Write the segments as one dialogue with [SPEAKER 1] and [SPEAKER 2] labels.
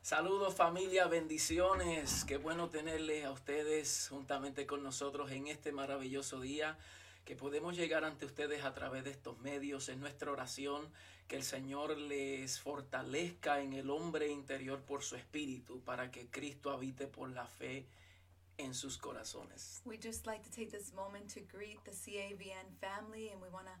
[SPEAKER 1] Saludos familia, bendiciones. Qué bueno tenerles a ustedes juntamente con nosotros en este maravilloso día que podemos llegar ante ustedes a través de estos medios. Es nuestra oración que el Señor les fortalezca en el hombre interior por su espíritu para que Cristo habite por la fe en sus corazones.
[SPEAKER 2] We'd just like to take this moment to greet the CAVN family, and we want to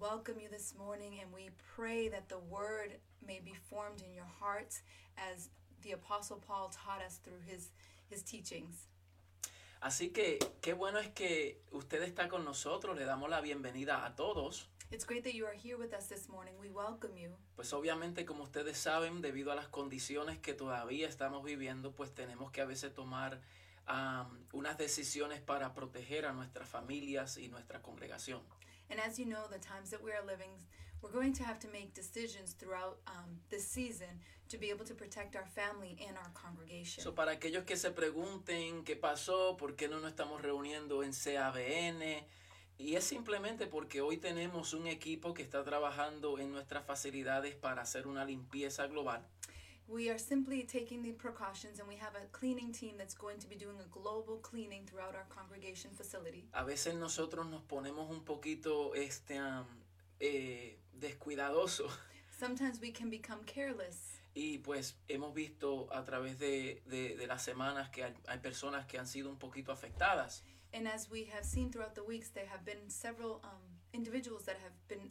[SPEAKER 2] welcome you this morning. And we pray that the word may be formed in your hearts as the Apostle Paul taught us through his, his teachings.
[SPEAKER 1] Así que qué bueno es que usted está con nosotros. Le damos la bienvenida a todos.
[SPEAKER 2] It's great that you are here with us this morning. We welcome you.
[SPEAKER 1] Pues obviamente, como ustedes saben, debido a las condiciones que todavía estamos viviendo, pues tenemos que a veces tomar am, unas decisiones para proteger a nuestras familias y nuestra congregación.
[SPEAKER 2] And as you know, the times that we are living, we're going to have to make decisions throughout um, this season to be able to protect our family and our congregation.
[SPEAKER 1] So, para aquellos que se pregunten qué pasó, por qué no nos estamos reuniendo en CABN, y es simplemente porque hoy tenemos un equipo que está trabajando en nuestras facilidades para hacer una limpieza global.
[SPEAKER 2] We are simply taking the precautions, and we have a cleaning team that's going to be doing a global cleaning throughout our congregation facility.
[SPEAKER 1] A veces nosotros nos ponemos un poquito este, am, eh, descuidadosos
[SPEAKER 2] Sometimes we can become careless,
[SPEAKER 1] y pues hemos visto a través de, de- de las semanas que hay, hay personas que han sido un poquito afectadas.
[SPEAKER 2] and as we have seen throughout the weeks, there have been several um, individuals that have been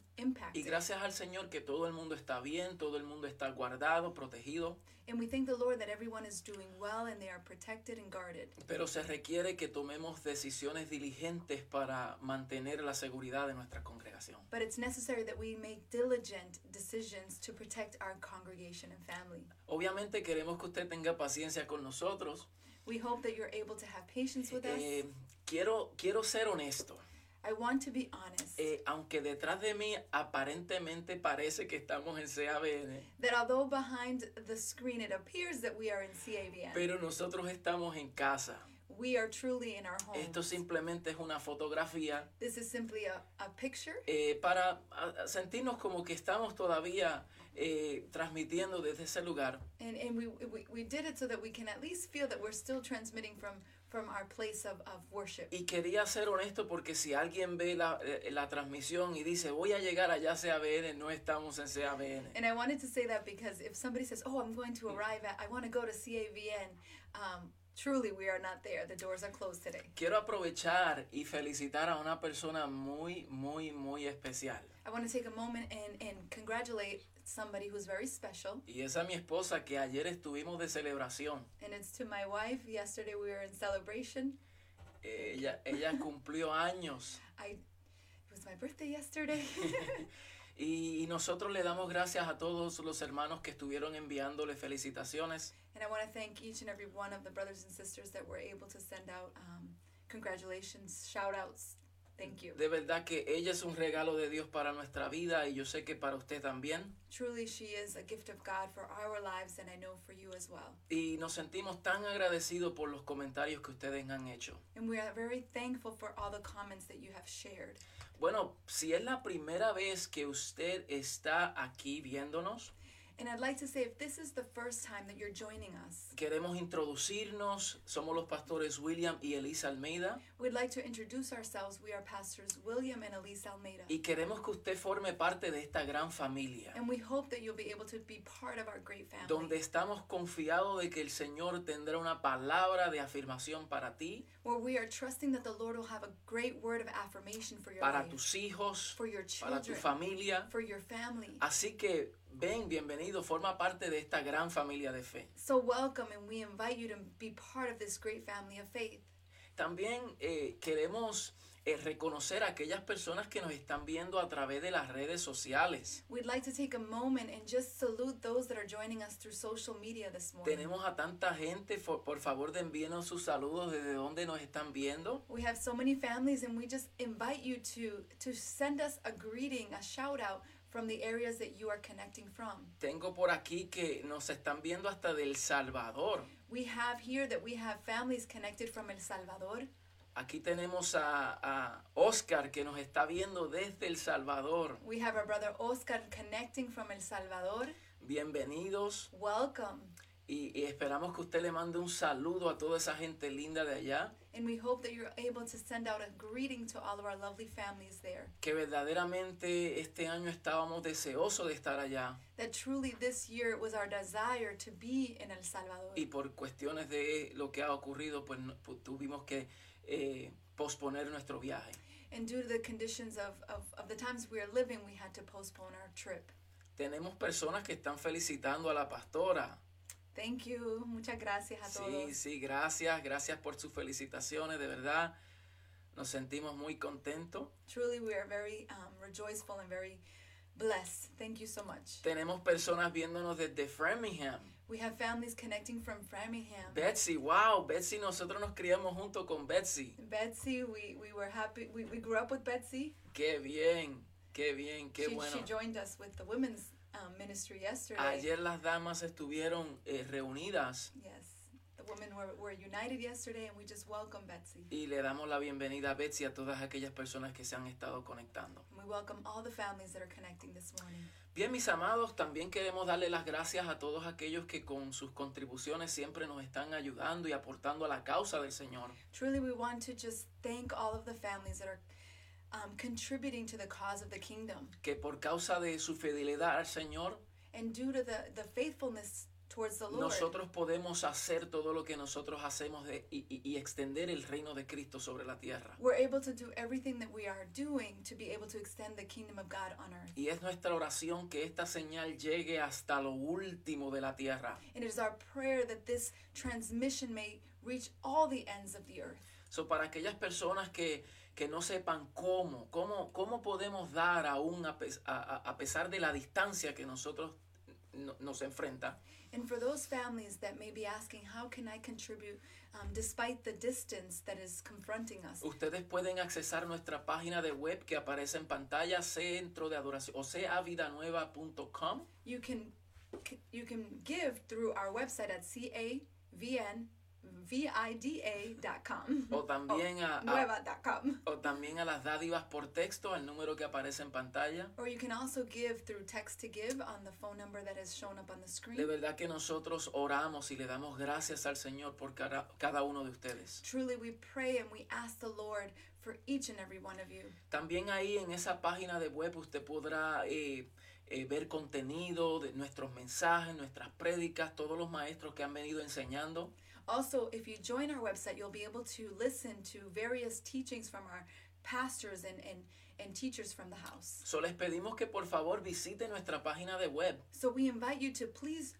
[SPEAKER 1] Y
[SPEAKER 2] impacted.
[SPEAKER 1] gracias al Señor que todo el mundo está bien, todo el mundo está guardado, protegido,
[SPEAKER 2] And we thank the Lord that everyone is doing well and they are protected and guarded.
[SPEAKER 1] pero se requiere que tomemos decisiones diligentes para mantener la seguridad de nuestra congregación.
[SPEAKER 2] But it's necessary that we make diligent decisions to protect our congregation and family.
[SPEAKER 1] Obviamente queremos que usted tenga paciencia con nosotros.
[SPEAKER 2] We hope that you're able to have patience with us.
[SPEAKER 1] Eh, quiero, quiero ser honesto.
[SPEAKER 2] I want to be honest
[SPEAKER 1] Eh, aunque detrás de mí aparentemente parece que estamos en CABN,
[SPEAKER 2] that although behind the screen it appears that we are in CAVN,
[SPEAKER 1] pero nosotros estamos en casa.
[SPEAKER 2] we are truly in our home.
[SPEAKER 1] Esto simplemente es una fotografía
[SPEAKER 2] This is simply a, a picture
[SPEAKER 1] eh, para ah, sentirnos como que estamos todavía eh, transmitiendo desde ese lugar.
[SPEAKER 2] and, and we, we, we did it so that we can at least feel that we're still transmitting from, from our place of, of worship.
[SPEAKER 1] Y quería ser honesto porque si alguien ve la, eh, la transmisión y dice voy a llegar allá a CABN, no estamos en CABN.
[SPEAKER 2] And I wanted to say that because if somebody says, "Oh, I'm going to
[SPEAKER 1] Mm.
[SPEAKER 2] arrive at, I want to go to CAVN," um, truly we are not there. The doors are closed today.
[SPEAKER 1] Quiero aprovechar y felicitar a una persona muy, muy, muy especial.
[SPEAKER 2] I want to take a moment and and congratulate somebody who's very special,
[SPEAKER 1] Y esa es mi esposa que ayer estuvimos de celebración.
[SPEAKER 2] and it's to my wife. Yesterday we were in celebration.
[SPEAKER 1] Eh, Ella, ella cumplió años
[SPEAKER 2] I it was my birthday yesterday,
[SPEAKER 1] y, y nosotros le damos gracias a todos los hermanos que estuvieron enviándole felicitaciones.
[SPEAKER 2] and I want to thank each and every one of the brothers and sisters that were able to send out um, congratulations, shout outs. Thank you.
[SPEAKER 1] De verdad que ella es un regalo de Dios para nuestra vida y yo sé que para usted también.
[SPEAKER 2] Truly, she is a gift of God for our lives, and I know for you as well.
[SPEAKER 1] Y nos sentimos tan agradecidos por los comentarios que ustedes han hecho.
[SPEAKER 2] And we are very thankful for all the comments that you have shared.
[SPEAKER 1] Bueno, si es la primera vez que usted está aquí viéndonos,
[SPEAKER 2] And I'd like to say if this is the first time that you're joining us,
[SPEAKER 1] queremos introducirnos. Somos los pastores William y Elisa Almeida.
[SPEAKER 2] we'd like to introduce ourselves. We are pastors William and Elise Almeida.
[SPEAKER 1] y queremos que usted forme parte de esta gran familia,
[SPEAKER 2] And we hope that you'll be able to be part of our great family,
[SPEAKER 1] donde estamos confiados de que el Señor tendrá una palabra de afirmación para ti,
[SPEAKER 2] where we are trusting that the Lord will have a great word of affirmation for your
[SPEAKER 1] para
[SPEAKER 2] life,
[SPEAKER 1] tus hijos,
[SPEAKER 2] for your
[SPEAKER 1] para tu Ah.
[SPEAKER 2] children,
[SPEAKER 1] familia.
[SPEAKER 2] for your family.
[SPEAKER 1] Así que ven, bienvenido, forma parte de esta gran familia de fe.
[SPEAKER 2] So welcome, and we invite you to be part of this great family of faith.
[SPEAKER 1] También eh, queremos eh, reconocer a aquellas personas que nos están viendo a través de las redes sociales.
[SPEAKER 2] We'd like to take a moment and just salute those that are joining us through social media this morning.
[SPEAKER 1] Tenemos a tanta gente, fo- por favor de envíenos sus saludos desde donde nos están viendo.
[SPEAKER 2] We have so many families, and we just invite you to to send us a greeting, a shout out from the areas that you are connecting from.
[SPEAKER 1] Tengo por aquí que nos están viendo hasta del Salvador.
[SPEAKER 2] We have here that we have families connected from El Salvador.
[SPEAKER 1] Aquí tenemos a, a Oscar que nos está viendo desde El Salvador.
[SPEAKER 2] We have our brother Oscar connecting from El Salvador.
[SPEAKER 1] Bienvenidos.
[SPEAKER 2] Welcome.
[SPEAKER 1] Y, y esperamos que usted le mande un saludo a toda esa gente linda de allá,
[SPEAKER 2] And we hope that you're able to send out a greeting to all of our lovely families there.
[SPEAKER 1] que verdaderamente este año estábamos deseosos de estar allá
[SPEAKER 2] That truly this year it was our desire to be in El Salvador.
[SPEAKER 1] y por cuestiones de lo que ha ocurrido, pues, no- pues, tuvimos que eh, posponer nuestro viaje.
[SPEAKER 2] And due to the conditions of, of, of the times we are living, we had to postpone our trip.
[SPEAKER 1] Tenemos personas que están felicitando a la pastora.
[SPEAKER 2] Thank you. Muchas gracias a
[SPEAKER 1] Sí,
[SPEAKER 2] todos.
[SPEAKER 1] sí, gracias, gracias por sus felicitaciones, de verdad. Nos sentimos muy contentos.
[SPEAKER 2] Truly, we are very um, rejoiceful and very blessed. Thank you so much.
[SPEAKER 1] Tenemos personas viéndonos desde Framingham.
[SPEAKER 2] We have families connecting from Framingham.
[SPEAKER 1] Betsy, wow, Betsy, nosotros nos criamos junto con Betsy.
[SPEAKER 2] Betsy, we, we were happy. We, we grew up with Betsy.
[SPEAKER 1] Qué bien, qué bien, qué
[SPEAKER 2] she,
[SPEAKER 1] bueno.
[SPEAKER 2] she joined us with the women's um, ministry yesterday.
[SPEAKER 1] Ayer las damas estuvieron eh, reunidas
[SPEAKER 2] Yes. The women were, were united yesterday, and we just welcome Betsy.
[SPEAKER 1] y le damos la bienvenida a Betsy a todas aquellas personas que se han estado conectando.
[SPEAKER 2] And we welcome all the families that are connecting this morning.
[SPEAKER 1] Bien, mis amados, también queremos darle las gracias a todos aquellos que con sus contribuciones siempre nos están ayudando y aportando a la causa del Señor.
[SPEAKER 2] Truly, we want to just thank all of the families that are um, contributing to the cause of the kingdom.
[SPEAKER 1] que por causa de su fidelidad al Señor,
[SPEAKER 2] And due to the, the faithfulness towards the Lord,
[SPEAKER 1] nosotros podemos hacer todo lo que nosotros hacemos de- y, y- y extender el reino de Cristo sobre la tierra.
[SPEAKER 2] we're able to do everything that we are doing to be able to extend the kingdom of God on earth.
[SPEAKER 1] Y es nuestra oración que esta señal llegue hasta lo último de la tierra.
[SPEAKER 2] And it is our prayer that this transmission may reach all the ends of the earth.
[SPEAKER 1] So, para aquellas personas que, que no sepan cómo, cómo, cómo podemos dar aún a, pes- a- a- a pesar de la distancia que nosotros no- nos enfrenta,
[SPEAKER 2] And for those families that may be asking, how can I contribute um, despite the distance that is confronting us?
[SPEAKER 1] ustedes pueden accesar nuestra página de web que aparece en pantalla, centro de adoración, o sea, vidanueva.com.
[SPEAKER 2] You can you can give through our website at cavnvida.com.
[SPEAKER 1] O también a, a-
[SPEAKER 2] Nueva.com.
[SPEAKER 1] o también a las dádivas por texto, al número que aparece en pantalla.
[SPEAKER 2] Or you can also give through text to give on the phone number that is shown up on the screen.
[SPEAKER 1] De verdad que nosotros oramos y le damos gracias al Señor por cada, cada uno de ustedes.
[SPEAKER 2] Truly, we pray and we ask the Lord for each and every one of you.
[SPEAKER 1] También ahí en esa página de web usted podrá eh, eh, ver contenido de nuestros mensajes, nuestras prédicas, todos los maestros que han venido enseñando.
[SPEAKER 2] Also, if you join our website, you'll be able to listen to various teachings from our pastors and, and, and teachers from the house.
[SPEAKER 1] So les pedimos que por favor visite nuestra página de web.
[SPEAKER 2] So, we invite you to please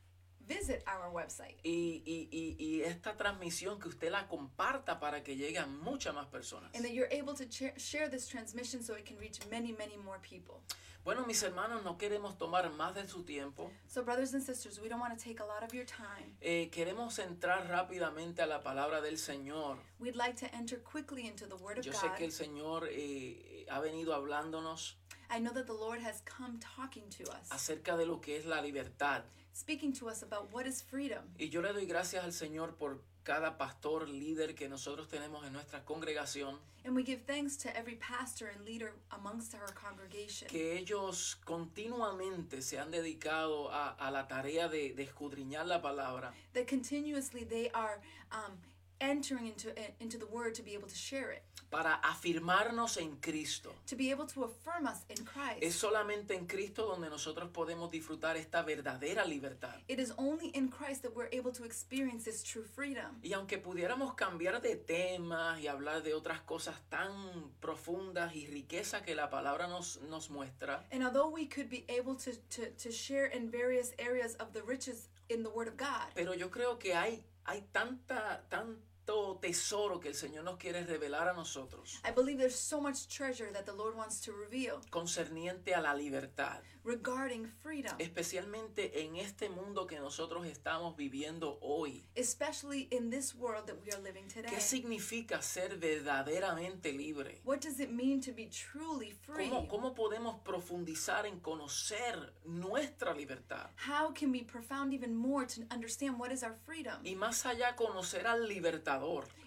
[SPEAKER 2] visit our website.
[SPEAKER 1] Y, y- y- y esta transmisión que usted la comparta para que llegue a muchas más personas.
[SPEAKER 2] and that you're able to cha- share this transmission so it can reach many, many more people.
[SPEAKER 1] Bueno, mis hermanos, no queremos tomar más de su tiempo.
[SPEAKER 2] So, brothers and sisters, we don't want to take a lot of your time.
[SPEAKER 1] Eh, queremos entrar rápidamente a la palabra del Señor.
[SPEAKER 2] We'd like to enter quickly into the Word of
[SPEAKER 1] Yo sé
[SPEAKER 2] God.
[SPEAKER 1] que el Señor eh, ha venido hablándonos
[SPEAKER 2] I know that the Lord has come talking to us,
[SPEAKER 1] acerca de lo que es la libertad.
[SPEAKER 2] speaking to us about what is freedom.
[SPEAKER 1] Y yo le doy gracias al Señor por cada pastor, líder que nosotros tenemos en nuestra congregación,
[SPEAKER 2] And we give thanks to every pastor and leader amongst our congregation
[SPEAKER 1] que ellos continuamente se han dedicado a, a la tarea de, de escudriñar la palabra
[SPEAKER 2] that continuously they are um, entering into, eh, into the Word to be able to share it,
[SPEAKER 1] para afirmarnos en Cristo.
[SPEAKER 2] to be able to affirm us in Christ.
[SPEAKER 1] Es solamente en Cristo donde nosotros podemos disfrutar esta verdadera libertad.
[SPEAKER 2] it is only in Christ that we're able to experience this true freedom.
[SPEAKER 1] Y aunque pudiéramos cambiar de temas y hablar de otras cosas tan profundas y riqueza que la palabra nos, nos muestra,
[SPEAKER 2] And although we could be able to, to, to share in various areas of the riches in the Word of God,
[SPEAKER 1] pero yo creo que hay, hay tanta, tanto tesoro que el Señor nos quiere revelar a nosotros
[SPEAKER 2] I believe there's so much treasure that the Lord wants to reveal
[SPEAKER 1] concerniente a la libertad,
[SPEAKER 2] regarding freedom,
[SPEAKER 1] especialmente en este mundo que nosotros estamos viviendo hoy.
[SPEAKER 2] especially in this world that we are living today.
[SPEAKER 1] ¿Qué significa ser verdaderamente libre?
[SPEAKER 2] What does it mean to be truly free?
[SPEAKER 1] ¿Cómo, ¿Cómo podemos profundizar en conocer nuestra libertad?
[SPEAKER 2] How can we profound even more to understand what is our freedom
[SPEAKER 1] Y más allá conocer al libertador,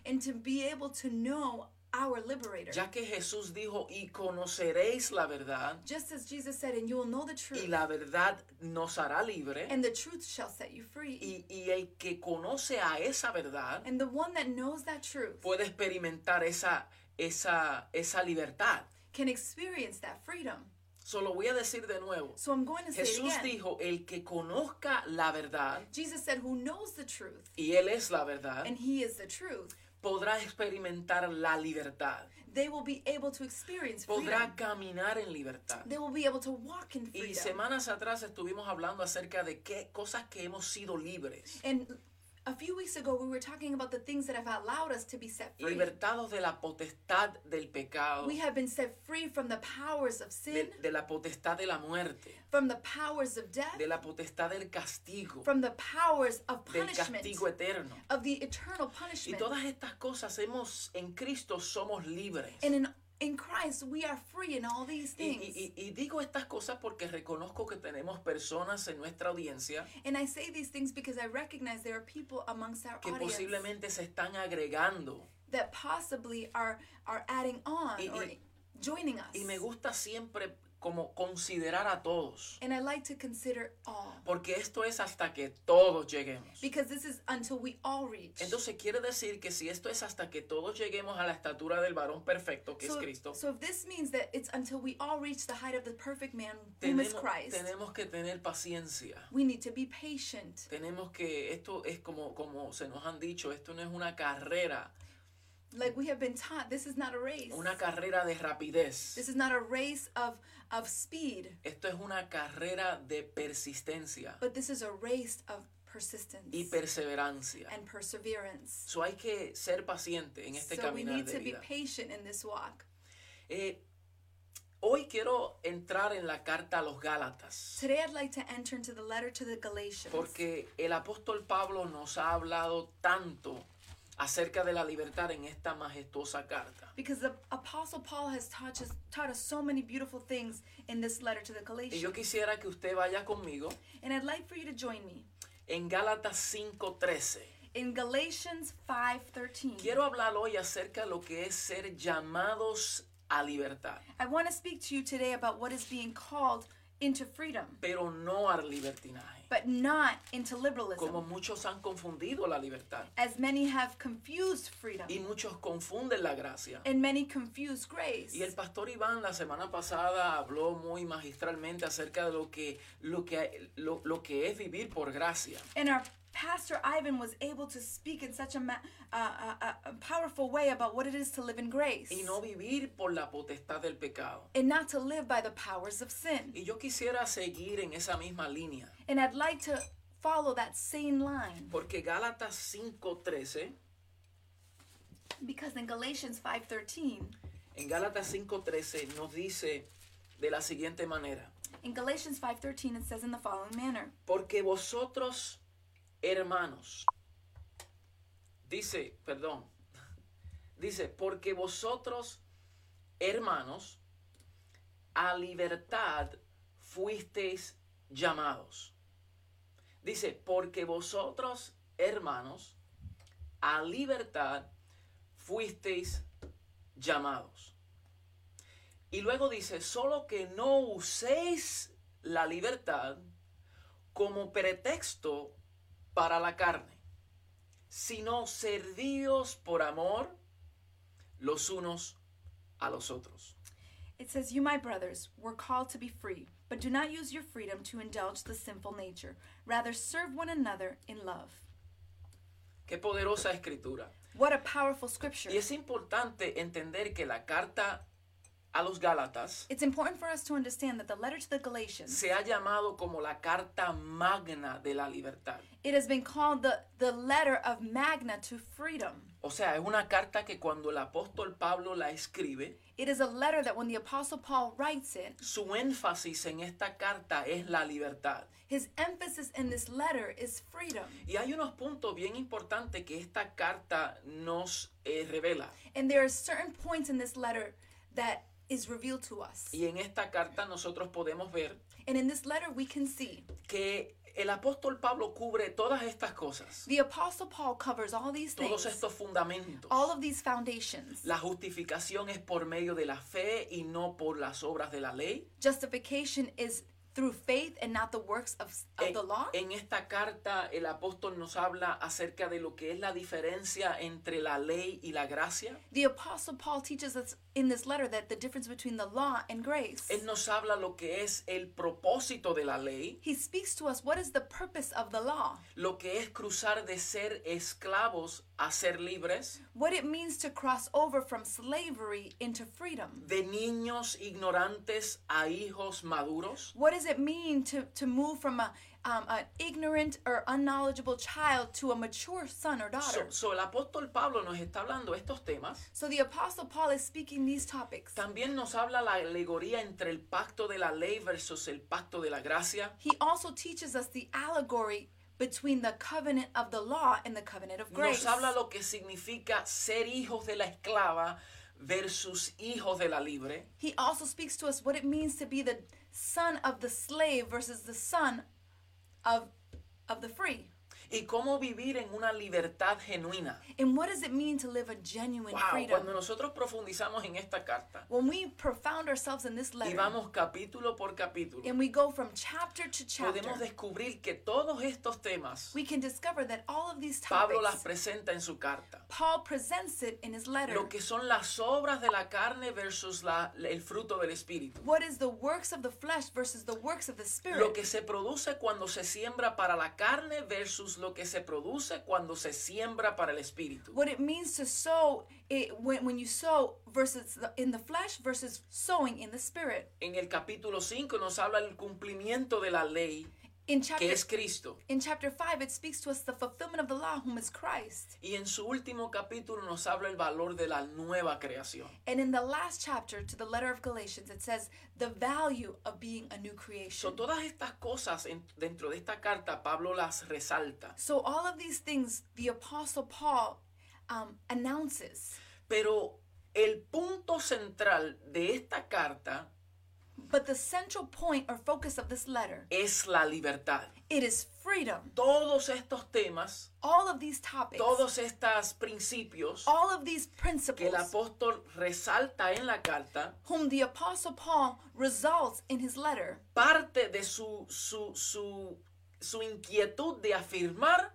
[SPEAKER 2] and to be able to know our liberator.
[SPEAKER 1] ya que Jesús dijo, y conoceréis la verdad,
[SPEAKER 2] Just as Jesus said, and you will know the
[SPEAKER 1] y
[SPEAKER 2] truth,
[SPEAKER 1] la verdad nos hará libre,
[SPEAKER 2] and the truth shall set you free.
[SPEAKER 1] y, y el que conoce a esa verdad
[SPEAKER 2] And the one that knows that truth
[SPEAKER 1] puede experimentar esa, esa, esa libertad.
[SPEAKER 2] can experience that freedom.
[SPEAKER 1] Solo voy a decir de nuevo.
[SPEAKER 2] So I'm going to say it
[SPEAKER 1] Jesús
[SPEAKER 2] again.
[SPEAKER 1] dijo, el que conozca la verdad,
[SPEAKER 2] Jesus said, Who knows the truth,
[SPEAKER 1] y Él es la verdad,
[SPEAKER 2] and he is the truth,
[SPEAKER 1] podrá experimentar la libertad,
[SPEAKER 2] they will be able to experience freedom.
[SPEAKER 1] podrá caminar en libertad.
[SPEAKER 2] They will be able to walk in
[SPEAKER 1] Y
[SPEAKER 2] freedom.
[SPEAKER 1] semanas atrás estuvimos hablando acerca de qué cosas que hemos sido libres,
[SPEAKER 2] And a few weeks ago, we were talking about the things that have allowed us to be set free.
[SPEAKER 1] libertados de la potestad del pecado,
[SPEAKER 2] We have been set free from the powers of
[SPEAKER 1] de,
[SPEAKER 2] sin,
[SPEAKER 1] de la potestad de la muerte,
[SPEAKER 2] from the powers of death,
[SPEAKER 1] de la potestad del castigo,
[SPEAKER 2] from the powers of
[SPEAKER 1] del
[SPEAKER 2] punishment,
[SPEAKER 1] castigo eterno.
[SPEAKER 2] of the eternal
[SPEAKER 1] Y
[SPEAKER 2] punishment.
[SPEAKER 1] todas estas cosas hemos, en Cristo somos libres.
[SPEAKER 2] And in, in Christ, we are free in all these
[SPEAKER 1] Y,
[SPEAKER 2] things.
[SPEAKER 1] y- y- y digo estas cosas porque reconozco que tenemos personas en nuestra audiencia
[SPEAKER 2] And I say these things because I recognize there are people amongst our
[SPEAKER 1] que
[SPEAKER 2] audience
[SPEAKER 1] posiblemente se están agregando.
[SPEAKER 2] that possibly are are adding on
[SPEAKER 1] Y-
[SPEAKER 2] or
[SPEAKER 1] y-
[SPEAKER 2] joining us.
[SPEAKER 1] Y me gusta siempre como considerar a todos,
[SPEAKER 2] and I like to consider all
[SPEAKER 1] porque esto es hasta que todos lleguemos.
[SPEAKER 2] because this is until we all reach.
[SPEAKER 1] Entonces quiere decir que si esto es hasta que todos lleguemos a la estatura del varón perfecto, que es
[SPEAKER 2] so,
[SPEAKER 1] Cristo,
[SPEAKER 2] so if this means that it's until we all reach the height of the perfect man who is
[SPEAKER 1] tenemos,
[SPEAKER 2] Christ,
[SPEAKER 1] tenemos que tener paciencia.
[SPEAKER 2] we need to be patient.
[SPEAKER 1] Tenemos que, esto es como, como se nos han dicho, esto no es una carrera,
[SPEAKER 2] Like we have been taught, this is not a race.
[SPEAKER 1] una carrera de rapidez.
[SPEAKER 2] This is not a race of of speed,
[SPEAKER 1] Esto es una carrera de persistencia
[SPEAKER 2] but this is a race of persistence
[SPEAKER 1] y perseverancia.
[SPEAKER 2] and perseverance.
[SPEAKER 1] So hay que ser paciente en este
[SPEAKER 2] So we
[SPEAKER 1] caminar
[SPEAKER 2] need
[SPEAKER 1] de
[SPEAKER 2] to be
[SPEAKER 1] vida.
[SPEAKER 2] patient in this walk.
[SPEAKER 1] Eh, hoy quiero entrar en la carta a los Gálatas,
[SPEAKER 2] Today I'd like to enter into the letter to the Galatians.
[SPEAKER 1] porque el apóstol Pablo nos ha hablado tanto acerca de la libertad en esta majestuosa carta.
[SPEAKER 2] Because the Apostle Paul has taught us, taught us so many beautiful things in this letter to the
[SPEAKER 1] Y
[SPEAKER 2] Galatians.
[SPEAKER 1] yo quisiera que usted vaya conmigo
[SPEAKER 2] And I'd like for you to join me
[SPEAKER 1] en Gálatas 5:13.
[SPEAKER 2] in Galatians 5.13.
[SPEAKER 1] Quiero hablar hoy acerca de lo que es ser llamados a libertad,
[SPEAKER 2] I want to speak to you today about what is being called into freedom,
[SPEAKER 1] pero no al libertinaje.
[SPEAKER 2] but not into liberalism.
[SPEAKER 1] como muchos han confundido la libertad
[SPEAKER 2] As many have confused freedom,
[SPEAKER 1] y muchos confunden la gracia.
[SPEAKER 2] and many confuse grace.
[SPEAKER 1] Y el pastor Iván la semana pasada habló muy magistralmente acerca de lo que, lo que, lo, lo que es vivir por gracia.
[SPEAKER 2] And our pastor Ivan was able to speak in such a, ma- uh, uh, uh, a powerful way about what it is to live in grace.
[SPEAKER 1] Y no vivir por la potestad del pecado.
[SPEAKER 2] and not to live by the powers of sin.
[SPEAKER 1] Y yo quisiera seguir en esa misma línea,
[SPEAKER 2] And I'd like to follow that same line
[SPEAKER 1] porque Gálatas 5.13,
[SPEAKER 2] because in Galatians 5:13,
[SPEAKER 1] en Gálatas 5.13 nos dice de la siguiente manera,
[SPEAKER 2] in Galatians 5:13 it says in the following manner.
[SPEAKER 1] porque vosotros, hermanos, dice, perdón, dice, porque vosotros, hermanos, a libertad fuisteis llamados. Dice, porque vosotros, hermanos, a libertad fuisteis llamados. Y luego dice, solo que no uséis la libertad como pretexto para la carne, sino servidos por amor los unos a los otros.
[SPEAKER 2] It says, "You my brothers were called to be free, but do not use your freedom to indulge the sinful nature. Rather serve one another in love."
[SPEAKER 1] Qué poderosa escritura.
[SPEAKER 2] What a powerful scripture.
[SPEAKER 1] Y es importante entender que la carta a los Gálatas
[SPEAKER 2] It's important for us to understand that the letter to the Galatians,
[SPEAKER 1] se ha llamado como la carta magna de la libertad.
[SPEAKER 2] it has been called the the letter of magna to freedom.
[SPEAKER 1] O sea, es una carta que cuando el apóstol Pablo la escribe,
[SPEAKER 2] It is a letter that when the apostle Paul writes it,
[SPEAKER 1] su énfasis en esta carta es la libertad.
[SPEAKER 2] His emphasis in this letter is freedom.
[SPEAKER 1] Y hay unos puntos bien importantes que esta carta nos eh, revela.
[SPEAKER 2] And there are certain points in this letter that is revealed to us.
[SPEAKER 1] Y en esta carta nosotros podemos ver
[SPEAKER 2] And in this letter, we can see
[SPEAKER 1] que El apóstol Pablo cubre todas estas cosas,
[SPEAKER 2] The Apostle Paul covers all these
[SPEAKER 1] todos
[SPEAKER 2] things,
[SPEAKER 1] estos fundamentos.
[SPEAKER 2] all of these foundations.
[SPEAKER 1] La justificación es por medio de la fe y no por las obras de la ley.
[SPEAKER 2] Justification is through faith and not the works of, of
[SPEAKER 1] En,
[SPEAKER 2] the law.
[SPEAKER 1] en esta carta el apóstol nos habla acerca de lo que es la diferencia entre la ley y la gracia.
[SPEAKER 2] The Apostle Paul teaches us in this letter that the difference between the law and grace.
[SPEAKER 1] Él nos habla lo que es el propósito de la ley,
[SPEAKER 2] He speaks to us what is the purpose of the law,
[SPEAKER 1] lo que es cruzar de ser esclavos a ser libres,
[SPEAKER 2] what it means to cross over from slavery into freedom.
[SPEAKER 1] de niños ignorantes a hijos maduros.
[SPEAKER 2] What does it mean to, to move from a, um, an ignorant or unknowledgeable child to a mature son or daughter?
[SPEAKER 1] So, so el apóstol Pablo nos está hablando estos temas.
[SPEAKER 2] So the Apostle Paul is speaking these topics.
[SPEAKER 1] También nos habla la alegoría entre el pacto de la ley versus el pacto de la gracia.
[SPEAKER 2] He also teaches us the allegory between the covenant of the law and the covenant of grace.
[SPEAKER 1] Nos habla lo que significa ser hijos de la esclava versus hijos de la libre.
[SPEAKER 2] He also speaks to us what it means to be the son of the slave versus the son of of the free.
[SPEAKER 1] Y cómo vivir en una libertad genuina.
[SPEAKER 2] And what does it mean to live a genuine
[SPEAKER 1] Wow,
[SPEAKER 2] freedom?
[SPEAKER 1] cuando nosotros profundizamos en esta carta
[SPEAKER 2] When we profound ourselves in this
[SPEAKER 1] y
[SPEAKER 2] letter
[SPEAKER 1] vamos capítulo por capítulo,
[SPEAKER 2] and we go from chapter to chapter,
[SPEAKER 1] podemos descubrir que todos estos temas
[SPEAKER 2] we can discover that all of these
[SPEAKER 1] Pablo las
[SPEAKER 2] topics
[SPEAKER 1] presenta en su carta.
[SPEAKER 2] Paul presents it in his letter.
[SPEAKER 1] Lo que son las obras de la carne versus la- el fruto del espíritu.
[SPEAKER 2] What is the works of the flesh versus the works of the spirit?
[SPEAKER 1] Lo que se produce cuando se siembra para la carne versus lo que se produce cuando se siembra para el espíritu.
[SPEAKER 2] what it means to sow it when, when you sow versus the, in the flesh versus sowing in the spirit
[SPEAKER 1] En el capítulo 5 nos habla el cumplimiento de la ley,
[SPEAKER 2] in chapter
[SPEAKER 1] que es Cristo.
[SPEAKER 2] in chapter 5 it speaks to us the fulfillment of the law whom is christ
[SPEAKER 1] Y en su último capítulo nos habla el valor de la nueva creación.
[SPEAKER 2] and in the last chapter to the letter of galatians it says the value of being a new
[SPEAKER 1] So,
[SPEAKER 2] creation
[SPEAKER 1] todas estas cosas en- dentro de esta carta Pablo las resalta,
[SPEAKER 2] so all of these things the apostle paul um, announces
[SPEAKER 1] pero el punto central de esta carta
[SPEAKER 2] but the central point or focus of this letter
[SPEAKER 1] es la libertad.
[SPEAKER 2] it is freedom
[SPEAKER 1] Todos estos temas,
[SPEAKER 2] all of these topics
[SPEAKER 1] todos estos principios
[SPEAKER 2] all of these
[SPEAKER 1] que el
[SPEAKER 2] principles
[SPEAKER 1] apóstol resalta en la carta,
[SPEAKER 2] whom the Apostle Paul results in his letter,
[SPEAKER 1] parte de su, su, su, su inquietud de afirmar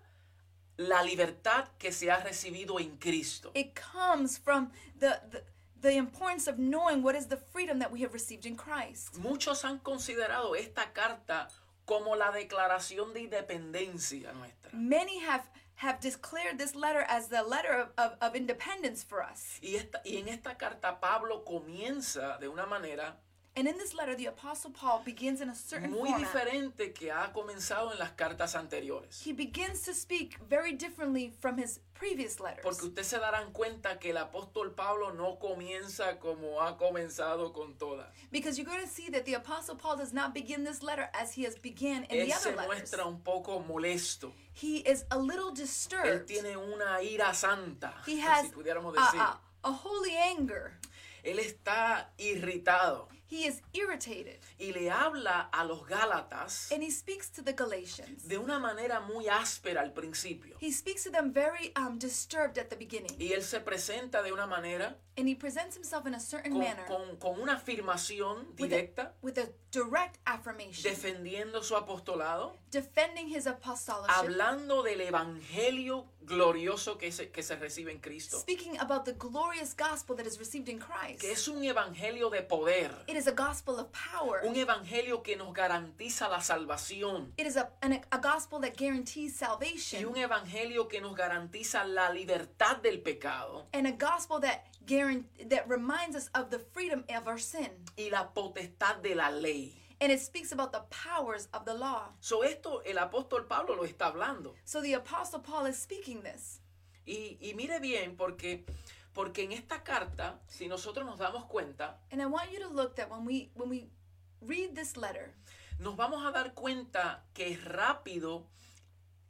[SPEAKER 1] la libertad que se ha recibido en Cristo.
[SPEAKER 2] it comes from the, the, the importance of knowing what is the freedom that we have received in Christ.
[SPEAKER 1] Muchos han considerado esta carta como la declaración de independencia nuestra.
[SPEAKER 2] Many have, have declared this letter as the letter of, of, of independence for us.
[SPEAKER 1] Y, esta, y en esta carta Pablo comienza de una manera
[SPEAKER 2] And in this letter, the Apostle Paul begins in a certain
[SPEAKER 1] muy
[SPEAKER 2] format.
[SPEAKER 1] diferente que ha comenzado en las cartas anteriores.
[SPEAKER 2] He begins to speak very differently from his previous letters.
[SPEAKER 1] Porque ustedes se darán cuenta que el apóstol Pablo no comienza como ha comenzado con todas.
[SPEAKER 2] Because you're going to see that the Apostle Paul does not begin this letter as he has began
[SPEAKER 1] Él
[SPEAKER 2] in the other
[SPEAKER 1] se
[SPEAKER 2] letters.
[SPEAKER 1] muestra un poco molesto.
[SPEAKER 2] He is a little
[SPEAKER 1] Él
[SPEAKER 2] disturbed.
[SPEAKER 1] tiene una ira santa,
[SPEAKER 2] He has uh,
[SPEAKER 1] si pudiéramos
[SPEAKER 2] a,
[SPEAKER 1] decir.
[SPEAKER 2] a, a holy anger.
[SPEAKER 1] Él está irritado
[SPEAKER 2] He is irritated.
[SPEAKER 1] y le habla a los Gálatas
[SPEAKER 2] And he speaks to the Galatians.
[SPEAKER 1] de una manera muy áspera al principio.
[SPEAKER 2] He speaks to them very um, disturbed at the beginning.
[SPEAKER 1] Y él se presenta de una manera,
[SPEAKER 2] And he presents himself in a certain
[SPEAKER 1] con,
[SPEAKER 2] manner
[SPEAKER 1] con- con una afirmación
[SPEAKER 2] with a,
[SPEAKER 1] directa,
[SPEAKER 2] with a direct affirmation,
[SPEAKER 1] defendiendo su apostolado,
[SPEAKER 2] defending his apostoleship,
[SPEAKER 1] hablando del evangelio glorioso que se, que se recibe en Cristo,
[SPEAKER 2] speaking about the glorious gospel that is received in Christ.
[SPEAKER 1] que es un evangelio de poder,
[SPEAKER 2] It is a gospel of power.
[SPEAKER 1] un evangelio que nos garantiza la salvación
[SPEAKER 2] It is a, an, a gospel that guarantees
[SPEAKER 1] y
[SPEAKER 2] salvation
[SPEAKER 1] un evangelio que nos garantiza la libertad del pecado
[SPEAKER 2] and a gospel that guarant- that reminds us of the freedom of our sin.
[SPEAKER 1] y la potestad de la ley.
[SPEAKER 2] and it speaks about the powers of the law.
[SPEAKER 1] So esto el apóstol Pablo lo está hablando.
[SPEAKER 2] So the apostle Paul is speaking this.
[SPEAKER 1] Y, y mire bien, porque, porque en esta carta, si nosotros nos damos cuenta,
[SPEAKER 2] And I want you to look that when we when we read this letter,
[SPEAKER 1] nos vamos a dar cuenta que es rápido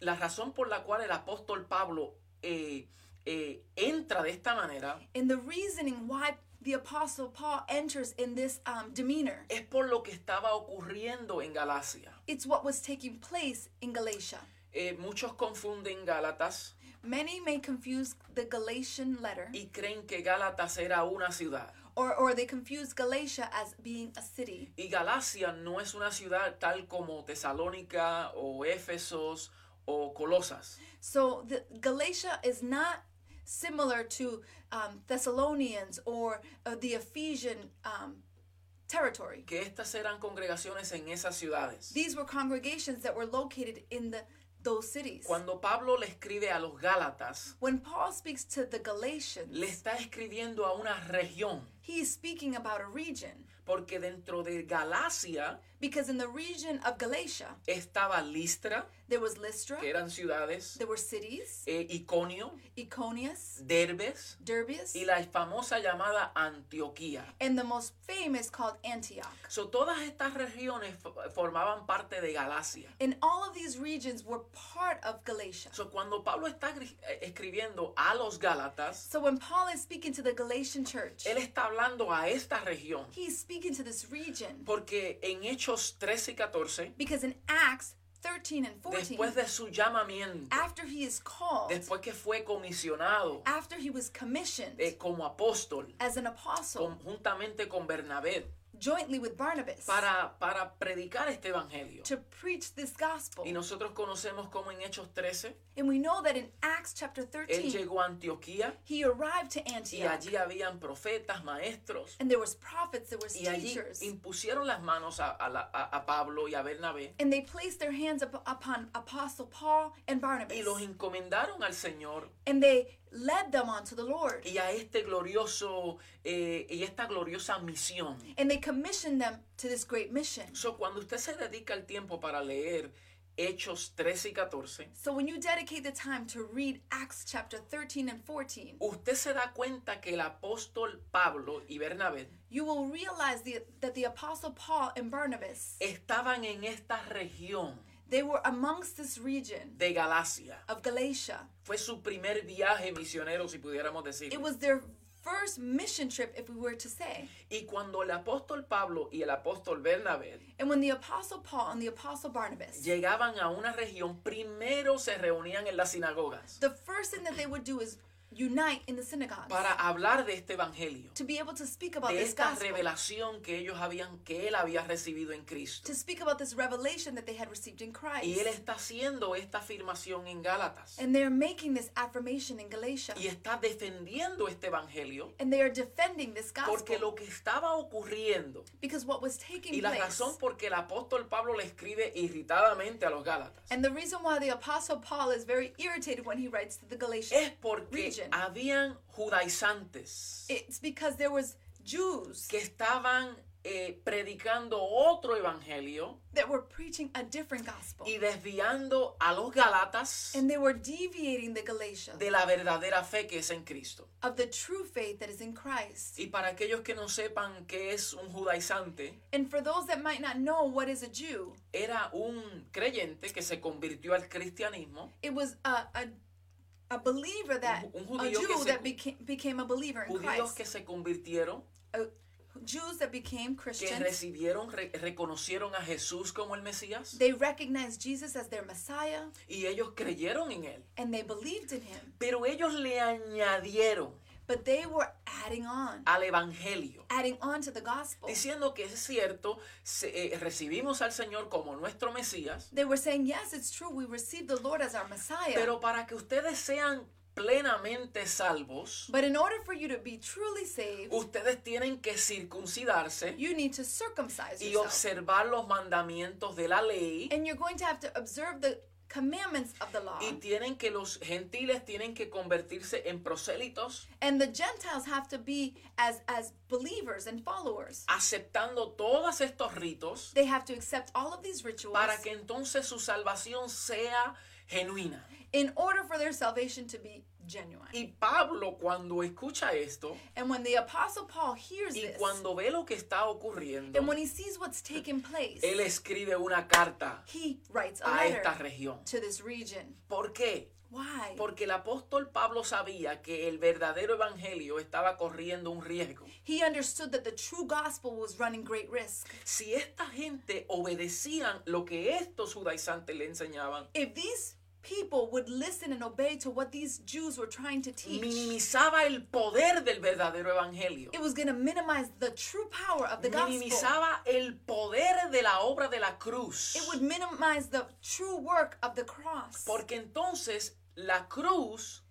[SPEAKER 1] la razón por la cual el apóstol Pablo eh, eh, entra de esta manera
[SPEAKER 2] and the reasoning why the Apostle Paul enters in this um, demeanor.
[SPEAKER 1] Es por lo que estaba ocurriendo en Galacia.
[SPEAKER 2] It's what was taking place in Galatia.
[SPEAKER 1] Eh, muchos confunden Gálatas
[SPEAKER 2] Many may confuse the Galatian letter,
[SPEAKER 1] y creen que Gálatas era una ciudad.
[SPEAKER 2] or, or they confuse Galatia as being a city.
[SPEAKER 1] Y Galacia no es una ciudad tal como Tesalónica o Éfesos o Colosas.
[SPEAKER 2] So the Galatia is not similar to um, Thessalonians or uh, the Ephesian um, territory.
[SPEAKER 1] Que estas eran congregaciones en esas ciudades.
[SPEAKER 2] These were congregations that were located in the those cities.
[SPEAKER 1] Cuando Pablo le escribe a los Gálatas,
[SPEAKER 2] When Paul speaks to the Galatians,
[SPEAKER 1] le está escribiendo a una región,
[SPEAKER 2] he is speaking about a region
[SPEAKER 1] porque dentro de Galacia
[SPEAKER 2] because in the region of Galatia
[SPEAKER 1] estaba Listra,
[SPEAKER 2] there was Lystra,
[SPEAKER 1] que eran ciudades,
[SPEAKER 2] there were cities,
[SPEAKER 1] eh, Iconio,
[SPEAKER 2] Iconius,
[SPEAKER 1] Derbes
[SPEAKER 2] Derbys,
[SPEAKER 1] y la famosa llamada Antioquía.
[SPEAKER 2] and the most famous called Antioch.
[SPEAKER 1] So, todas estas regiones fo- formaban parte de Galacia.
[SPEAKER 2] And all of these regions were part of Galatia.
[SPEAKER 1] So, cuando Pablo está gri- eh, escribiendo a los Gálatas,
[SPEAKER 2] So when Paul is speaking to the Galatian church,
[SPEAKER 1] él está hablando a esta región,
[SPEAKER 2] he's speaking to this region
[SPEAKER 1] porque en Hechos 13 y 14,
[SPEAKER 2] because in Acts 13 and 14,
[SPEAKER 1] después de su llamamiento,
[SPEAKER 2] after he is called,
[SPEAKER 1] después que fue comisionado
[SPEAKER 2] after he was commissioned
[SPEAKER 1] eh, como apóstol,
[SPEAKER 2] as an apostle,
[SPEAKER 1] con- juntamente con Bernabé,
[SPEAKER 2] jointly with Barnabas,
[SPEAKER 1] para, para predicar este evangelio.
[SPEAKER 2] to preach this gospel.
[SPEAKER 1] Y nosotros conocemos como en Hechos 13,
[SPEAKER 2] and we know that in Acts chapter
[SPEAKER 1] él
[SPEAKER 2] 13,
[SPEAKER 1] llegó a Antioquía
[SPEAKER 2] he arrived to
[SPEAKER 1] y
[SPEAKER 2] Antioch,
[SPEAKER 1] allí habían profetas, maestros,
[SPEAKER 2] and there was prophets, there was
[SPEAKER 1] y allí
[SPEAKER 2] teachers,
[SPEAKER 1] impusieron las manos a, a la- a- a Pablo y a Bernabé
[SPEAKER 2] and they placed their hands up- upon Apostle Paul and Barnabas,
[SPEAKER 1] y los encomendaron al Señor
[SPEAKER 2] and they led them onto the Lord,
[SPEAKER 1] y a este glorioso eh, y esta gloriosa misión.
[SPEAKER 2] and they commissioned them to this great mission.
[SPEAKER 1] So, cuando usted se dedica el tiempo para leer Hechos 13 y 14,
[SPEAKER 2] So when you dedicate the time to read Acts chapter 13 and 14,
[SPEAKER 1] usted se da cuenta que el apóstol Pablo y Bernabé
[SPEAKER 2] you will realize the, that the apostle Paul and Barnabas,
[SPEAKER 1] estaban en esta región
[SPEAKER 2] they were amongst this region
[SPEAKER 1] de Galacia.
[SPEAKER 2] of Galatia.
[SPEAKER 1] Fue su primer viaje misionero, si pudiéramos decir.
[SPEAKER 2] It was their first mission trip if we were to say.
[SPEAKER 1] Y cuando el apóstol Pablo y el apóstol Bernabé
[SPEAKER 2] And when the apostle Paul and the apostle Barnabas,
[SPEAKER 1] llegaban a una región, primero se reunían en las sinagogas
[SPEAKER 2] the first thing that they would do is unite in the synagogues
[SPEAKER 1] para hablar de este evangelio,
[SPEAKER 2] to be able to speak about
[SPEAKER 1] de
[SPEAKER 2] this
[SPEAKER 1] esta
[SPEAKER 2] gospel,
[SPEAKER 1] revelación que ellos habían que él había recibido en Cristo.
[SPEAKER 2] to speak about this revelation that they had received in Christ.
[SPEAKER 1] Y él está haciendo esta afirmación en Gálatas
[SPEAKER 2] And they're making this affirmation in Galatia.
[SPEAKER 1] y está defendiendo este evangelio
[SPEAKER 2] And they are defending this gospel.
[SPEAKER 1] porque lo que estaba ocurriendo
[SPEAKER 2] Because what was taking
[SPEAKER 1] y la
[SPEAKER 2] place,
[SPEAKER 1] razón por que el apóstol Pablo le escribe irritadamente a los Gálatas
[SPEAKER 2] and the reason why the Apostle Paul is very irritated when he writes to the Galatians,
[SPEAKER 1] es porque
[SPEAKER 2] Region.
[SPEAKER 1] habían judaizantes
[SPEAKER 2] it's because there was Jews
[SPEAKER 1] que estaban eh, predicando otro evangelio
[SPEAKER 2] that were preaching a different gospel,
[SPEAKER 1] y desviando a los Galatas
[SPEAKER 2] and they were deviating the Galatians
[SPEAKER 1] de la verdadera fe que es en Cristo.
[SPEAKER 2] of the true faith that is in Christ.
[SPEAKER 1] Y para aquellos que no sepan qué es un judaizante,
[SPEAKER 2] And for those that might not know what is a Jew,
[SPEAKER 1] era un creyente que se convirtió al cristianismo,
[SPEAKER 2] it was a a, a believer that
[SPEAKER 1] Un
[SPEAKER 2] a
[SPEAKER 1] judío que
[SPEAKER 2] Jew
[SPEAKER 1] se-
[SPEAKER 2] that became became a believer in
[SPEAKER 1] judíos
[SPEAKER 2] Christ,
[SPEAKER 1] que se convirtieron,
[SPEAKER 2] A- Jews that became
[SPEAKER 1] que
[SPEAKER 2] Christians.
[SPEAKER 1] recibieron, re- reconocieron a Jesús como el Mesías
[SPEAKER 2] They recognized Jesus as their Messiah
[SPEAKER 1] y ellos creyeron en él.
[SPEAKER 2] and they believed in him.
[SPEAKER 1] Pero ellos le añadieron
[SPEAKER 2] But they were adding on,
[SPEAKER 1] al evangelio,
[SPEAKER 2] adding on to the gospel.
[SPEAKER 1] diciendo que es cierto, se- eh, recibimos al Señor como nuestro Mesías,
[SPEAKER 2] They were saying, Yes, it's true, we received the Lord as our Messiah.
[SPEAKER 1] pero para que ustedes sean plenamente salvos,
[SPEAKER 2] but in order for you to be truly saved,
[SPEAKER 1] ustedes tienen que circuncidarse
[SPEAKER 2] you need to circumcise
[SPEAKER 1] y
[SPEAKER 2] yourself.
[SPEAKER 1] observar los mandamientos de la ley
[SPEAKER 2] And you're going to have to observe the commandments of the law.
[SPEAKER 1] y tienen que los gentiles tienen que convertirse en prosélitos,
[SPEAKER 2] And the Gentiles have to be as, as believers and followers.
[SPEAKER 1] aceptando todos estos ritos
[SPEAKER 2] They have to accept all of these rituals
[SPEAKER 1] para que entonces su salvación sea genuina.
[SPEAKER 2] in order for their salvation to be genuine.
[SPEAKER 1] Y Pablo cuando escucha esto
[SPEAKER 2] And when the Apostle Paul hears
[SPEAKER 1] y
[SPEAKER 2] this,
[SPEAKER 1] cuando ve lo que está ocurriendo,
[SPEAKER 2] and when he sees what's taken place,
[SPEAKER 1] él escribe una carta
[SPEAKER 2] he writes a
[SPEAKER 1] a esta
[SPEAKER 2] letter
[SPEAKER 1] región.
[SPEAKER 2] to this region.
[SPEAKER 1] ¿Por qué?
[SPEAKER 2] Why?
[SPEAKER 1] Porque el apóstol Pablo sabía que el verdadero evangelio estaba corriendo un riesgo.
[SPEAKER 2] He understood that the true gospel was running great risk.
[SPEAKER 1] Si esta gente obedecían lo que estos judaizantes le enseñaban,
[SPEAKER 2] If these people would listen and obey to what these Jews were trying to teach,
[SPEAKER 1] minimizaba el poder del verdadero evangelio.
[SPEAKER 2] it was going to minimize the true power of the gospel.
[SPEAKER 1] Minimizaba el poder de la obra de la cruz.
[SPEAKER 2] It would minimize the true work of the cross.
[SPEAKER 1] Porque entonces la cruz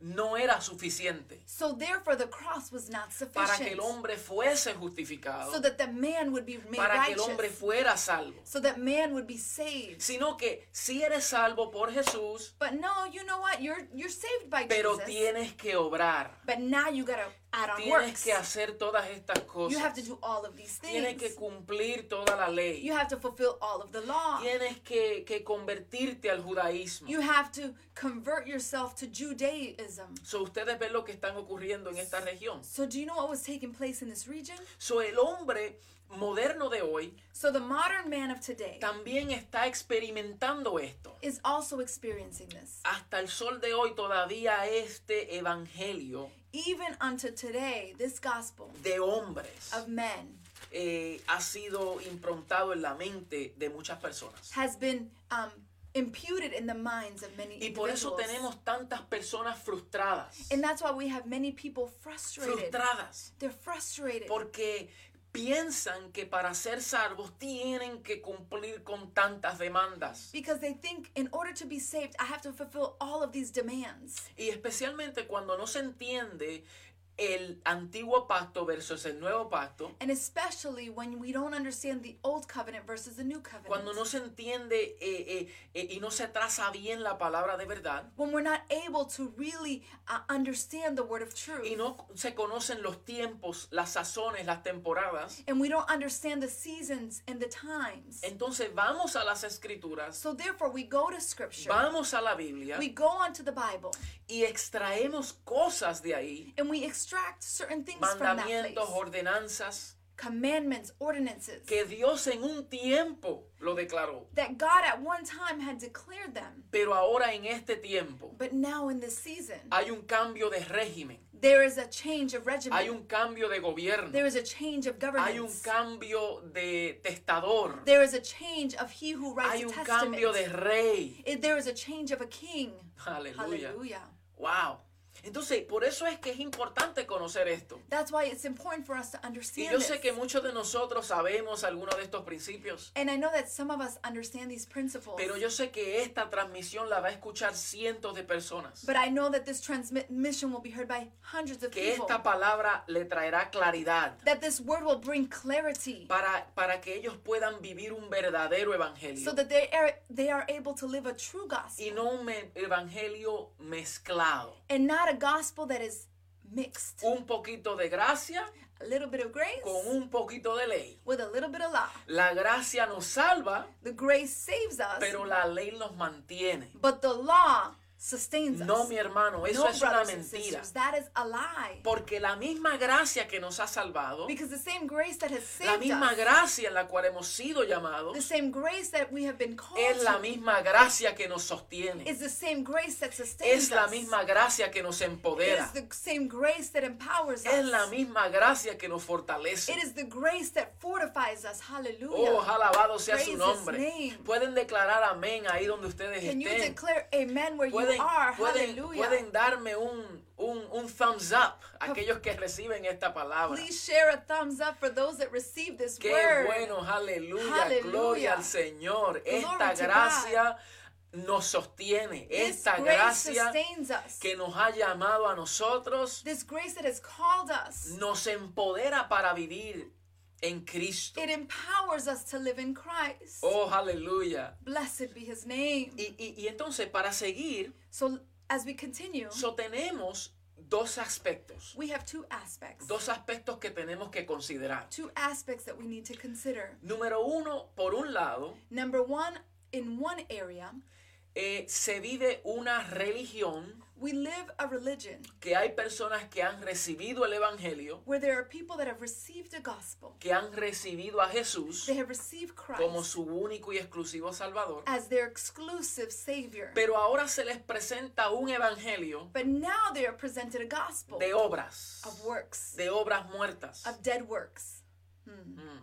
[SPEAKER 1] no era suficiente
[SPEAKER 2] So therefore the cross was not
[SPEAKER 1] para que
[SPEAKER 2] sufficient.
[SPEAKER 1] el hombre fuese justificado,
[SPEAKER 2] So that the man would be made
[SPEAKER 1] para que el hombre
[SPEAKER 2] righteous.
[SPEAKER 1] fuera salvo.
[SPEAKER 2] So that man would be saved.
[SPEAKER 1] Sino que si eres salvo por Jesús,
[SPEAKER 2] But no, you know what? You're you're saved by
[SPEAKER 1] pero
[SPEAKER 2] Jesus.
[SPEAKER 1] tienes que obrar,
[SPEAKER 2] But now you gotta add on
[SPEAKER 1] tienes
[SPEAKER 2] works.
[SPEAKER 1] que hacer todas estas
[SPEAKER 2] You
[SPEAKER 1] cosas,
[SPEAKER 2] have to do all of these
[SPEAKER 1] tienes que
[SPEAKER 2] things.
[SPEAKER 1] cumplir toda la ley,
[SPEAKER 2] You have to fulfill all of the law.
[SPEAKER 1] tienes que, que convertirte al judaísmo.
[SPEAKER 2] You have to convert yourself to Judaism.
[SPEAKER 1] So, ustedes ven lo que están ocurriendo en esta región.
[SPEAKER 2] So, do you know what was taking place in this region?
[SPEAKER 1] So, el hombre moderno de hoy
[SPEAKER 2] So, the modern man of today
[SPEAKER 1] también está experimentando esto.
[SPEAKER 2] is also experiencing this.
[SPEAKER 1] Hasta el sol de hoy todavía este evangelio
[SPEAKER 2] Even unto today, this gospel
[SPEAKER 1] de hombres
[SPEAKER 2] of men
[SPEAKER 1] eh, ha sido improntado en la mente de muchas personas.
[SPEAKER 2] has been um, imputed in the minds of many
[SPEAKER 1] Y por eso
[SPEAKER 2] individuals.
[SPEAKER 1] tenemos tantas personas frustradas.
[SPEAKER 2] And that's why we have many people frustrated.
[SPEAKER 1] Frustradas.
[SPEAKER 2] They're frustrated
[SPEAKER 1] Porque piensan que para ser salvos tienen que cumplir con tantas demandas.
[SPEAKER 2] because they think in order to be saved, I have to fulfill all of these demands.
[SPEAKER 1] Y especialmente cuando no se entiende el antiguo pacto versus el nuevo pacto,
[SPEAKER 2] And especially when we don't understand the old covenant versus the new covenant.
[SPEAKER 1] cuando no se entiende eh, eh, eh, y no se traza bien la palabra de verdad
[SPEAKER 2] when we're not able to really uh, understand the word of truth
[SPEAKER 1] y no se conocen los tiempos, las sazones, las temporadas,
[SPEAKER 2] and we don't understand the seasons and the times.
[SPEAKER 1] entonces vamos a las escrituras,
[SPEAKER 2] so therefore we go to scripture.
[SPEAKER 1] vamos a la Biblia
[SPEAKER 2] we go onto the Bible
[SPEAKER 1] y extraemos cosas de ahí,
[SPEAKER 2] and we extract certain things from that place.
[SPEAKER 1] mandamientos, ordenanzas,
[SPEAKER 2] Commandments, ordinances
[SPEAKER 1] que Dios en un tiempo lo declaró,
[SPEAKER 2] that God at one time had declared them.
[SPEAKER 1] pero ahora en este tiempo
[SPEAKER 2] But now in this season,
[SPEAKER 1] hay un cambio de régimen.
[SPEAKER 2] there is a change of
[SPEAKER 1] Hay
[SPEAKER 2] regimen.
[SPEAKER 1] un cambio de gobierno.
[SPEAKER 2] there is a change of government.
[SPEAKER 1] Hay un cambio de testador.
[SPEAKER 2] there is a change of he who writes
[SPEAKER 1] Hay
[SPEAKER 2] a
[SPEAKER 1] un
[SPEAKER 2] testament.
[SPEAKER 1] cambio de rey.
[SPEAKER 2] It- there is a change of a king.
[SPEAKER 1] Aleluya. Wow. Entonces, por eso es que es importante conocer esto.
[SPEAKER 2] That's why it's important for us to
[SPEAKER 1] Y
[SPEAKER 2] understand
[SPEAKER 1] yo
[SPEAKER 2] this.
[SPEAKER 1] sé que muchos de nosotros sabemos algunos de estos principios,
[SPEAKER 2] And I know that some of us understand these principles.
[SPEAKER 1] pero yo sé que esta transmisión la va a escuchar cientos de personas.
[SPEAKER 2] but I know that this transmission will be heard by hundreds of
[SPEAKER 1] Que
[SPEAKER 2] people.
[SPEAKER 1] esta palabra le traerá claridad
[SPEAKER 2] that this word will bring clarity
[SPEAKER 1] para, para que ellos puedan vivir un verdadero
[SPEAKER 2] so
[SPEAKER 1] evangelio
[SPEAKER 2] that they are, they are able to live a true gospel
[SPEAKER 1] y no un me- evangelio mezclado.
[SPEAKER 2] and not a gospel that is mixed.
[SPEAKER 1] Un poquito de gracia
[SPEAKER 2] A little bit of grace
[SPEAKER 1] con un poquito de ley.
[SPEAKER 2] with a little bit of law.
[SPEAKER 1] La gracia nos salva,
[SPEAKER 2] The grace saves us,
[SPEAKER 1] pero la ley nos mantiene.
[SPEAKER 2] but the law sustains
[SPEAKER 1] No,
[SPEAKER 2] us.
[SPEAKER 1] mi hermano, eso
[SPEAKER 2] no,
[SPEAKER 1] es una
[SPEAKER 2] brothers and
[SPEAKER 1] mentira.
[SPEAKER 2] sisters, that is a lie.
[SPEAKER 1] Porque la misma gracia que nos ha salvado,
[SPEAKER 2] Because the same grace that has
[SPEAKER 1] la
[SPEAKER 2] saved
[SPEAKER 1] misma
[SPEAKER 2] us,
[SPEAKER 1] gracia en la cual hemos sido llamados,
[SPEAKER 2] the same grace that we have been called
[SPEAKER 1] es la
[SPEAKER 2] to,
[SPEAKER 1] misma gracia que nos sostiene.
[SPEAKER 2] is the same grace that sustains
[SPEAKER 1] Es la
[SPEAKER 2] us.
[SPEAKER 1] misma gracia que nos
[SPEAKER 2] It
[SPEAKER 1] empodera.
[SPEAKER 2] is the same grace that empowers
[SPEAKER 1] Es
[SPEAKER 2] us.
[SPEAKER 1] la misma gracia que nos
[SPEAKER 2] It
[SPEAKER 1] fortalece.
[SPEAKER 2] is the grace that fortifies us. Hallelujah.
[SPEAKER 1] Oh, alabado sea su
[SPEAKER 2] Praise his
[SPEAKER 1] nombre.
[SPEAKER 2] name.
[SPEAKER 1] Pueden declarar amén ahí donde ustedes
[SPEAKER 2] Can you
[SPEAKER 1] estén.
[SPEAKER 2] declare amen where
[SPEAKER 1] pueden,
[SPEAKER 2] you are?
[SPEAKER 1] pueden-
[SPEAKER 2] Hallelujah.
[SPEAKER 1] pueden darme un, un, un thumbs up a aquellos que reciben esta palabra.
[SPEAKER 2] Please share a thumbs up for those that receive this
[SPEAKER 1] Qué
[SPEAKER 2] word.
[SPEAKER 1] bueno, aleluya,
[SPEAKER 2] Hallelujah.
[SPEAKER 1] gloria al Señor. Esta
[SPEAKER 2] to God.
[SPEAKER 1] gracia nos sostiene,
[SPEAKER 2] This
[SPEAKER 1] esta
[SPEAKER 2] grace
[SPEAKER 1] gracia
[SPEAKER 2] sustains us.
[SPEAKER 1] que nos ha llamado a nosotros
[SPEAKER 2] This grace that has called us.
[SPEAKER 1] nos empodera para vivir en Cristo.
[SPEAKER 2] It empowers us to live in Christ.
[SPEAKER 1] Oh, aleluya.
[SPEAKER 2] Blessed be his name.
[SPEAKER 1] Y, y- y entonces, para seguir,
[SPEAKER 2] So as we continue,
[SPEAKER 1] so tenemos dos aspectos,
[SPEAKER 2] we have two aspects.
[SPEAKER 1] dos aspectos que tenemos que considerar.
[SPEAKER 2] Two aspects that we need to consider.
[SPEAKER 1] Número uno, por un lado,
[SPEAKER 2] Number one, in one area,
[SPEAKER 1] eh, se vive una religión
[SPEAKER 2] we live a religion
[SPEAKER 1] que hay personas que han recibido el Evangelio,
[SPEAKER 2] where there are people that have received the gospel,
[SPEAKER 1] que han recibido a Jesús
[SPEAKER 2] they have received Christ
[SPEAKER 1] como su único y exclusivo Salvador,
[SPEAKER 2] as their exclusive Savior.
[SPEAKER 1] pero ahora se les presenta un Evangelio
[SPEAKER 2] but now they are presented a gospel
[SPEAKER 1] de obras,
[SPEAKER 2] of works,
[SPEAKER 1] de obras muertas. Mm.
[SPEAKER 2] of dead works. Hmm,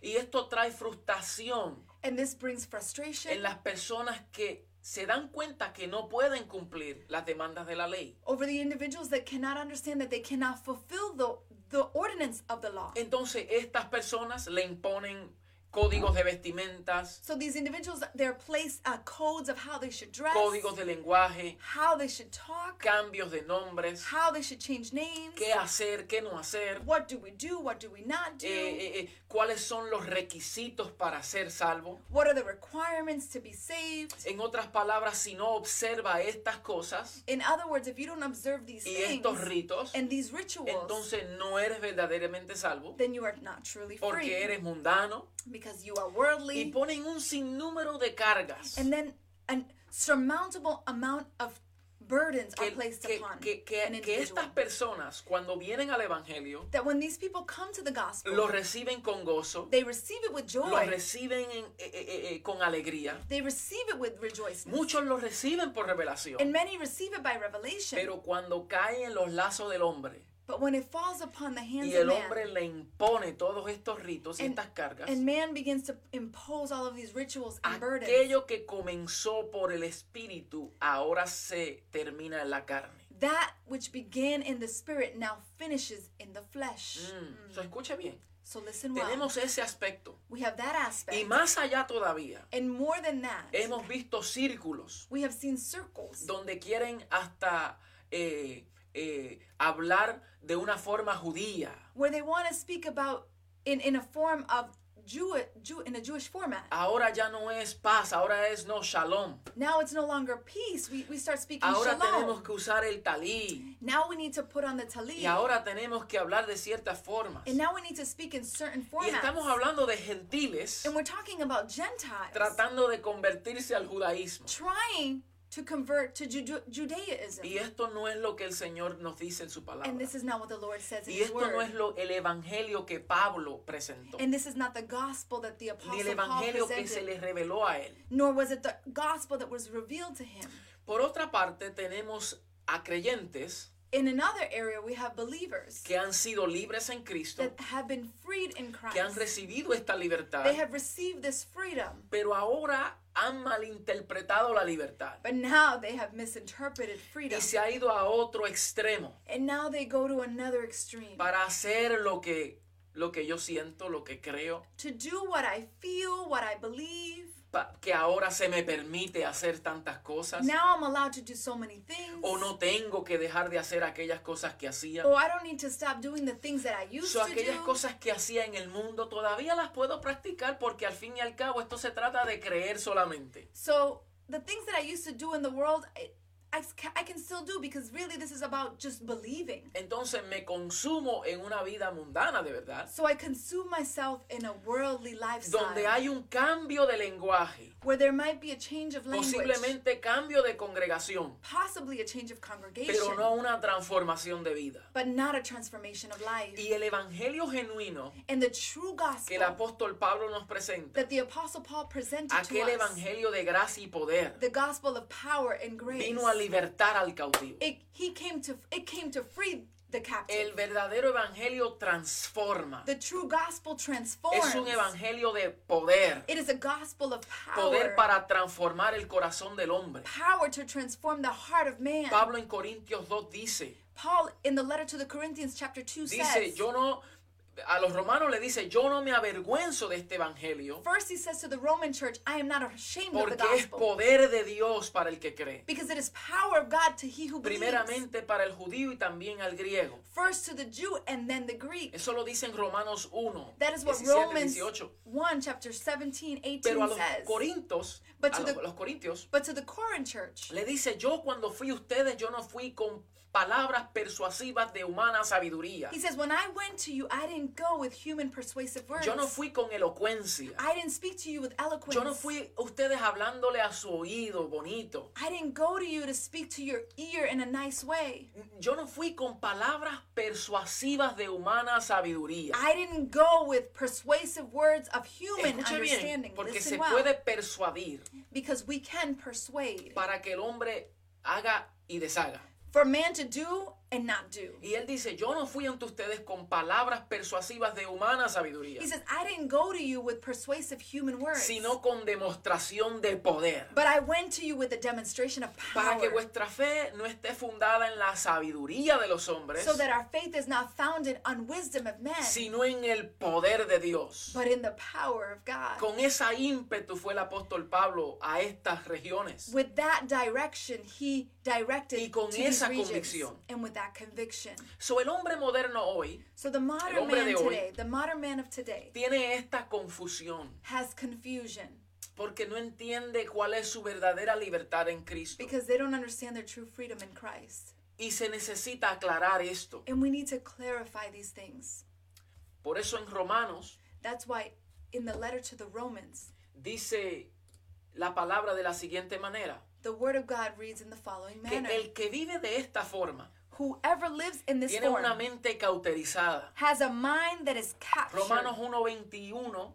[SPEAKER 1] Y esto trae frustración
[SPEAKER 2] And this brings frustration
[SPEAKER 1] en las personas que se dan cuenta que no pueden cumplir las demandas de la ley.
[SPEAKER 2] over the individuals that cannot understand that they cannot fulfill the, the ordinance of the law.
[SPEAKER 1] Entonces estas personas le imponen códigos de vestimentas,
[SPEAKER 2] So these individuals, they're placed uh, codes of how they should dress,
[SPEAKER 1] códigos de lenguaje,
[SPEAKER 2] how they should talk,
[SPEAKER 1] cambios de nombres,
[SPEAKER 2] how they should change names,
[SPEAKER 1] qué hacer, qué no hacer,
[SPEAKER 2] what do we do, what do we not do,
[SPEAKER 1] eh, eh, eh, cuáles son los requisitos para ser salvo.
[SPEAKER 2] what are the requirements to be saved.
[SPEAKER 1] En otras palabras, si no observa estas cosas
[SPEAKER 2] In other words, if you don't observe these
[SPEAKER 1] y
[SPEAKER 2] things
[SPEAKER 1] estos ritos,
[SPEAKER 2] and these rituals,
[SPEAKER 1] entonces no eres verdaderamente salvo
[SPEAKER 2] then you are not truly free
[SPEAKER 1] porque eres mundano
[SPEAKER 2] because you are
[SPEAKER 1] y
[SPEAKER 2] worldly.
[SPEAKER 1] ponen un sinnúmero de cargas
[SPEAKER 2] And then an surmountable amount of burdens are
[SPEAKER 1] que,
[SPEAKER 2] placed
[SPEAKER 1] que-
[SPEAKER 2] upon
[SPEAKER 1] que- que-
[SPEAKER 2] an
[SPEAKER 1] que
[SPEAKER 2] individual.
[SPEAKER 1] estas personas cuando vienen al Evangelio
[SPEAKER 2] that when these people come to the gospel,
[SPEAKER 1] lo reciben con gozo,
[SPEAKER 2] they receive it with
[SPEAKER 1] lo
[SPEAKER 2] joy.
[SPEAKER 1] reciben en- eh, eh, eh, con alegría,
[SPEAKER 2] They receive it with rejoicing.
[SPEAKER 1] muchos lo reciben por revelación,
[SPEAKER 2] And many receive it by revelation.
[SPEAKER 1] pero cuando cae en los lazos del hombre
[SPEAKER 2] but when it falls upon the hands
[SPEAKER 1] y
[SPEAKER 2] of
[SPEAKER 1] el
[SPEAKER 2] man,
[SPEAKER 1] hombre le impone todos estos ritos y
[SPEAKER 2] And-
[SPEAKER 1] estas cargas,
[SPEAKER 2] and man begins to impose all of these rituals and burdens,
[SPEAKER 1] aquello que comenzó por el espíritu ahora se termina en la carne.
[SPEAKER 2] that which began in the spirit now finishes in the flesh.
[SPEAKER 1] Mm. So, escuche bien,
[SPEAKER 2] So listen well.
[SPEAKER 1] tenemos ese aspecto.
[SPEAKER 2] we have that aspect.
[SPEAKER 1] Y más allá todavía,
[SPEAKER 2] and more than that,
[SPEAKER 1] hemos visto círculos
[SPEAKER 2] we have seen circles
[SPEAKER 1] donde quieren hasta eh, eh, hablar de una forma judía.
[SPEAKER 2] where they want to speak about in, in a form of Jew, Jew in a Jewish format.
[SPEAKER 1] Ahora ya no es paz, ahora es no shalom.
[SPEAKER 2] Now it's no longer peace. We, we start speaking
[SPEAKER 1] Ahora
[SPEAKER 2] shalom.
[SPEAKER 1] tenemos que usar el talí
[SPEAKER 2] Now we need to put on the
[SPEAKER 1] y
[SPEAKER 2] talib.
[SPEAKER 1] ahora tenemos que hablar de ciertas formas.
[SPEAKER 2] And
[SPEAKER 1] Y
[SPEAKER 2] now we need to speak in certain
[SPEAKER 1] estamos
[SPEAKER 2] formats.
[SPEAKER 1] hablando de gentiles
[SPEAKER 2] And we're talking about Gentiles
[SPEAKER 1] tratando de convertirse al judaísmo.
[SPEAKER 2] trying to convert to Jude- Judaism.
[SPEAKER 1] Y esto no es lo que el Señor nos dice en su
[SPEAKER 2] And
[SPEAKER 1] palabra.
[SPEAKER 2] this is not what the Lord says in
[SPEAKER 1] Y
[SPEAKER 2] His
[SPEAKER 1] esto no es
[SPEAKER 2] Word.
[SPEAKER 1] lo, el evangelio que Pablo presentó.
[SPEAKER 2] And this is not the gospel that the
[SPEAKER 1] ni el
[SPEAKER 2] Apostle Paul
[SPEAKER 1] evangelio que se
[SPEAKER 2] presented,
[SPEAKER 1] le reveló a él.
[SPEAKER 2] nor was it the gospel that was revealed to him.
[SPEAKER 1] Por otra parte, tenemos a creyentes
[SPEAKER 2] In another area, we have believers
[SPEAKER 1] que han sido libres en Cristo,
[SPEAKER 2] that have been freed in
[SPEAKER 1] que han
[SPEAKER 2] Christ.
[SPEAKER 1] recibido esta libertad,
[SPEAKER 2] They have received this freedom,
[SPEAKER 1] pero ahora han malinterpretado la libertad
[SPEAKER 2] but now they have misinterpreted freedom.
[SPEAKER 1] y se ha ido a otro extremo
[SPEAKER 2] And now they go to another extreme
[SPEAKER 1] para hacer lo que lo que yo siento, lo que creo,
[SPEAKER 2] to do what I feel, what I believe.
[SPEAKER 1] pa- que ahora se me permite hacer tantas cosas
[SPEAKER 2] Now I'm allowed to do so many things.
[SPEAKER 1] o Oh, no tengo que dejar de hacer aquellas cosas que hacía.
[SPEAKER 2] Or I don't need to stop doing the things that Oh, I used
[SPEAKER 1] So,
[SPEAKER 2] to do.
[SPEAKER 1] aquellas cosas que hacía en el mundo todavía las puedo practicar porque al fin y al cabo esto se trata de creer solamente.
[SPEAKER 2] So the things that I used to do in the world, I, I ca- I can still do because really this is about just believing.
[SPEAKER 1] Entonces me consumo en una vida mundana de verdad,
[SPEAKER 2] So I consume myself in a worldly lifestyle
[SPEAKER 1] donde hay un cambio de lenguaje,
[SPEAKER 2] where there might be a change of language,
[SPEAKER 1] posiblemente cambio de congregación,
[SPEAKER 2] possibly a change of congregation,
[SPEAKER 1] pero no una transformación de vida.
[SPEAKER 2] but not a transformation of life.
[SPEAKER 1] Y el evangelio genuino
[SPEAKER 2] And the true
[SPEAKER 1] que
[SPEAKER 2] gospel
[SPEAKER 1] el apóstol Pablo nos presenta,
[SPEAKER 2] that the Apostle Paul presented
[SPEAKER 1] aquel
[SPEAKER 2] to us,
[SPEAKER 1] evangelio de gracia y poder,
[SPEAKER 2] the gospel of power and grace,
[SPEAKER 1] vino a libertar al cautivo.
[SPEAKER 2] it, he came to, it came to free the captive.
[SPEAKER 1] El verdadero evangelio transforma.
[SPEAKER 2] The true gospel transforms.
[SPEAKER 1] Es un evangelio de poder.
[SPEAKER 2] It is a gospel of power.
[SPEAKER 1] Poder para transformar el corazón del hombre.
[SPEAKER 2] power to transform the heart of man.
[SPEAKER 1] Pablo en Corintios 2 dice,
[SPEAKER 2] Paul in the letter to the Corinthians chapter 2
[SPEAKER 1] dice,
[SPEAKER 2] says,
[SPEAKER 1] yo no, a los romanos le dice, yo no me avergüenzo de este evangelio
[SPEAKER 2] First he says to the Roman church, I am not ashamed of the
[SPEAKER 1] porque es
[SPEAKER 2] gospel
[SPEAKER 1] poder de Dios para el que cree.
[SPEAKER 2] because it is power of God to he who believes.
[SPEAKER 1] Primeramente para el judío y también al griego.
[SPEAKER 2] First to the Jew and then the Greek.
[SPEAKER 1] Eso lo dice en Romanos 1,
[SPEAKER 2] That is what
[SPEAKER 1] 17,
[SPEAKER 2] Romans
[SPEAKER 1] 18.
[SPEAKER 2] 1 chapter 17, 18
[SPEAKER 1] Pero a los
[SPEAKER 2] says.
[SPEAKER 1] corintos,
[SPEAKER 2] But
[SPEAKER 1] a
[SPEAKER 2] to
[SPEAKER 1] los,
[SPEAKER 2] the-
[SPEAKER 1] los corintios,
[SPEAKER 2] But to the Corinth church,
[SPEAKER 1] le dice, yo cuando fui a ustedes, yo no fui con palabras persuasivas de humana sabiduría.
[SPEAKER 2] he says, When I went to you, I didn't didn't go with human persuasive words.
[SPEAKER 1] Yo no fui con elocuencia.
[SPEAKER 2] I didn't speak to you with eloquence.
[SPEAKER 1] Yo no fui ustedes hablándole a su oído bonito.
[SPEAKER 2] I didn't go to you to speak to your ear in a nice way.
[SPEAKER 1] Yo no fui con palabras persuasivas de humana sabiduría.
[SPEAKER 2] I didn't go with persuasive words of human
[SPEAKER 1] Escuche
[SPEAKER 2] understanding.
[SPEAKER 1] bien, porque se
[SPEAKER 2] Listen well,
[SPEAKER 1] puede persuadir
[SPEAKER 2] because we can persuade.
[SPEAKER 1] para que el hombre haga y deshaga.
[SPEAKER 2] For man to do and not do.
[SPEAKER 1] Y él dice, yo no fui ante ustedes con palabras persuasivas de humana sabiduría,
[SPEAKER 2] He says, I didn't go to you with persuasive human words,
[SPEAKER 1] sino con demostración de poder.
[SPEAKER 2] but I went to you with a demonstration of
[SPEAKER 1] Para
[SPEAKER 2] power
[SPEAKER 1] que vuestra fe no esté fundada en la sabiduría de los hombres,
[SPEAKER 2] so that our faith is not founded on wisdom of men,
[SPEAKER 1] sino en el poder de Dios.
[SPEAKER 2] but in the power of God.
[SPEAKER 1] Con esa ímpetu fue el apóstol Pablo a estas regiones.
[SPEAKER 2] with that direction, he directed
[SPEAKER 1] Y con
[SPEAKER 2] to these
[SPEAKER 1] esa
[SPEAKER 2] regions,
[SPEAKER 1] convicción.
[SPEAKER 2] and with that conviction.
[SPEAKER 1] So, el hombre moderno hoy
[SPEAKER 2] So the modern
[SPEAKER 1] hombre
[SPEAKER 2] man
[SPEAKER 1] de hoy
[SPEAKER 2] today, the modern man of today,
[SPEAKER 1] tiene esta confusión
[SPEAKER 2] has confusion
[SPEAKER 1] porque no entiende cuál es su verdadera libertad en Cristo.
[SPEAKER 2] because they don't understand their true freedom in Christ.
[SPEAKER 1] Y se necesita aclarar esto.
[SPEAKER 2] And we need to clarify these things.
[SPEAKER 1] Por eso en Romanos
[SPEAKER 2] That's why in the letter to the Romans,
[SPEAKER 1] dice la palabra de la siguiente manera,
[SPEAKER 2] the word of God reads in the following
[SPEAKER 1] que
[SPEAKER 2] manner.
[SPEAKER 1] el que vive de esta forma
[SPEAKER 2] Whoever lives in this
[SPEAKER 1] tiene
[SPEAKER 2] form
[SPEAKER 1] una mente cauterizada.
[SPEAKER 2] has a mind that is captured.
[SPEAKER 1] Romanos 1:21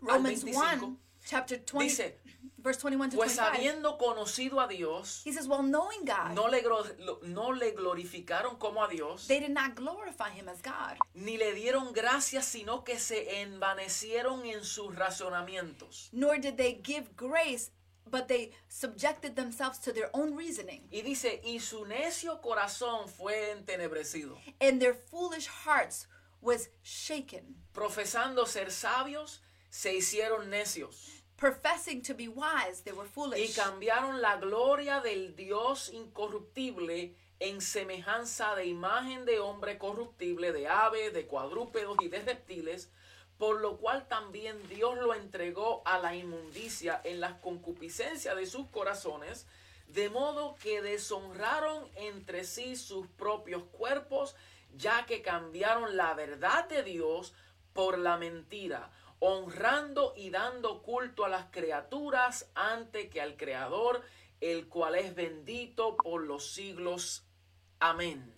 [SPEAKER 2] Romans
[SPEAKER 1] 25,
[SPEAKER 2] 1, chapter 20,
[SPEAKER 1] dice,
[SPEAKER 2] verse 21 to
[SPEAKER 1] pues
[SPEAKER 2] 25.
[SPEAKER 1] habiendo conocido a Dios,
[SPEAKER 2] he says, well, knowing God,
[SPEAKER 1] no le, gro- lo- no le glorificaron como a Dios,
[SPEAKER 2] they did not glorify him as God.
[SPEAKER 1] ni le dieron gracias, sino que se envanecieron en sus razonamientos.
[SPEAKER 2] nor did they give grace, but they subjected themselves to their own reasoning.
[SPEAKER 1] Y dice, y su necio corazón fue entenebrecido,
[SPEAKER 2] And their foolish hearts was shaken.
[SPEAKER 1] profesando ser sabios, se hicieron necios.
[SPEAKER 2] Professing to be wise, they were
[SPEAKER 1] y
[SPEAKER 2] foolish.
[SPEAKER 1] cambiaron la gloria del Dios incorruptible en semejanza de imagen de hombre corruptible, de ave, de cuadrúpedos y de reptiles, por lo cual también Dios lo entregó a la inmundicia en las concupiscencias de sus corazones, de modo que deshonraron entre sí sus propios cuerpos, ya que cambiaron la verdad de Dios por la mentira, honrando y dando culto a las criaturas antes que al Creador, el cual es bendito por los siglos. Amén.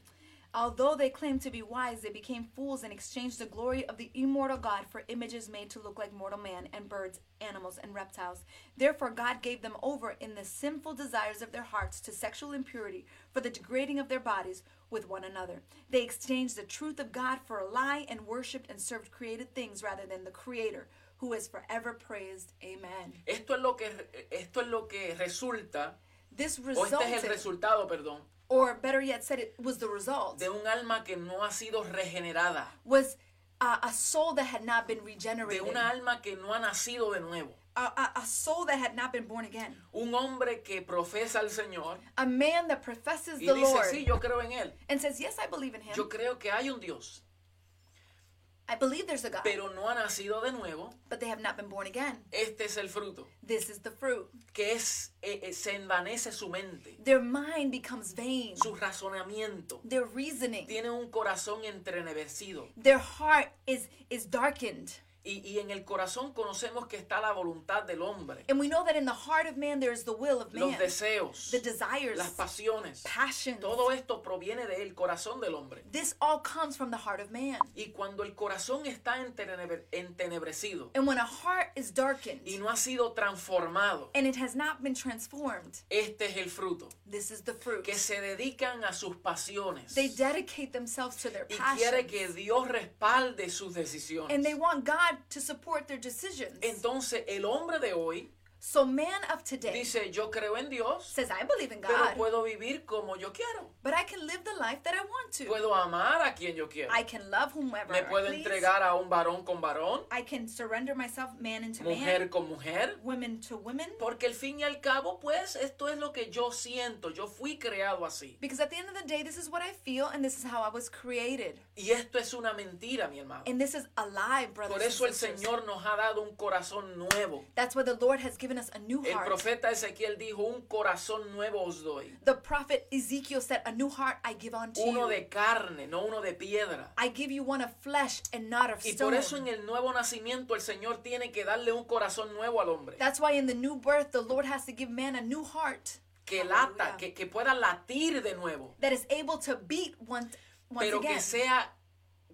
[SPEAKER 2] Although they claimed to be wise, they became fools and exchanged the glory of the immortal God for images made to look like mortal man and birds, animals, and reptiles. Therefore, God gave them over in the sinful desires of their hearts to sexual impurity for the degrading of their bodies with one another. They exchanged the truth of God for a lie and worshiped and served created things rather than the Creator, who is forever praised. Amen.
[SPEAKER 1] Esto es lo que esto es lo que resulta
[SPEAKER 2] This
[SPEAKER 1] o Oh, este es el
[SPEAKER 2] resulted,
[SPEAKER 1] resultado, perdón,
[SPEAKER 2] or better yet said, it was the result,
[SPEAKER 1] de un alma que no ha sido regenerada,
[SPEAKER 2] was uh, a soul that had not been
[SPEAKER 1] de
[SPEAKER 2] regenerated.
[SPEAKER 1] una alma que no ha nacido de nuevo,
[SPEAKER 2] a, a, a soul that had not been born again.
[SPEAKER 1] un hombre que profesa al Señor
[SPEAKER 2] A man that professes
[SPEAKER 1] y
[SPEAKER 2] the
[SPEAKER 1] dice,
[SPEAKER 2] Lord
[SPEAKER 1] "Sí, yo creo en él.
[SPEAKER 2] and says, Yes, I believe in him.
[SPEAKER 1] Yo creo que hay un Dios,
[SPEAKER 2] I believe there's a God,
[SPEAKER 1] pero no ha nacido de nuevo."
[SPEAKER 2] but they have not been born again.
[SPEAKER 1] Este es el fruto,
[SPEAKER 2] This is the fruit.
[SPEAKER 1] que es eh, eh, se envanece su mente,
[SPEAKER 2] Their mind becomes vain,
[SPEAKER 1] su razonamiento,
[SPEAKER 2] their reasoning,
[SPEAKER 1] tiene un corazón entrenebrecido
[SPEAKER 2] their heart is, is darkened.
[SPEAKER 1] y, y en el corazón conocemos que está la voluntad del hombre,
[SPEAKER 2] And we know that in the heart of man there is the will of
[SPEAKER 1] los
[SPEAKER 2] man,
[SPEAKER 1] deseos,
[SPEAKER 2] the desires,
[SPEAKER 1] las pasiones,
[SPEAKER 2] passions.
[SPEAKER 1] todo esto proviene del corazón del hombre.
[SPEAKER 2] This all comes from the heart of man.
[SPEAKER 1] Y cuando el corazón está entenebre- entenebrecido
[SPEAKER 2] And when a heart is darkened
[SPEAKER 1] y no ha sido transformado,
[SPEAKER 2] and it has not been transformed,
[SPEAKER 1] este es el fruto,
[SPEAKER 2] this is the fruit.
[SPEAKER 1] que se dedican a sus pasiones
[SPEAKER 2] They
[SPEAKER 1] y
[SPEAKER 2] dedicate themselves to their
[SPEAKER 1] quiere
[SPEAKER 2] passion.
[SPEAKER 1] que Dios respalde sus
[SPEAKER 2] And they
[SPEAKER 1] decisiones.
[SPEAKER 2] want God to support their decisions.
[SPEAKER 1] Entonces el hombre de hoy
[SPEAKER 2] so man of today
[SPEAKER 1] dice, yo creo en Dios,
[SPEAKER 2] says, I believe in
[SPEAKER 1] pero
[SPEAKER 2] God,
[SPEAKER 1] puedo vivir como yo quiero,
[SPEAKER 2] but I can live the life that I want to.
[SPEAKER 1] puedo amar a quien yo quiero,
[SPEAKER 2] I can love whomever
[SPEAKER 1] me
[SPEAKER 2] I
[SPEAKER 1] puedo
[SPEAKER 2] please.
[SPEAKER 1] entregar a un varón con varón,
[SPEAKER 2] I can surrender myself man into man,
[SPEAKER 1] mujer con mujer,
[SPEAKER 2] women to women.
[SPEAKER 1] Porque al fin y al cabo, pues, esto es lo que yo siento. Yo fui creado así.
[SPEAKER 2] Because at the end of the day, this is what I feel and this is how I was created.
[SPEAKER 1] Y esto es una mentira, mi hermano.
[SPEAKER 2] And this is alive, brothers
[SPEAKER 1] Por
[SPEAKER 2] and
[SPEAKER 1] eso el
[SPEAKER 2] sisters.
[SPEAKER 1] Señor nos ha dado un corazón nuevo.
[SPEAKER 2] That's why the Lord has given given us a new
[SPEAKER 1] El
[SPEAKER 2] heart.
[SPEAKER 1] profeta Ezequiel dijo, un corazón nuevo os doy.
[SPEAKER 2] The prophet Ezekiel said, A new heart I give unto
[SPEAKER 1] Uno
[SPEAKER 2] you.
[SPEAKER 1] de carne, no uno de piedra.
[SPEAKER 2] I give you one of flesh and not of
[SPEAKER 1] Y por
[SPEAKER 2] stone.
[SPEAKER 1] eso en el nuevo nacimiento el Señor tiene que darle un corazón nuevo al hombre.
[SPEAKER 2] That's why in the new birth, the Lord has to give man a new heart
[SPEAKER 1] Que
[SPEAKER 2] Hallelujah.
[SPEAKER 1] lata, que, que pueda latir de nuevo.
[SPEAKER 2] that is able to beat once, once
[SPEAKER 1] Pero
[SPEAKER 2] again.
[SPEAKER 1] que sea,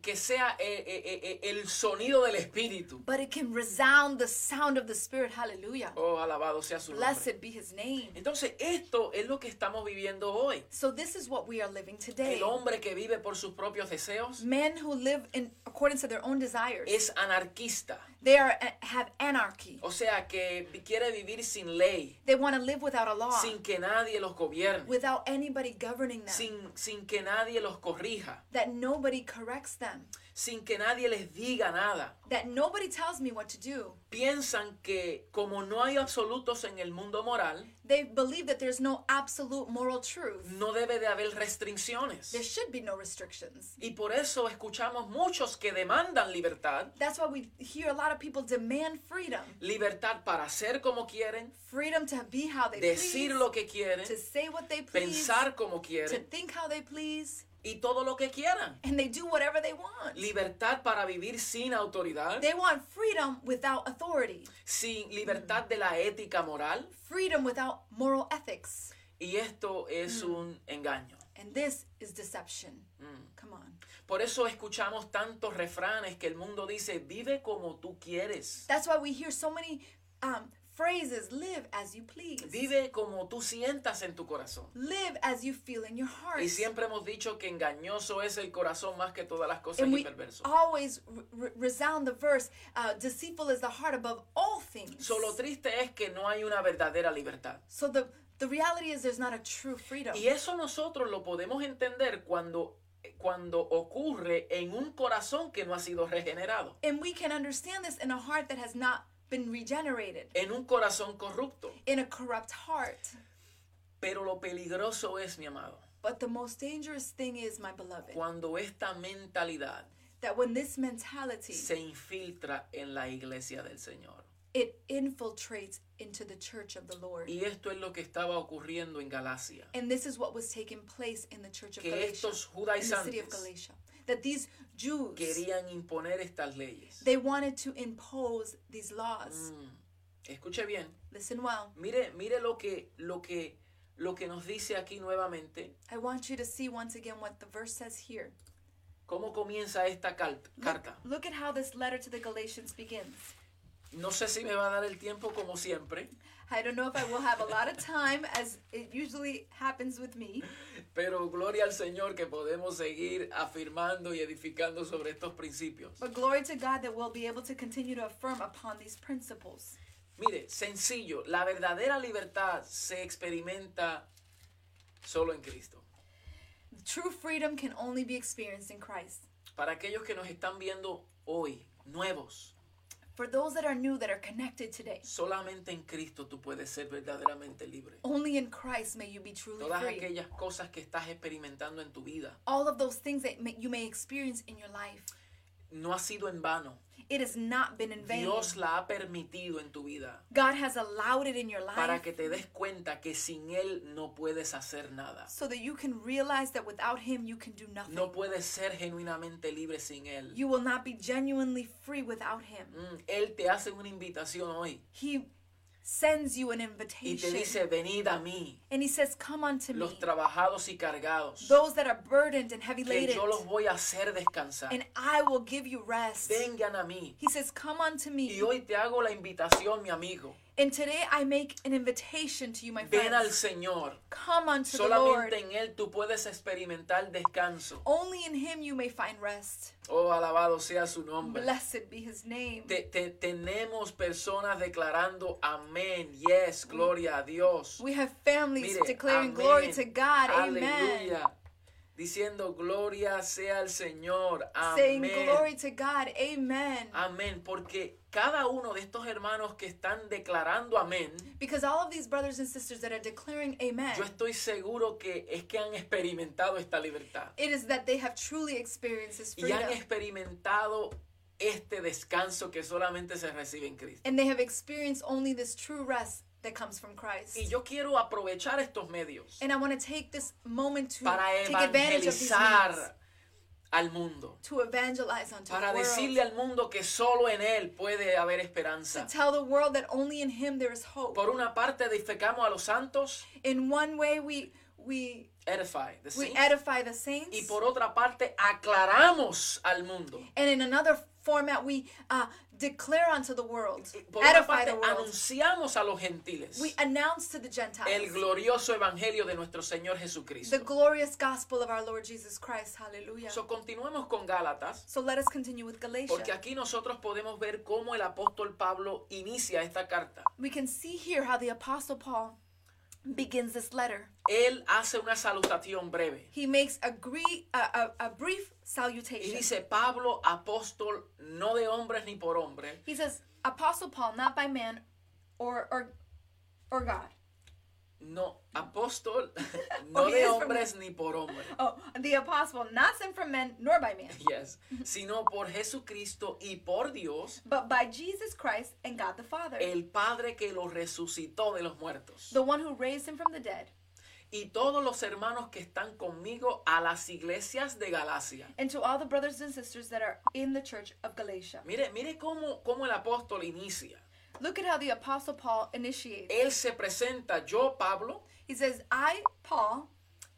[SPEAKER 1] que sea eh, eh, eh, el sonido del Espíritu.
[SPEAKER 2] but it can resound the sound of the Spirit. Hallelujah.
[SPEAKER 1] Oh, alabado sea su nombre.
[SPEAKER 2] Blessed be his name.
[SPEAKER 1] Entonces, esto es lo que estamos viviendo hoy.
[SPEAKER 2] So this is what we are living today.
[SPEAKER 1] El hombre que vive por sus propios deseos
[SPEAKER 2] Men who live in accordance to their own desires.
[SPEAKER 1] es Oh. anarquista.
[SPEAKER 2] They are eh, have anarchy.
[SPEAKER 1] O sea, que quiere vivir sin ley,
[SPEAKER 2] They want to live without a law,
[SPEAKER 1] sin que nadie los gobierne,
[SPEAKER 2] without anybody governing them,
[SPEAKER 1] sin, sin que nadie los corrija,
[SPEAKER 2] that nobody corrects them,
[SPEAKER 1] sin que nadie les diga nada.
[SPEAKER 2] that nobody tells me what to do.
[SPEAKER 1] Piensan que como no hay absolutos en el mundo moral,
[SPEAKER 2] They believe that there's no absolute moral truth.
[SPEAKER 1] no debe de haber
[SPEAKER 2] There
[SPEAKER 1] restricciones.
[SPEAKER 2] should be no restrictions.
[SPEAKER 1] Y por eso escuchamos muchos que demandan libertad,
[SPEAKER 2] That's why we hear a lot of people demand freedom.
[SPEAKER 1] libertad para hacer como quieren,
[SPEAKER 2] Freedom to be how they
[SPEAKER 1] decir
[SPEAKER 2] please,
[SPEAKER 1] lo que quieren,
[SPEAKER 2] to say what they please,
[SPEAKER 1] eh? pensar eh? como
[SPEAKER 2] to
[SPEAKER 1] quieren
[SPEAKER 2] think how they please,
[SPEAKER 1] y todo lo que quieran.
[SPEAKER 2] and they do whatever they want.
[SPEAKER 1] Libertad para vivir sin autoridad,
[SPEAKER 2] They want freedom without authority,
[SPEAKER 1] sin libertad de la ética moral.
[SPEAKER 2] freedom without moral ethics.
[SPEAKER 1] Y esto es
[SPEAKER 2] Mm.
[SPEAKER 1] un engaño.
[SPEAKER 2] And this is deception. Come on.
[SPEAKER 1] Por eso escuchamos tantos refranes que el mundo dice, vive como tú quieres,
[SPEAKER 2] That's why we hear so many um, phrases live as you please,
[SPEAKER 1] vive como tú sientas en tu corazón.
[SPEAKER 2] live as you feel in your heart.
[SPEAKER 1] Y siempre hemos dicho que engañoso es el corazón más que todas las cosas
[SPEAKER 2] and
[SPEAKER 1] y
[SPEAKER 2] we
[SPEAKER 1] perverso.
[SPEAKER 2] always re- re- resound the verse uh, deceitful is the heart above all things.
[SPEAKER 1] Solo triste es que no hay una verdadera libertad.
[SPEAKER 2] so the, the reality is there's not a true freedom.
[SPEAKER 1] Y eso nosotros lo podemos entender cuando, cuando ocurre en un corazón que no ha sido regenerado,
[SPEAKER 2] And we can understand this in a heart that has not been regenerated,
[SPEAKER 1] en un corazón corrupto.
[SPEAKER 2] in a corrupt heart.
[SPEAKER 1] Pero lo peligroso es, mi amado,
[SPEAKER 2] But the most dangerous thing is, my beloved,
[SPEAKER 1] cuando esta mentalidad
[SPEAKER 2] that when this mentality
[SPEAKER 1] se infiltra en la iglesia del Señor.
[SPEAKER 2] it infiltrates into the church of the Lord.
[SPEAKER 1] Y esto es lo que estaba ocurriendo en Galacia.
[SPEAKER 2] And this is what was taking place in the church of
[SPEAKER 1] Que
[SPEAKER 2] Galatia,
[SPEAKER 1] estos
[SPEAKER 2] in the city of
[SPEAKER 1] judaizantes
[SPEAKER 2] Galatia. That these Jews
[SPEAKER 1] querían imponer estas leyes. Mm.
[SPEAKER 2] they wanted to impose these laws.
[SPEAKER 1] Escuche bien.
[SPEAKER 2] Listen well.
[SPEAKER 1] Mire, mire lo que lo que lo que nos dice aquí nuevamente.
[SPEAKER 2] I want you to see once again what the verse says here.
[SPEAKER 1] ¿Cómo comienza esta cal- carta?
[SPEAKER 2] Look at how this letter to the Galatians begins.
[SPEAKER 1] No sé si me va a dar el tiempo como siempre,
[SPEAKER 2] I don't know if I will have a lot of time, as it usually happens with me.
[SPEAKER 1] pero gloria al Señor que podemos seguir afirmando y edificando sobre estos principios.
[SPEAKER 2] But glory to God that we'll be able to continue to affirm upon these principles.
[SPEAKER 1] Mire, sencillo, la verdadera libertad se experimenta solo en Cristo.
[SPEAKER 2] True freedom can only be experienced in Christ.
[SPEAKER 1] Para aquellos que nos están viendo hoy, nuevos,
[SPEAKER 2] For those that are new, that are connected today,
[SPEAKER 1] solamente en Cristo tú puedes ser verdaderamente libre.
[SPEAKER 2] only in Christ may you be truly
[SPEAKER 1] Todas
[SPEAKER 2] free.
[SPEAKER 1] aquellas cosas que estás experimentando en tu vida
[SPEAKER 2] All of those things that may, you may experience in your life,
[SPEAKER 1] no ha sido en vano.
[SPEAKER 2] it has not been in vain.
[SPEAKER 1] Dios la ha permitido en tu vida
[SPEAKER 2] God has allowed it in your
[SPEAKER 1] para
[SPEAKER 2] life
[SPEAKER 1] que te des cuenta que sin Él no puedes hacer nada.
[SPEAKER 2] so that you can realize that without Him, you can do nothing.
[SPEAKER 1] No puedes ser genuinamente libre sin Él.
[SPEAKER 2] You will not be genuinely free without Him.
[SPEAKER 1] Mm, Él te hace una invitación hoy
[SPEAKER 2] He sends you an
[SPEAKER 1] y te
[SPEAKER 2] invitation.
[SPEAKER 1] dice, venid a mí.
[SPEAKER 2] and he says, Come unto me,
[SPEAKER 1] los trabajados y cargados,
[SPEAKER 2] those that are burdened and heavy
[SPEAKER 1] que
[SPEAKER 2] laden,
[SPEAKER 1] yo los voy a hacer descansar.
[SPEAKER 2] and I will give you rest.
[SPEAKER 1] Vengan a mí.
[SPEAKER 2] He says, Come unto me.
[SPEAKER 1] Y hoy te hago la invitación, mi amigo.
[SPEAKER 2] And today I make an invitation to you, my
[SPEAKER 1] Ven al
[SPEAKER 2] friends.
[SPEAKER 1] Señor.
[SPEAKER 2] Come unto the Lord.
[SPEAKER 1] Solamente en Él tú puedes experimentar descanso.
[SPEAKER 2] Only in him you may find rest.
[SPEAKER 1] Oh, alabado sea su nombre.
[SPEAKER 2] Blessed be his name.
[SPEAKER 1] Te- te- tenemos personas declarando amén, yes, gloria a Dios.
[SPEAKER 2] We have families
[SPEAKER 1] Mire,
[SPEAKER 2] declaring
[SPEAKER 1] amén,
[SPEAKER 2] glory to God. Amen.
[SPEAKER 1] Aleluya. Diciendo gloria sea al Señor.
[SPEAKER 2] Saying
[SPEAKER 1] Amén.
[SPEAKER 2] glory to God. Amen.
[SPEAKER 1] Amén, porque cada uno de estos hermanos que están declarando amén,
[SPEAKER 2] Because all of these brothers and sisters that are declaring amen,
[SPEAKER 1] yo estoy seguro que es que han experimentado esta libertad
[SPEAKER 2] it is that they have truly experienced this
[SPEAKER 1] y han
[SPEAKER 2] freedom.
[SPEAKER 1] experimentado este descanso que solamente se recibe en Cristo.
[SPEAKER 2] and they have experienced only this true rest that comes from Christ.
[SPEAKER 1] Y yo quiero aprovechar estos medios
[SPEAKER 2] And I want to take this moment to
[SPEAKER 1] para
[SPEAKER 2] take advantage of these means,
[SPEAKER 1] evangelizar al mundo,
[SPEAKER 2] to evangelize unto
[SPEAKER 1] para
[SPEAKER 2] the world,
[SPEAKER 1] decirle al mundo que solo en Él puede haber
[SPEAKER 2] to
[SPEAKER 1] esperanza.
[SPEAKER 2] tell the world that only in Him there is hope.
[SPEAKER 1] Por una parte edificamos a los santos,
[SPEAKER 2] In one way, we we
[SPEAKER 1] edify, the
[SPEAKER 2] we
[SPEAKER 1] saints,
[SPEAKER 2] edify the saints,
[SPEAKER 1] y por otra parte aclaramos al mundo.
[SPEAKER 2] and in another format, we uh, declare unto the world,
[SPEAKER 1] Y Por otra
[SPEAKER 2] edify
[SPEAKER 1] parte
[SPEAKER 2] the world.
[SPEAKER 1] anunciamos a los gentiles
[SPEAKER 2] We announce to the Gentiles
[SPEAKER 1] el glorioso evangelio de nuestro Señor
[SPEAKER 2] the
[SPEAKER 1] Jesucristo.
[SPEAKER 2] glorious gospel of our Lord Jesus Christ. Hallelujah.
[SPEAKER 1] So, continuemos con Gálatas.
[SPEAKER 2] So let us continue with Galatians.
[SPEAKER 1] Porque aquí nosotros podemos ver cómo el apóstol Pablo inicia esta carta.
[SPEAKER 2] We can see here how the Apostle Paul begins this letter.
[SPEAKER 1] Él hace una salutación breve
[SPEAKER 2] He makes a, gre- a, a, a brief
[SPEAKER 1] y
[SPEAKER 2] salutation.
[SPEAKER 1] dice, Pablo, apóstol, no de hombres ni por hombre,
[SPEAKER 2] he says, Apostle Paul, not by man or, or, or God.
[SPEAKER 1] no, apóstol, no de
[SPEAKER 2] es por
[SPEAKER 1] hombres ni por hombre,
[SPEAKER 2] Oh, the Apostle, not sent from men nor by man,
[SPEAKER 1] yes, sino por Jesucristo y por Dios,
[SPEAKER 2] but by Jesus Christ and God the Father,
[SPEAKER 1] el Padre que lo resucitó de los muertos.
[SPEAKER 2] the one who raised him from the dead,
[SPEAKER 1] Y todos los hermanos que están conmigo a las iglesias de Galacia.
[SPEAKER 2] and to all the brothers and sisters that are in the church of Galatia.
[SPEAKER 1] Mire, mire cómo, cómo el apóstol inicia.
[SPEAKER 2] Look at how the Apostle Paul initiates.
[SPEAKER 1] Él se presenta, yo, Pablo,
[SPEAKER 2] He says, I, Paul,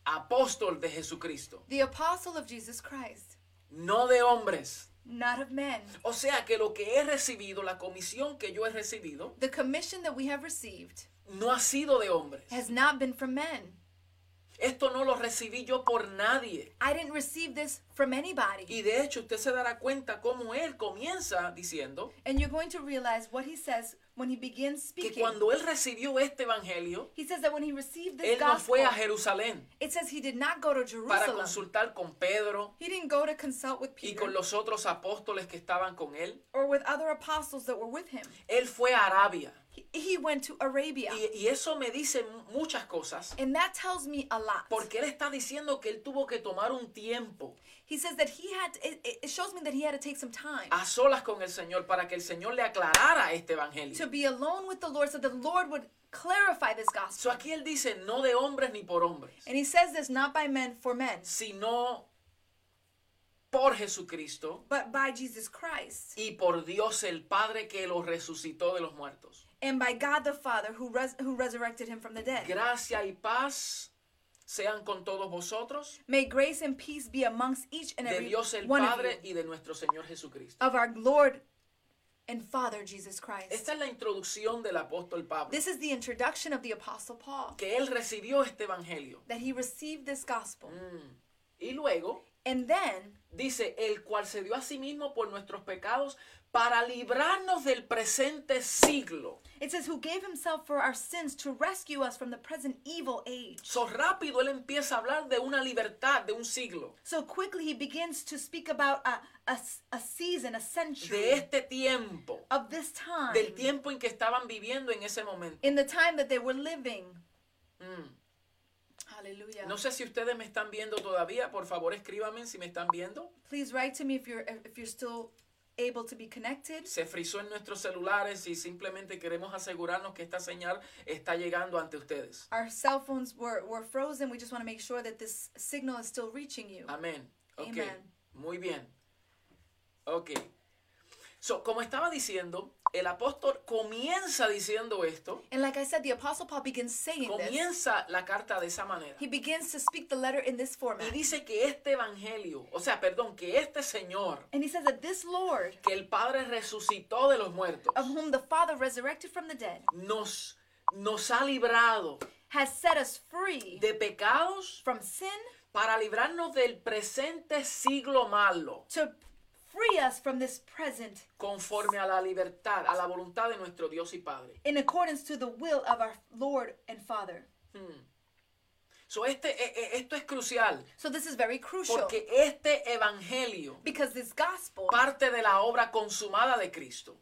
[SPEAKER 1] apóstol de Jesucristo,
[SPEAKER 2] the Apostle of Jesus Christ,
[SPEAKER 1] no de hombres.
[SPEAKER 2] not of men.
[SPEAKER 1] O sea que lo que he recibido, la comisión que yo he recibido,
[SPEAKER 2] The commission that we have received
[SPEAKER 1] no ha sido de hombres.
[SPEAKER 2] has not been from men.
[SPEAKER 1] Esto no lo recibí yo por nadie.
[SPEAKER 2] I didn't receive this from anybody.
[SPEAKER 1] Y de hecho usted se dará cuenta cómo él comienza diciendo
[SPEAKER 2] And you're going to realize what he says when he begins
[SPEAKER 1] que
[SPEAKER 2] speaking.
[SPEAKER 1] cuando él recibió este evangelio,
[SPEAKER 2] He says that when he received this
[SPEAKER 1] él no
[SPEAKER 2] gospel,
[SPEAKER 1] fue a Jerusalén
[SPEAKER 2] it says he did not go to
[SPEAKER 1] para
[SPEAKER 2] Jerusalem.
[SPEAKER 1] consultar con Pedro
[SPEAKER 2] He didn't go to consult with
[SPEAKER 1] y
[SPEAKER 2] Peter
[SPEAKER 1] con los otros apóstoles que estaban con él.
[SPEAKER 2] or with other apostles that were with him.
[SPEAKER 1] Él fue a Arabia.
[SPEAKER 2] He, he went to Arabia.
[SPEAKER 1] Y, y eso me dice mu- muchas cosas.
[SPEAKER 2] And that tells me a lot.
[SPEAKER 1] Porque él está diciendo que él tuvo que tomar un tiempo
[SPEAKER 2] He says that he had, it, it- it shows me that he had to take some time
[SPEAKER 1] a solas con el Señor para que el Señor le aclarara este
[SPEAKER 2] to
[SPEAKER 1] evangelio.
[SPEAKER 2] be alone with the Lord so the Lord would clarify this
[SPEAKER 1] So
[SPEAKER 2] gospel.
[SPEAKER 1] aquí él dice, no de hombres ni por hombres,
[SPEAKER 2] And he says this not by men for men,
[SPEAKER 1] sino por Jesucristo
[SPEAKER 2] but by Jesus Christ
[SPEAKER 1] y por Dios el Padre que lo resucitó de los muertos.
[SPEAKER 2] and by God the Father who res- who resurrected him from the dead.
[SPEAKER 1] Gracia y paz sean con todos vosotros,
[SPEAKER 2] May grace and peace be amongst each and
[SPEAKER 1] de
[SPEAKER 2] every
[SPEAKER 1] Dios el
[SPEAKER 2] one
[SPEAKER 1] Padre
[SPEAKER 2] of you
[SPEAKER 1] y de nuestro Señor Jesucristo.
[SPEAKER 2] of our Lord and Father Jesus Christ.
[SPEAKER 1] Esta es la introducción del apóstol Pablo,
[SPEAKER 2] This is the introduction of the apostle Paul
[SPEAKER 1] que él recibió este evangelio.
[SPEAKER 2] that he received this gospel.
[SPEAKER 1] Y luego
[SPEAKER 2] And then
[SPEAKER 1] dice, el cual se dio a sí mismo por nuestros pecados para librarnos del presente siglo.
[SPEAKER 2] it says who gave himself for our sins to rescue us from the present evil age.
[SPEAKER 1] So rápido él empieza a hablar de una libertad de un siglo,
[SPEAKER 2] So quickly he begins to speak about a a, s- a season, a
[SPEAKER 1] de
[SPEAKER 2] century
[SPEAKER 1] este tiempo,
[SPEAKER 2] of this time.
[SPEAKER 1] del tiempo en que estaban viviendo en ese momento.
[SPEAKER 2] in the time that they were living. Hallelujah.
[SPEAKER 1] Mm. No sé si ustedes me están viendo todavía, por favor escríbanme si me están viendo.
[SPEAKER 2] Please write to me if you're if you're still able to be connected.
[SPEAKER 1] Se frizó en nuestros celulares y simplemente queremos asegurarnos que esta señal está llegando ante ustedes.
[SPEAKER 2] Our cell phones were, were frozen. We just want to make sure that this signal is still reaching you.
[SPEAKER 1] Amén. Ok.
[SPEAKER 2] Amen.
[SPEAKER 1] Muy bien. Ok. So, como estaba diciendo, el apóstol comienza diciendo esto,
[SPEAKER 2] And like I said, the Apostle Paul begins saying this.
[SPEAKER 1] comienza la carta de esa manera.
[SPEAKER 2] He begins to speak the letter in
[SPEAKER 1] Y
[SPEAKER 2] this format.
[SPEAKER 1] dice que este evangelio, o sea, perdón, que este Señor,
[SPEAKER 2] And he says that this Lord,
[SPEAKER 1] que el Padre resucitó de los muertos,
[SPEAKER 2] of whom the Father resurrected from the dead,
[SPEAKER 1] nos, nos ha librado
[SPEAKER 2] has set us free
[SPEAKER 1] de pecados
[SPEAKER 2] from sin
[SPEAKER 1] para librarnos del presente siglo malo,
[SPEAKER 2] to free us from this present
[SPEAKER 1] conforme a la libertad, a la voluntad de nuestro Dios y Padre.
[SPEAKER 2] in accordance to the will of our Lord and Father.
[SPEAKER 1] So, este, e- e- esto es crucial.
[SPEAKER 2] So this is very crucial
[SPEAKER 1] Porque este evangelio
[SPEAKER 2] because this gospel
[SPEAKER 1] parte de la obra consumada de Cristo.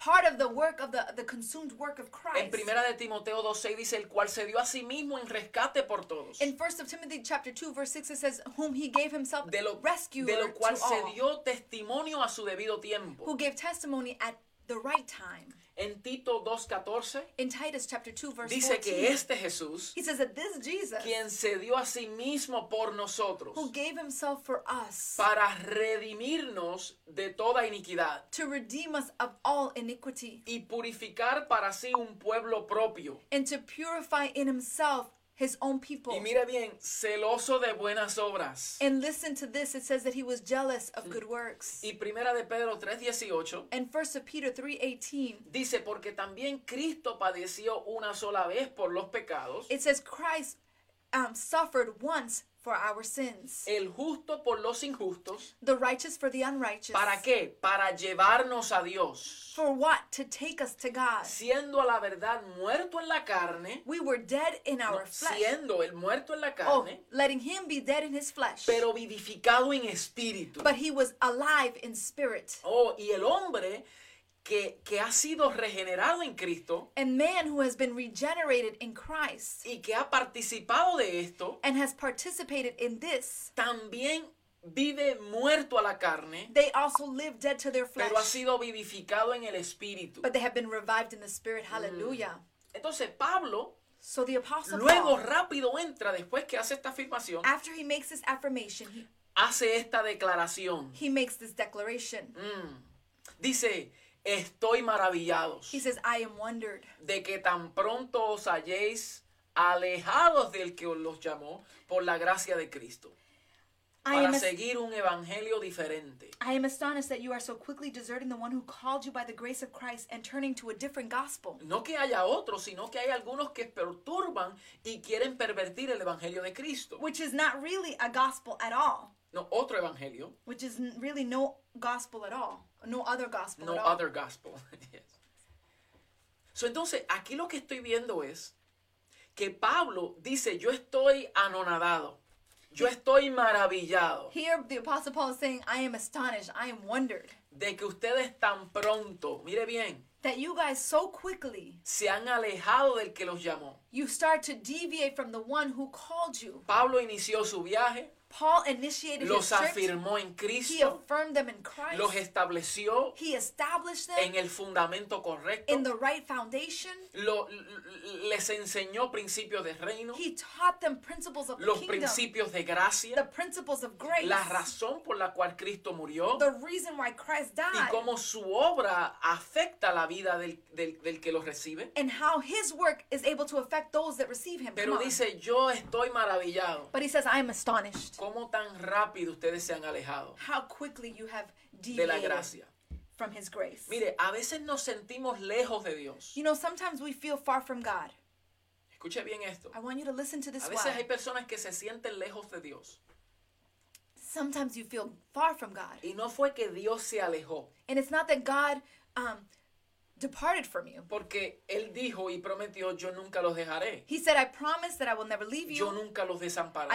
[SPEAKER 2] part of the work of the, the consumed work of
[SPEAKER 1] En
[SPEAKER 2] Christ.
[SPEAKER 1] primera de Timoteo 2:6 dice el cual se dio a sí mismo en rescate por todos.
[SPEAKER 2] In 1 of Timothy chapter 2 verse 6 it says whom he gave himself
[SPEAKER 1] De lo,
[SPEAKER 2] rescuer
[SPEAKER 1] de lo cual
[SPEAKER 2] to all
[SPEAKER 1] se dio testimonio a su debido tiempo.
[SPEAKER 2] who gave testimony at the right time.
[SPEAKER 1] En Tito 2:14
[SPEAKER 2] In Titus chapter 2 verse
[SPEAKER 1] dice
[SPEAKER 2] 14
[SPEAKER 1] que este Jesús
[SPEAKER 2] he says that this Jesus
[SPEAKER 1] quien se dio a sí mismo por nosotros
[SPEAKER 2] who gave himself for us
[SPEAKER 1] para redimirnos de toda iniquidad
[SPEAKER 2] to redeem us of all iniquity
[SPEAKER 1] y purificar para sí un pueblo propio.
[SPEAKER 2] and to purify in himself his own people.
[SPEAKER 1] Y mira bien, celoso de buenas obras.
[SPEAKER 2] And listen to this it says that he was jealous of good works.
[SPEAKER 1] Y primera de Pedro 3:18
[SPEAKER 2] And 1 of Peter 3:18
[SPEAKER 1] dice, porque también Cristo padeció una sola vez por los pecados,
[SPEAKER 2] it says Christ um, suffered once for our sins.
[SPEAKER 1] el justo por los injustos.
[SPEAKER 2] the righteous for the unrighteous.
[SPEAKER 1] ¿Para qué? Para llevarnos a Dios.
[SPEAKER 2] For what? To take us to God.
[SPEAKER 1] Siendo a la verdad muerto en la carne,
[SPEAKER 2] We were dead in our flesh.
[SPEAKER 1] siendo el muerto en la
[SPEAKER 2] Oh,
[SPEAKER 1] carne,
[SPEAKER 2] letting him be dead in his flesh.
[SPEAKER 1] pero vivificado en espíritu.
[SPEAKER 2] but he was alive in spirit.
[SPEAKER 1] Oh, y el hombre que, que ha sido regenerado en Cristo
[SPEAKER 2] And man who has been regenerated in Christ
[SPEAKER 1] y que ha participado de esto,
[SPEAKER 2] and has participated in this,
[SPEAKER 1] también vive muerto a la carne,
[SPEAKER 2] they also live dead to their flesh.
[SPEAKER 1] pero ha sido vivificado en el espíritu.
[SPEAKER 2] But they have been revived in the
[SPEAKER 1] Mm.
[SPEAKER 2] spirit. Hallelujah.
[SPEAKER 1] Entonces Pablo
[SPEAKER 2] So the apostle
[SPEAKER 1] luego
[SPEAKER 2] Paul,
[SPEAKER 1] rápido entra, después que hace esta afirmación,
[SPEAKER 2] after he makes this affirmation, he,
[SPEAKER 1] hace esta declaración.
[SPEAKER 2] he makes this declaration.
[SPEAKER 1] Mm. Dice, estoy maravillado
[SPEAKER 2] He says, I am wondered
[SPEAKER 1] de que tan pronto os halléis alejados del que os los llamó por la gracia de Cristo.
[SPEAKER 2] I
[SPEAKER 1] para
[SPEAKER 2] am, a-
[SPEAKER 1] seguir un evangelio diferente.
[SPEAKER 2] I am astonished that you are so quickly deserting the one who called you by the grace of Christ and turning to a different gospel.
[SPEAKER 1] No que haya otros, sino que hay algunos que perturban y quieren pervertir el evangelio de Cristo.
[SPEAKER 2] which is not really a gospel at all,
[SPEAKER 1] No, otro evangelio,
[SPEAKER 2] which is n- really no gospel at all, no other gospel
[SPEAKER 1] no
[SPEAKER 2] at all.
[SPEAKER 1] other gospel. Yes. So, entonces, aquí lo que estoy viendo es que Pablo dice, yo estoy anonadado, yo estoy maravillado
[SPEAKER 2] Here, the Apostle Paul is saying, I am astonished, I am wondered
[SPEAKER 1] de que ustedes tan pronto, mire bien,
[SPEAKER 2] that you guys so quickly
[SPEAKER 1] se han alejado del que los llamó.
[SPEAKER 2] you start to deviate from the one who called you.
[SPEAKER 1] Pablo inició su viaje,
[SPEAKER 2] Paul initiated
[SPEAKER 1] los
[SPEAKER 2] his church.
[SPEAKER 1] afirmó en
[SPEAKER 2] He
[SPEAKER 1] Cristo,
[SPEAKER 2] affirmed them in Christ.
[SPEAKER 1] los estableció
[SPEAKER 2] he established them
[SPEAKER 1] en el fundamento correcto,
[SPEAKER 2] in the right foundation.
[SPEAKER 1] lo- l- les enseñó principios de reino,
[SPEAKER 2] He taught them principles of the
[SPEAKER 1] los
[SPEAKER 2] kingdom,
[SPEAKER 1] principios de
[SPEAKER 2] the
[SPEAKER 1] gracia,
[SPEAKER 2] principles of grace,
[SPEAKER 1] la razón por la cual Cristo murió
[SPEAKER 2] the reason why Christ
[SPEAKER 1] y
[SPEAKER 2] died,
[SPEAKER 1] cómo su obra afecta la vida del, del- del que los recibe.
[SPEAKER 2] and how his work is able to affect those that receive him.
[SPEAKER 1] Pero
[SPEAKER 2] Come on.
[SPEAKER 1] dice, yo estoy maravillado.
[SPEAKER 2] but he says, I am astonished
[SPEAKER 1] ¿Cómo tan rápido ustedes se han alejado
[SPEAKER 2] how quickly you have
[SPEAKER 1] de la
[SPEAKER 2] deviated
[SPEAKER 1] gracia?
[SPEAKER 2] from his grace.
[SPEAKER 1] Mire, a veces nos sentimos lejos de Dios.
[SPEAKER 2] You know, sometimes we feel far from God.
[SPEAKER 1] Escuche bien esto.
[SPEAKER 2] I want you to listen to this
[SPEAKER 1] A
[SPEAKER 2] well.
[SPEAKER 1] veces hay personas que se sienten lejos de Dios.
[SPEAKER 2] Sometimes you feel far from God.
[SPEAKER 1] Y no fue que Dios se alejó,
[SPEAKER 2] And it's not that God um, departed from you.
[SPEAKER 1] porque Él dijo y prometió, yo nunca los dejaré,
[SPEAKER 2] He said, I promise that I will never leave
[SPEAKER 1] yo
[SPEAKER 2] you.
[SPEAKER 1] nunca los
[SPEAKER 2] I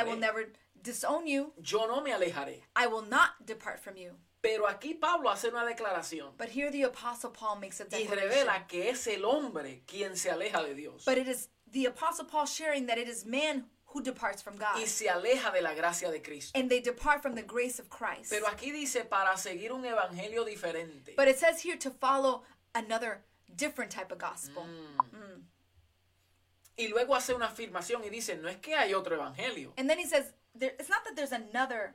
[SPEAKER 2] will
[SPEAKER 1] desampararé,
[SPEAKER 2] never disown you.
[SPEAKER 1] yo no me alejaré.
[SPEAKER 2] I will not depart from you.
[SPEAKER 1] Pero aquí Pablo hace una declaración
[SPEAKER 2] But here the Apostle Paul makes a
[SPEAKER 1] y
[SPEAKER 2] declaration.
[SPEAKER 1] revela que es el hombre quien se aleja de Dios
[SPEAKER 2] But it is the Apostle Paul sharing that it is man who departs from God.
[SPEAKER 1] y se aleja de la gracia de Cristo.
[SPEAKER 2] and they depart from the grace of Christ.
[SPEAKER 1] Pero aquí dice para seguir un evangelio diferente.
[SPEAKER 2] but it says here to follow another different type of gospel.
[SPEAKER 1] Mm. Y luego hace una afirmación y dice, no es que hay otro evangelio.
[SPEAKER 2] And then he says, there, it's not that there's another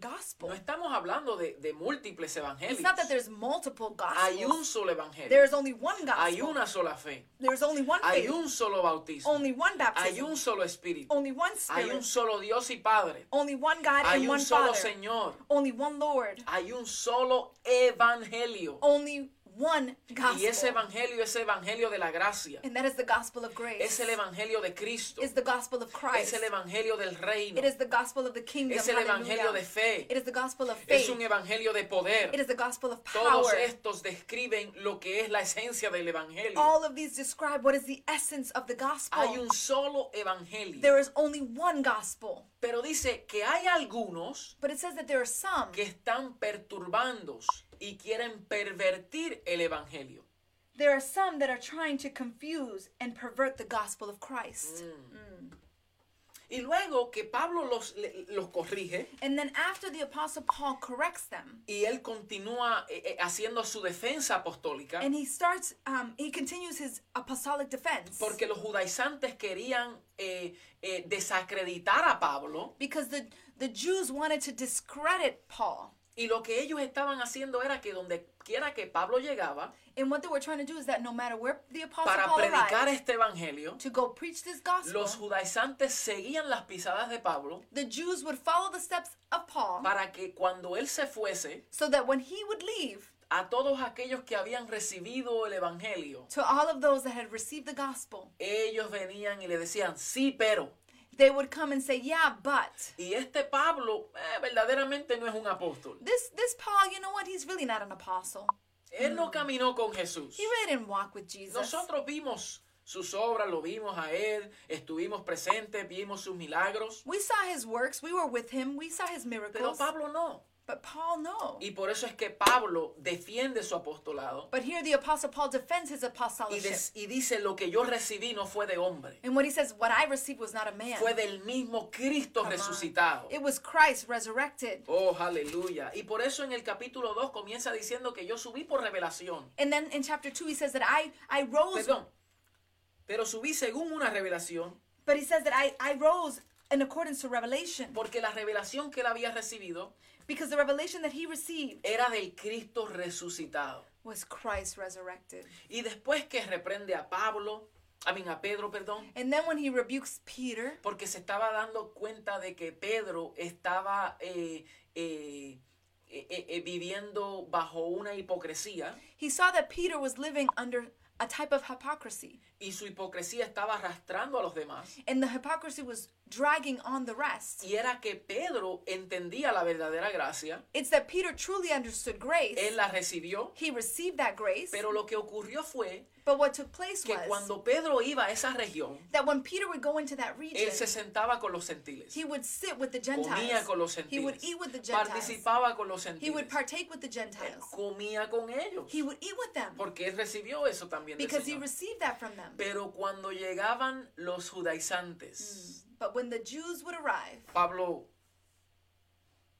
[SPEAKER 2] gospel.
[SPEAKER 1] No estamos hablando de, de múltiples
[SPEAKER 2] It's
[SPEAKER 1] evangelios.
[SPEAKER 2] not that there's multiple
[SPEAKER 1] Hay
[SPEAKER 2] gospels.
[SPEAKER 1] un solo evangelio.
[SPEAKER 2] There's only one
[SPEAKER 1] Hay
[SPEAKER 2] gospel.
[SPEAKER 1] una sola fe.
[SPEAKER 2] There's only one
[SPEAKER 1] Hay
[SPEAKER 2] faith.
[SPEAKER 1] un solo bautismo.
[SPEAKER 2] Only one
[SPEAKER 1] Hay
[SPEAKER 2] baptism.
[SPEAKER 1] un solo espíritu.
[SPEAKER 2] Only one
[SPEAKER 1] Hay un
[SPEAKER 2] spirit.
[SPEAKER 1] solo Dios y Padre.
[SPEAKER 2] Only one God
[SPEAKER 1] Hay
[SPEAKER 2] and
[SPEAKER 1] un
[SPEAKER 2] one
[SPEAKER 1] solo
[SPEAKER 2] Father.
[SPEAKER 1] Señor.
[SPEAKER 2] Only one Lord.
[SPEAKER 1] Hay un solo evangelio.
[SPEAKER 2] Only one
[SPEAKER 1] Y ese
[SPEAKER 2] gospel.
[SPEAKER 1] evangelio es el evangelio de la gracia.
[SPEAKER 2] And that is the gospel of
[SPEAKER 1] Es
[SPEAKER 2] grace.
[SPEAKER 1] el evangelio de Cristo.
[SPEAKER 2] Is the gospel of
[SPEAKER 1] Es
[SPEAKER 2] Christ.
[SPEAKER 1] el evangelio del reino.
[SPEAKER 2] It is the gospel of the kingdom.
[SPEAKER 1] Es el evangelio de
[SPEAKER 2] Hallelujah.
[SPEAKER 1] fe.
[SPEAKER 2] It is the gospel of
[SPEAKER 1] Es
[SPEAKER 2] faith.
[SPEAKER 1] un evangelio de poder.
[SPEAKER 2] It is the gospel of
[SPEAKER 1] Todos
[SPEAKER 2] power.
[SPEAKER 1] estos describen lo que es la esencia del evangelio.
[SPEAKER 2] All of these describe what is the essence of the gospel.
[SPEAKER 1] Hay un solo evangelio.
[SPEAKER 2] There is only one gospel.
[SPEAKER 1] Pero dice que hay algunos
[SPEAKER 2] But it says that there are some
[SPEAKER 1] que están perturbando y quieren pervertir el evangelio.
[SPEAKER 2] there are some that are trying to confuse and pervert the gospel of Christ.
[SPEAKER 1] Mm. Y luego que Pablo los, le- los corrige
[SPEAKER 2] And then after the apostle Paul corrects them,
[SPEAKER 1] y él continúa eh, eh, haciendo su defensa apostólica,
[SPEAKER 2] and he starts, um, he continues his apostolic defense
[SPEAKER 1] porque los judaizantes querían eh, eh, desacreditar a Pablo
[SPEAKER 2] because the the Jews wanted to discredit Paul,
[SPEAKER 1] y lo que ellos estaban haciendo era que donde quiera que Pablo llegaba
[SPEAKER 2] and what they were trying to do is that no matter where the apostle
[SPEAKER 1] para
[SPEAKER 2] Paul
[SPEAKER 1] predicar
[SPEAKER 2] arrived,
[SPEAKER 1] este evangelio,
[SPEAKER 2] to go preach this gospel,
[SPEAKER 1] los judaizantes seguían las pisadas de Pablo
[SPEAKER 2] the Jews would follow the steps of Paul,
[SPEAKER 1] para que cuando él se fuese,
[SPEAKER 2] so that when he would leave,
[SPEAKER 1] a todos aquellos que habían recibido el evangelio,
[SPEAKER 2] to all of those that had received the gospel,
[SPEAKER 1] ellos venían y le decían, sí, pero.
[SPEAKER 2] they would come and say, "Yeah, but."
[SPEAKER 1] Y este Pablo eh, verdaderamente no es un apóstol.
[SPEAKER 2] This this Paul, you know what? He's really not an apostle.
[SPEAKER 1] Él
[SPEAKER 2] Mm.
[SPEAKER 1] no caminó con Jesús.
[SPEAKER 2] He really didn't walk with Jesus.
[SPEAKER 1] Nosotros vimos sus obras, lo vimos a él, estuvimos presentes, vimos sus milagros,
[SPEAKER 2] We saw his works. We were with him. We saw his
[SPEAKER 1] pero
[SPEAKER 2] miracles.
[SPEAKER 1] Pablo no.
[SPEAKER 2] But Paul, no.
[SPEAKER 1] Y por eso es que Pablo defiende su apostolado
[SPEAKER 2] But here the apostle Paul defends his
[SPEAKER 1] y,
[SPEAKER 2] apostleship.
[SPEAKER 1] des- y dice lo que yo recibí no fue de hombre,
[SPEAKER 2] And what he says, what I received was not a man.
[SPEAKER 1] fue del mismo Cristo
[SPEAKER 2] Come on.
[SPEAKER 1] resucitado.
[SPEAKER 2] It was Christ resurrected.
[SPEAKER 1] Oh, aleluya. Y por eso en el capítulo 2 comienza diciendo que yo subí por revelación.
[SPEAKER 2] And then in chapter 2 he says that I I rose,
[SPEAKER 1] Perdón. Pero subí según una revelación,
[SPEAKER 2] but he says that I I rose in accordance to revelation
[SPEAKER 1] porque la revelación que él había recibido
[SPEAKER 2] because the revelation that he received
[SPEAKER 1] era del Cristo resucitado.
[SPEAKER 2] was Christ resurrected.
[SPEAKER 1] Y después que reprende a Pablo, a mí a Pedro, perdón,
[SPEAKER 2] And then when he rebukes Peter
[SPEAKER 1] porque se estaba dando cuenta de que Pedro estaba eh, eh, eh, eh, eh, viviendo bajo una hipocresía
[SPEAKER 2] He saw that Peter was living under a type of hypocrisy,
[SPEAKER 1] y su hipocresía estaba arrastrando a los demás.
[SPEAKER 2] and the hypocrisy was dragging on the rest.
[SPEAKER 1] Y era que Pedro entendía la verdadera gracia,
[SPEAKER 2] It's that Peter truly understood grace.
[SPEAKER 1] él la recibió,
[SPEAKER 2] He received that grace,
[SPEAKER 1] pero lo que ocurrió fue
[SPEAKER 2] but what took place
[SPEAKER 1] que
[SPEAKER 2] was
[SPEAKER 1] cuando Pedro iba a esa región,
[SPEAKER 2] that when Peter would go into that region,
[SPEAKER 1] él se sentaba con los gentiles,
[SPEAKER 2] he would sit with the
[SPEAKER 1] comía con los
[SPEAKER 2] Gentiles. He would
[SPEAKER 1] gentiles,
[SPEAKER 2] eat with the Gentiles.
[SPEAKER 1] participaba con los
[SPEAKER 2] He would
[SPEAKER 1] gentiles,
[SPEAKER 2] partake with the Gentiles.
[SPEAKER 1] comía con ellos,
[SPEAKER 2] He would eat with them
[SPEAKER 1] porque él recibió eso también del
[SPEAKER 2] because he
[SPEAKER 1] Señor.
[SPEAKER 2] received that from them.
[SPEAKER 1] Pero cuando llegaban los judaizantes,
[SPEAKER 2] But when the Jews would arrive,
[SPEAKER 1] Pablo,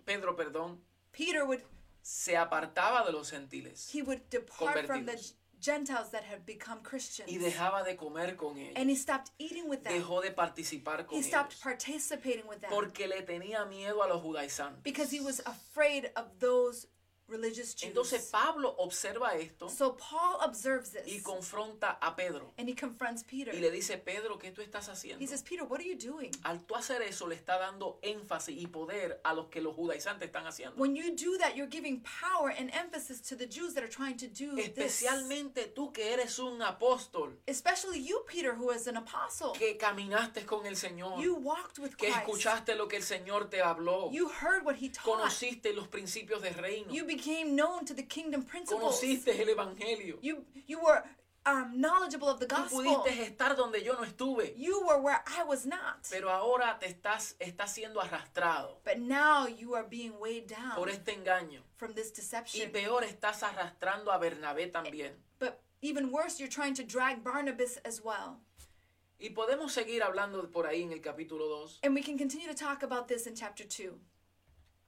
[SPEAKER 1] Pedro, perdón,
[SPEAKER 2] Peter would
[SPEAKER 1] se apartaba de los gentiles
[SPEAKER 2] he would depart from the
[SPEAKER 1] Convertidos.
[SPEAKER 2] Gentiles that had become Christians.
[SPEAKER 1] y dejaba de comer con ellos,
[SPEAKER 2] and he stopped eating with them.
[SPEAKER 1] dejó de participar con
[SPEAKER 2] He
[SPEAKER 1] ellos,
[SPEAKER 2] stopped participating with them
[SPEAKER 1] porque le tenía miedo a los judaizantes.
[SPEAKER 2] because he was afraid of those religious
[SPEAKER 1] Entonces
[SPEAKER 2] Jews.
[SPEAKER 1] Pablo observa esto
[SPEAKER 2] So Paul observes
[SPEAKER 1] y
[SPEAKER 2] this
[SPEAKER 1] confronta a Pedro
[SPEAKER 2] and he confronts Peter.
[SPEAKER 1] y le dice, Pedro, ¿qué tú estás haciendo?
[SPEAKER 2] He says, Peter, what are you doing?
[SPEAKER 1] Al tú hacer eso le está dando énfasis y poder a los que los judaizantes están haciendo.
[SPEAKER 2] When you do that, you're giving power and emphasis to the Jews that are trying to do this.
[SPEAKER 1] Especialmente tú que eres un apóstol,
[SPEAKER 2] Especially you, Peter, who is an apostle.
[SPEAKER 1] que caminaste con el Señor,
[SPEAKER 2] You walked with
[SPEAKER 1] que
[SPEAKER 2] Christ.
[SPEAKER 1] escuchaste lo que el Señor te habló,
[SPEAKER 2] You heard what he taught.
[SPEAKER 1] conociste los principios del reino,
[SPEAKER 2] You became known to the kingdom principles.
[SPEAKER 1] conociste el Evangelio,
[SPEAKER 2] You you were um, knowledgeable of the
[SPEAKER 1] tú
[SPEAKER 2] gospel.
[SPEAKER 1] pudiste estar donde yo no estuve,
[SPEAKER 2] You were where I was not.
[SPEAKER 1] pero ahora te estás, estás siendo arrastrado
[SPEAKER 2] But now you are being weighed down
[SPEAKER 1] por este engaño.
[SPEAKER 2] from this
[SPEAKER 1] Y
[SPEAKER 2] deception.
[SPEAKER 1] peor, estás arrastrando a Bernabé también.
[SPEAKER 2] But even worse, you're trying to drag Barnabas as well.
[SPEAKER 1] Y
[SPEAKER 2] Eh.
[SPEAKER 1] podemos seguir hablando por ahí en el capítulo 2.
[SPEAKER 2] And we can continue to talk about this in chapter 2.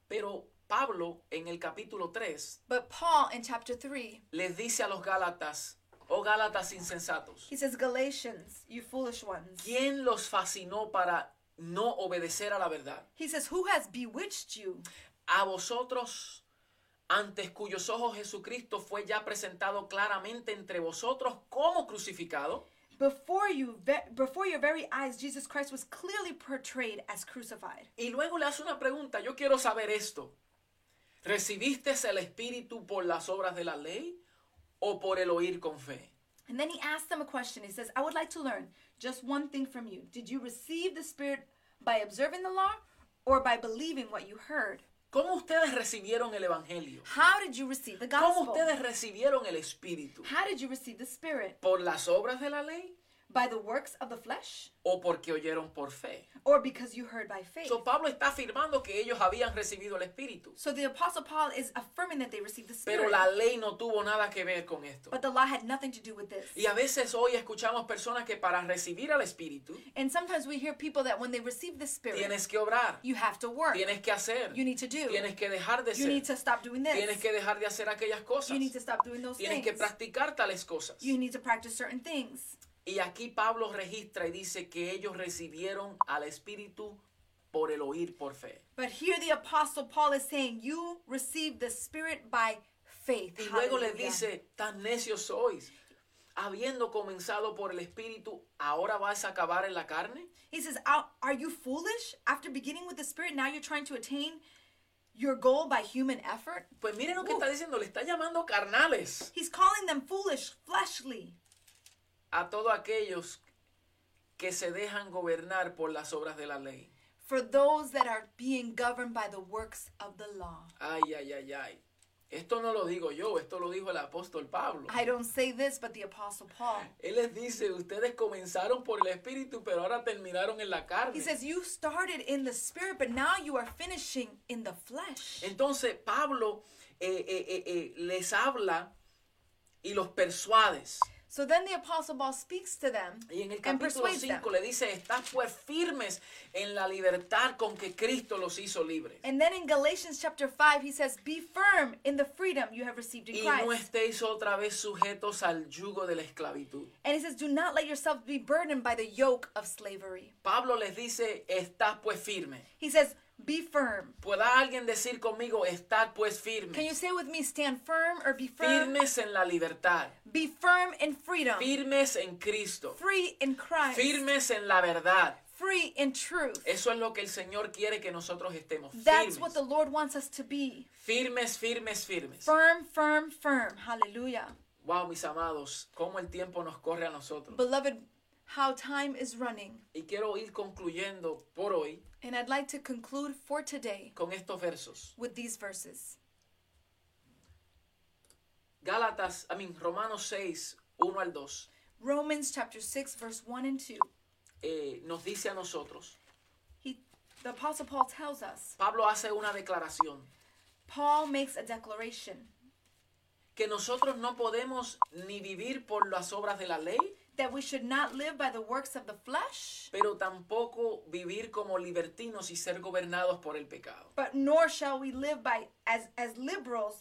[SPEAKER 1] Pero Pablo en el capítulo 3
[SPEAKER 2] But Paul in chapter 3,
[SPEAKER 1] les dice a los Gálatas, oh Gálatas insensatos,
[SPEAKER 2] he says, Galatians, you foolish ones.
[SPEAKER 1] ¿quién los fascinó para no obedecer a la verdad?
[SPEAKER 2] He says, Who has bewitched you?
[SPEAKER 1] A vosotros, antes cuyos ojos Jesucristo fue ya presentado claramente entre vosotros como crucificado,
[SPEAKER 2] Before you, ve- before your very eyes, Jesus Christ was clearly portrayed as crucified.
[SPEAKER 1] y luego le hace una pregunta, yo quiero saber esto. ¿Recibiste el Espíritu por las obras de la ley o por el oír con fe?
[SPEAKER 2] And then he asks them a question. He says, I would like to learn just one thing from you. Did you receive the Spirit by observing the law or by believing what you heard?
[SPEAKER 1] ¿Cómo ustedes recibieron el Evangelio?
[SPEAKER 2] How did you receive the
[SPEAKER 1] ¿Cómo
[SPEAKER 2] gospel?
[SPEAKER 1] ustedes recibieron el Espíritu?
[SPEAKER 2] How did you receive the Spirit?
[SPEAKER 1] ¿Por las obras de la ley
[SPEAKER 2] by the works of the flesh
[SPEAKER 1] o porque oyeron por fe.
[SPEAKER 2] or because you heard by faith.
[SPEAKER 1] So, Pablo está afirmando que ellos habían recibido el Espíritu,
[SPEAKER 2] So the apostle Paul is affirming that they received the
[SPEAKER 1] pero
[SPEAKER 2] spirit.
[SPEAKER 1] la ley no tuvo nada que ver con esto.
[SPEAKER 2] But the law had nothing to do with this.
[SPEAKER 1] Y a veces hoy escuchamos personas que para recibir al Espíritu
[SPEAKER 2] And sometimes we hear people that when they receive the spirit,
[SPEAKER 1] tienes que obrar,
[SPEAKER 2] you have to work.
[SPEAKER 1] tienes que hacer,
[SPEAKER 2] you need to do.
[SPEAKER 1] tienes que dejar de
[SPEAKER 2] you need
[SPEAKER 1] ser,
[SPEAKER 2] to stop doing this.
[SPEAKER 1] tienes que dejar de hacer aquellas cosas,
[SPEAKER 2] you need to stop doing those
[SPEAKER 1] tienes
[SPEAKER 2] things.
[SPEAKER 1] que practicar tales cosas.
[SPEAKER 2] you need to practice certain things.
[SPEAKER 1] Y aquí Pablo registra y dice que ellos recibieron al Espíritu por el oír por fe.
[SPEAKER 2] But here the apostle Paul is saying, you receive the spirit by faith.
[SPEAKER 1] Y luego les
[SPEAKER 2] Hallelujah.
[SPEAKER 1] dice, tan necios sois. Habiendo comenzado por el Espíritu, ¿ahora vas a acabar en la carne?
[SPEAKER 2] He says, "Are- Are you foolish? After beginning with the Spirit, now you're trying to attain your goal by human effort?
[SPEAKER 1] Pues miren lo que
[SPEAKER 2] Uh.
[SPEAKER 1] está diciendo, le está llamando carnales
[SPEAKER 2] He's calling them foolish, fleshly,
[SPEAKER 1] a todos aquellos que se dejan gobernar por las obras de la ley.
[SPEAKER 2] for those that are being governed by the works of the law.
[SPEAKER 1] Ay, ay, ay, ay. Esto no lo digo yo, esto lo dijo el apóstol Pablo.
[SPEAKER 2] I don't say this, but the Apostle Paul.
[SPEAKER 1] Él les dice, ustedes comenzaron por el Espíritu, pero ahora terminaron en la carne.
[SPEAKER 2] He says, You started in the Spirit, but now you are finishing in the flesh.
[SPEAKER 1] Entonces Pablo eh, eh, eh, eh, les habla y los persuades.
[SPEAKER 2] So then the Apostle Paul speaks to them
[SPEAKER 1] Y en el
[SPEAKER 2] and
[SPEAKER 1] capítulo
[SPEAKER 2] persuades them.
[SPEAKER 1] 5 le dice, están pues firmes en la libertad con que Cristo los hizo libres.
[SPEAKER 2] And then in Galatians chapter 5, he says, Be firm in the freedom you have received in
[SPEAKER 1] Y no
[SPEAKER 2] Christ.
[SPEAKER 1] estéis otra vez sujetos al yugo de la esclavitud.
[SPEAKER 2] And he says, Do not let yourselves be burdened by the yoke of slavery.
[SPEAKER 1] Pablo les dice, estás pues firme.
[SPEAKER 2] He says, Be firm.
[SPEAKER 1] ¿Pueda alguien decir conmigo, estad pues firme?
[SPEAKER 2] Can you say with me, stand firm or be firm?
[SPEAKER 1] firmes en la libertad,
[SPEAKER 2] Be firm in freedom,
[SPEAKER 1] firmes en Cristo,
[SPEAKER 2] free in Christ,
[SPEAKER 1] firmes en la verdad.
[SPEAKER 2] free in truth.
[SPEAKER 1] Eso es lo que el Señor quiere que nosotros estemos
[SPEAKER 2] That's what
[SPEAKER 1] firmes.
[SPEAKER 2] the Lord wants us to be.
[SPEAKER 1] Firmes, firmes, firmes.
[SPEAKER 2] Firm, firm, firm. Hallelujah.
[SPEAKER 1] Wow, mis amados, cómo el tiempo nos corre a nosotros.
[SPEAKER 2] Beloved, how time is running.
[SPEAKER 1] Y quiero ir concluyendo por hoy
[SPEAKER 2] And I'd like to conclude for today
[SPEAKER 1] con estos versos.
[SPEAKER 2] with these verses
[SPEAKER 1] Gálatas, a mí, Romanos 6, 1 al 2,
[SPEAKER 2] Romans chapter 6, verse 1 and 2.
[SPEAKER 1] eh, nos dice a nosotros,
[SPEAKER 2] He, the Apostle Paul tells us,
[SPEAKER 1] Pablo hace una declaración,
[SPEAKER 2] Paul makes a declaration.
[SPEAKER 1] que nosotros no podemos ni vivir por las obras de la ley,
[SPEAKER 2] that we should not live by the works of the flesh,
[SPEAKER 1] pero tampoco vivir como libertinos y ser gobernados por el pecado.
[SPEAKER 2] but nor shall we live by as as liberals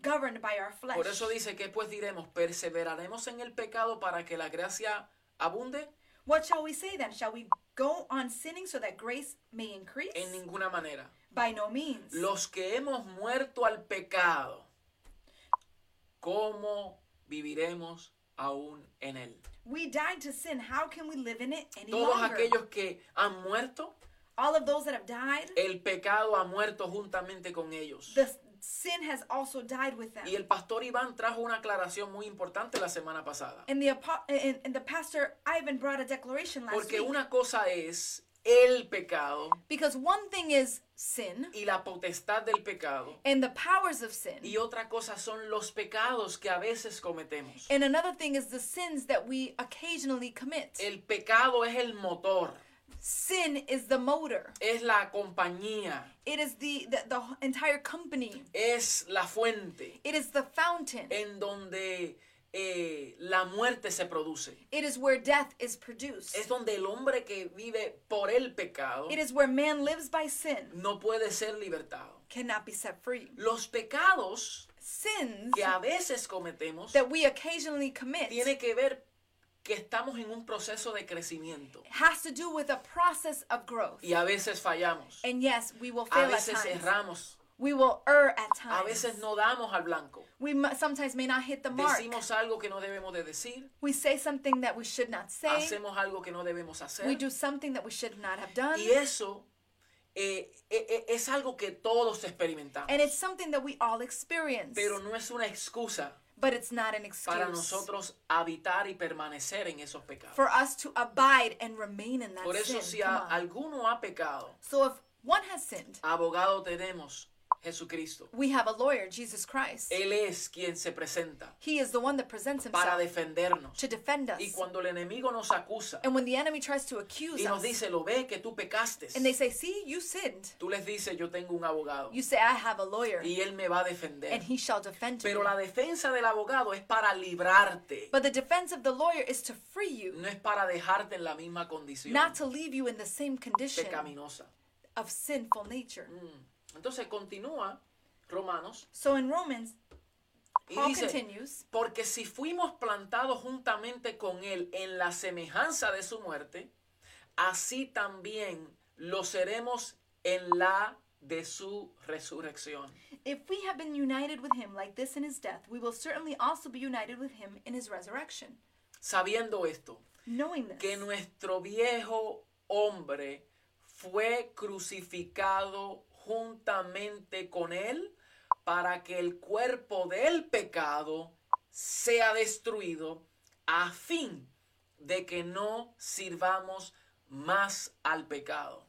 [SPEAKER 2] governed by our flesh.
[SPEAKER 1] Por eso dice que pues diremos, perseveraremos en el pecado para que la gracia abunde
[SPEAKER 2] what shall we say then? Shall we go on sinning so that grace may increase?
[SPEAKER 1] en ninguna manera.
[SPEAKER 2] by no means.
[SPEAKER 1] Los que hemos muerto al pecado, ¿cómo viviremos aún en él?
[SPEAKER 2] we died to sin. How can we live in it any
[SPEAKER 1] Todos
[SPEAKER 2] longer?
[SPEAKER 1] aquellos que han muerto,
[SPEAKER 2] All of those that have died,
[SPEAKER 1] el pecado ha muerto juntamente con ellos.
[SPEAKER 2] the sin has also died with them.
[SPEAKER 1] Y el pastor Iván trajo una aclaración muy importante la semana pasada.
[SPEAKER 2] and the apo- and, and the pastor Ivan brought a declaration last
[SPEAKER 1] Porque
[SPEAKER 2] week
[SPEAKER 1] una cosa es el pecado
[SPEAKER 2] because one thing is sin
[SPEAKER 1] y la potestad del pecado.
[SPEAKER 2] and the powers of sin.
[SPEAKER 1] Y otra cosa son los pecados que a veces cometemos.
[SPEAKER 2] And another thing is the sins that we occasionally commit.
[SPEAKER 1] El pecado es el motor,
[SPEAKER 2] Sin is the motor.
[SPEAKER 1] es la compañía,
[SPEAKER 2] It is the, the the entire company.
[SPEAKER 1] es la fuente
[SPEAKER 2] It is the fountain.
[SPEAKER 1] en donde eh, la muerte se produce.
[SPEAKER 2] It is where death is produced.
[SPEAKER 1] Es donde el hombre que vive por el pecado
[SPEAKER 2] It is where man lives by sin,
[SPEAKER 1] no puede ser libertado.
[SPEAKER 2] cannot be set free.
[SPEAKER 1] Los pecados
[SPEAKER 2] Sins
[SPEAKER 1] que a veces cometemos
[SPEAKER 2] that we occasionally commit
[SPEAKER 1] tiene que ver que estamos en un proceso de crecimiento
[SPEAKER 2] has to do with a process of growth.
[SPEAKER 1] y a veces fallamos,
[SPEAKER 2] And yes, we will
[SPEAKER 1] a
[SPEAKER 2] fail at
[SPEAKER 1] veces
[SPEAKER 2] times.
[SPEAKER 1] erramos,
[SPEAKER 2] We will err at
[SPEAKER 1] a
[SPEAKER 2] times.
[SPEAKER 1] veces no damos al blanco,
[SPEAKER 2] We mu- sometimes may not hit the mark.
[SPEAKER 1] decimos algo que no debemos de decir,
[SPEAKER 2] We say something that we should not say.
[SPEAKER 1] hacemos algo que no debemos
[SPEAKER 2] We
[SPEAKER 1] hacer
[SPEAKER 2] do something that we should not have done.
[SPEAKER 1] y eso eh, eh, eh, es algo que todos experimentamos,
[SPEAKER 2] And it's something that we all experience.
[SPEAKER 1] pero no es una excusa
[SPEAKER 2] but it's not an excuse
[SPEAKER 1] para nosotros habitar y permanecer en esos pecados.
[SPEAKER 2] for us to abide and remain in that
[SPEAKER 1] Por eso
[SPEAKER 2] sin.
[SPEAKER 1] si
[SPEAKER 2] Come
[SPEAKER 1] a-
[SPEAKER 2] on.
[SPEAKER 1] alguno ha pecado,
[SPEAKER 2] so if one has sinned,
[SPEAKER 1] abogado tenemos Jesucristo.
[SPEAKER 2] we have a lawyer, Jesus Christ.
[SPEAKER 1] Él es quien se presenta
[SPEAKER 2] He is the one that presents
[SPEAKER 1] Eh, para
[SPEAKER 2] himself
[SPEAKER 1] defendernos.
[SPEAKER 2] to defend us.
[SPEAKER 1] Y cuando el enemigo nos acusa
[SPEAKER 2] And when the enemy tries to accuse
[SPEAKER 1] y nos
[SPEAKER 2] us
[SPEAKER 1] dice, lo ve que tú pecaste,
[SPEAKER 2] and they say, See, you sinned,
[SPEAKER 1] tú les dices, yo tengo un abogado
[SPEAKER 2] you say, I have a lawyer
[SPEAKER 1] y él me va a
[SPEAKER 2] and
[SPEAKER 1] defender.
[SPEAKER 2] he shall defend me.
[SPEAKER 1] Pero la defensa del abogado es para librarte,
[SPEAKER 2] But the defense of the lawyer is to free you,
[SPEAKER 1] no es para dejarte en la misma condición
[SPEAKER 2] not to leave you in the same condition
[SPEAKER 1] pecaminosa.
[SPEAKER 2] of sinful nature.
[SPEAKER 1] Mm. Entonces continúa Romanos
[SPEAKER 2] So in Romans,
[SPEAKER 1] y
[SPEAKER 2] Paul
[SPEAKER 1] dice,
[SPEAKER 2] continues,
[SPEAKER 1] porque si fuimos plantados juntamente con él en la semejanza de su muerte, así también lo seremos en la de su resurrección.
[SPEAKER 2] If we have been united with him like this in his death, we will certainly also be united with him in his resurrection.
[SPEAKER 1] Sabiendo esto,
[SPEAKER 2] Knowing this,
[SPEAKER 1] que nuestro viejo hombre fue crucificado juntamente con él para que el cuerpo del pecado sea destruido a fin de que no sirvamos más al pecado.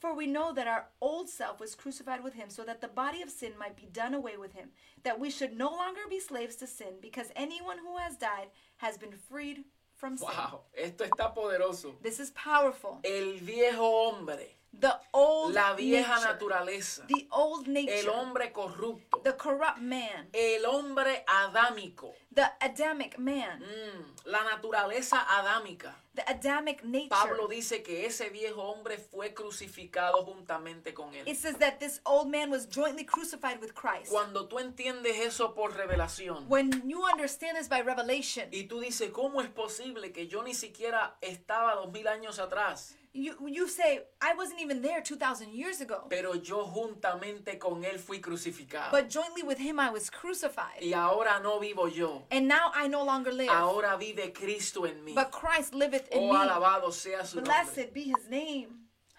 [SPEAKER 2] for we know that our old self was crucified with him, so that the body of sin might be done away with him, that we should no longer be slaves to sin, because anyone who has died has been freed from sin.
[SPEAKER 1] Wow, esto está poderoso.
[SPEAKER 2] This is powerful.
[SPEAKER 1] El viejo hombre,
[SPEAKER 2] The old
[SPEAKER 1] la vieja
[SPEAKER 2] nature,
[SPEAKER 1] naturaleza,
[SPEAKER 2] the old
[SPEAKER 1] el
[SPEAKER 2] nature,
[SPEAKER 1] hombre corrupto,
[SPEAKER 2] the corrupt man,
[SPEAKER 1] el hombre adámico.
[SPEAKER 2] the Adamic man,
[SPEAKER 1] Mm, La naturaleza adámica.
[SPEAKER 2] the Adamic nature.
[SPEAKER 1] Pablo dice que ese viejo hombre fue crucificado juntamente con él.
[SPEAKER 2] It says that this old man was jointly crucified with Christ.
[SPEAKER 1] Cuando tú entiendes eso por revelación
[SPEAKER 2] When you understand this by revelation,
[SPEAKER 1] y tú dices, ¿cómo es posible que yo ni siquiera estaba dos mil años atrás,
[SPEAKER 2] you you say, I wasn't even there 2,000 years ago,
[SPEAKER 1] pero yo juntamente con él fui crucificado?
[SPEAKER 2] but jointly with him I was crucified.
[SPEAKER 1] Y ahora no vivo yo,
[SPEAKER 2] And now I no longer live,
[SPEAKER 1] ahora vive Cristo en mí.
[SPEAKER 2] but Christ liveth in
[SPEAKER 1] Oh,
[SPEAKER 2] me.
[SPEAKER 1] alabado sea
[SPEAKER 2] Pues,
[SPEAKER 1] su nombre.
[SPEAKER 2] Blessed be his name.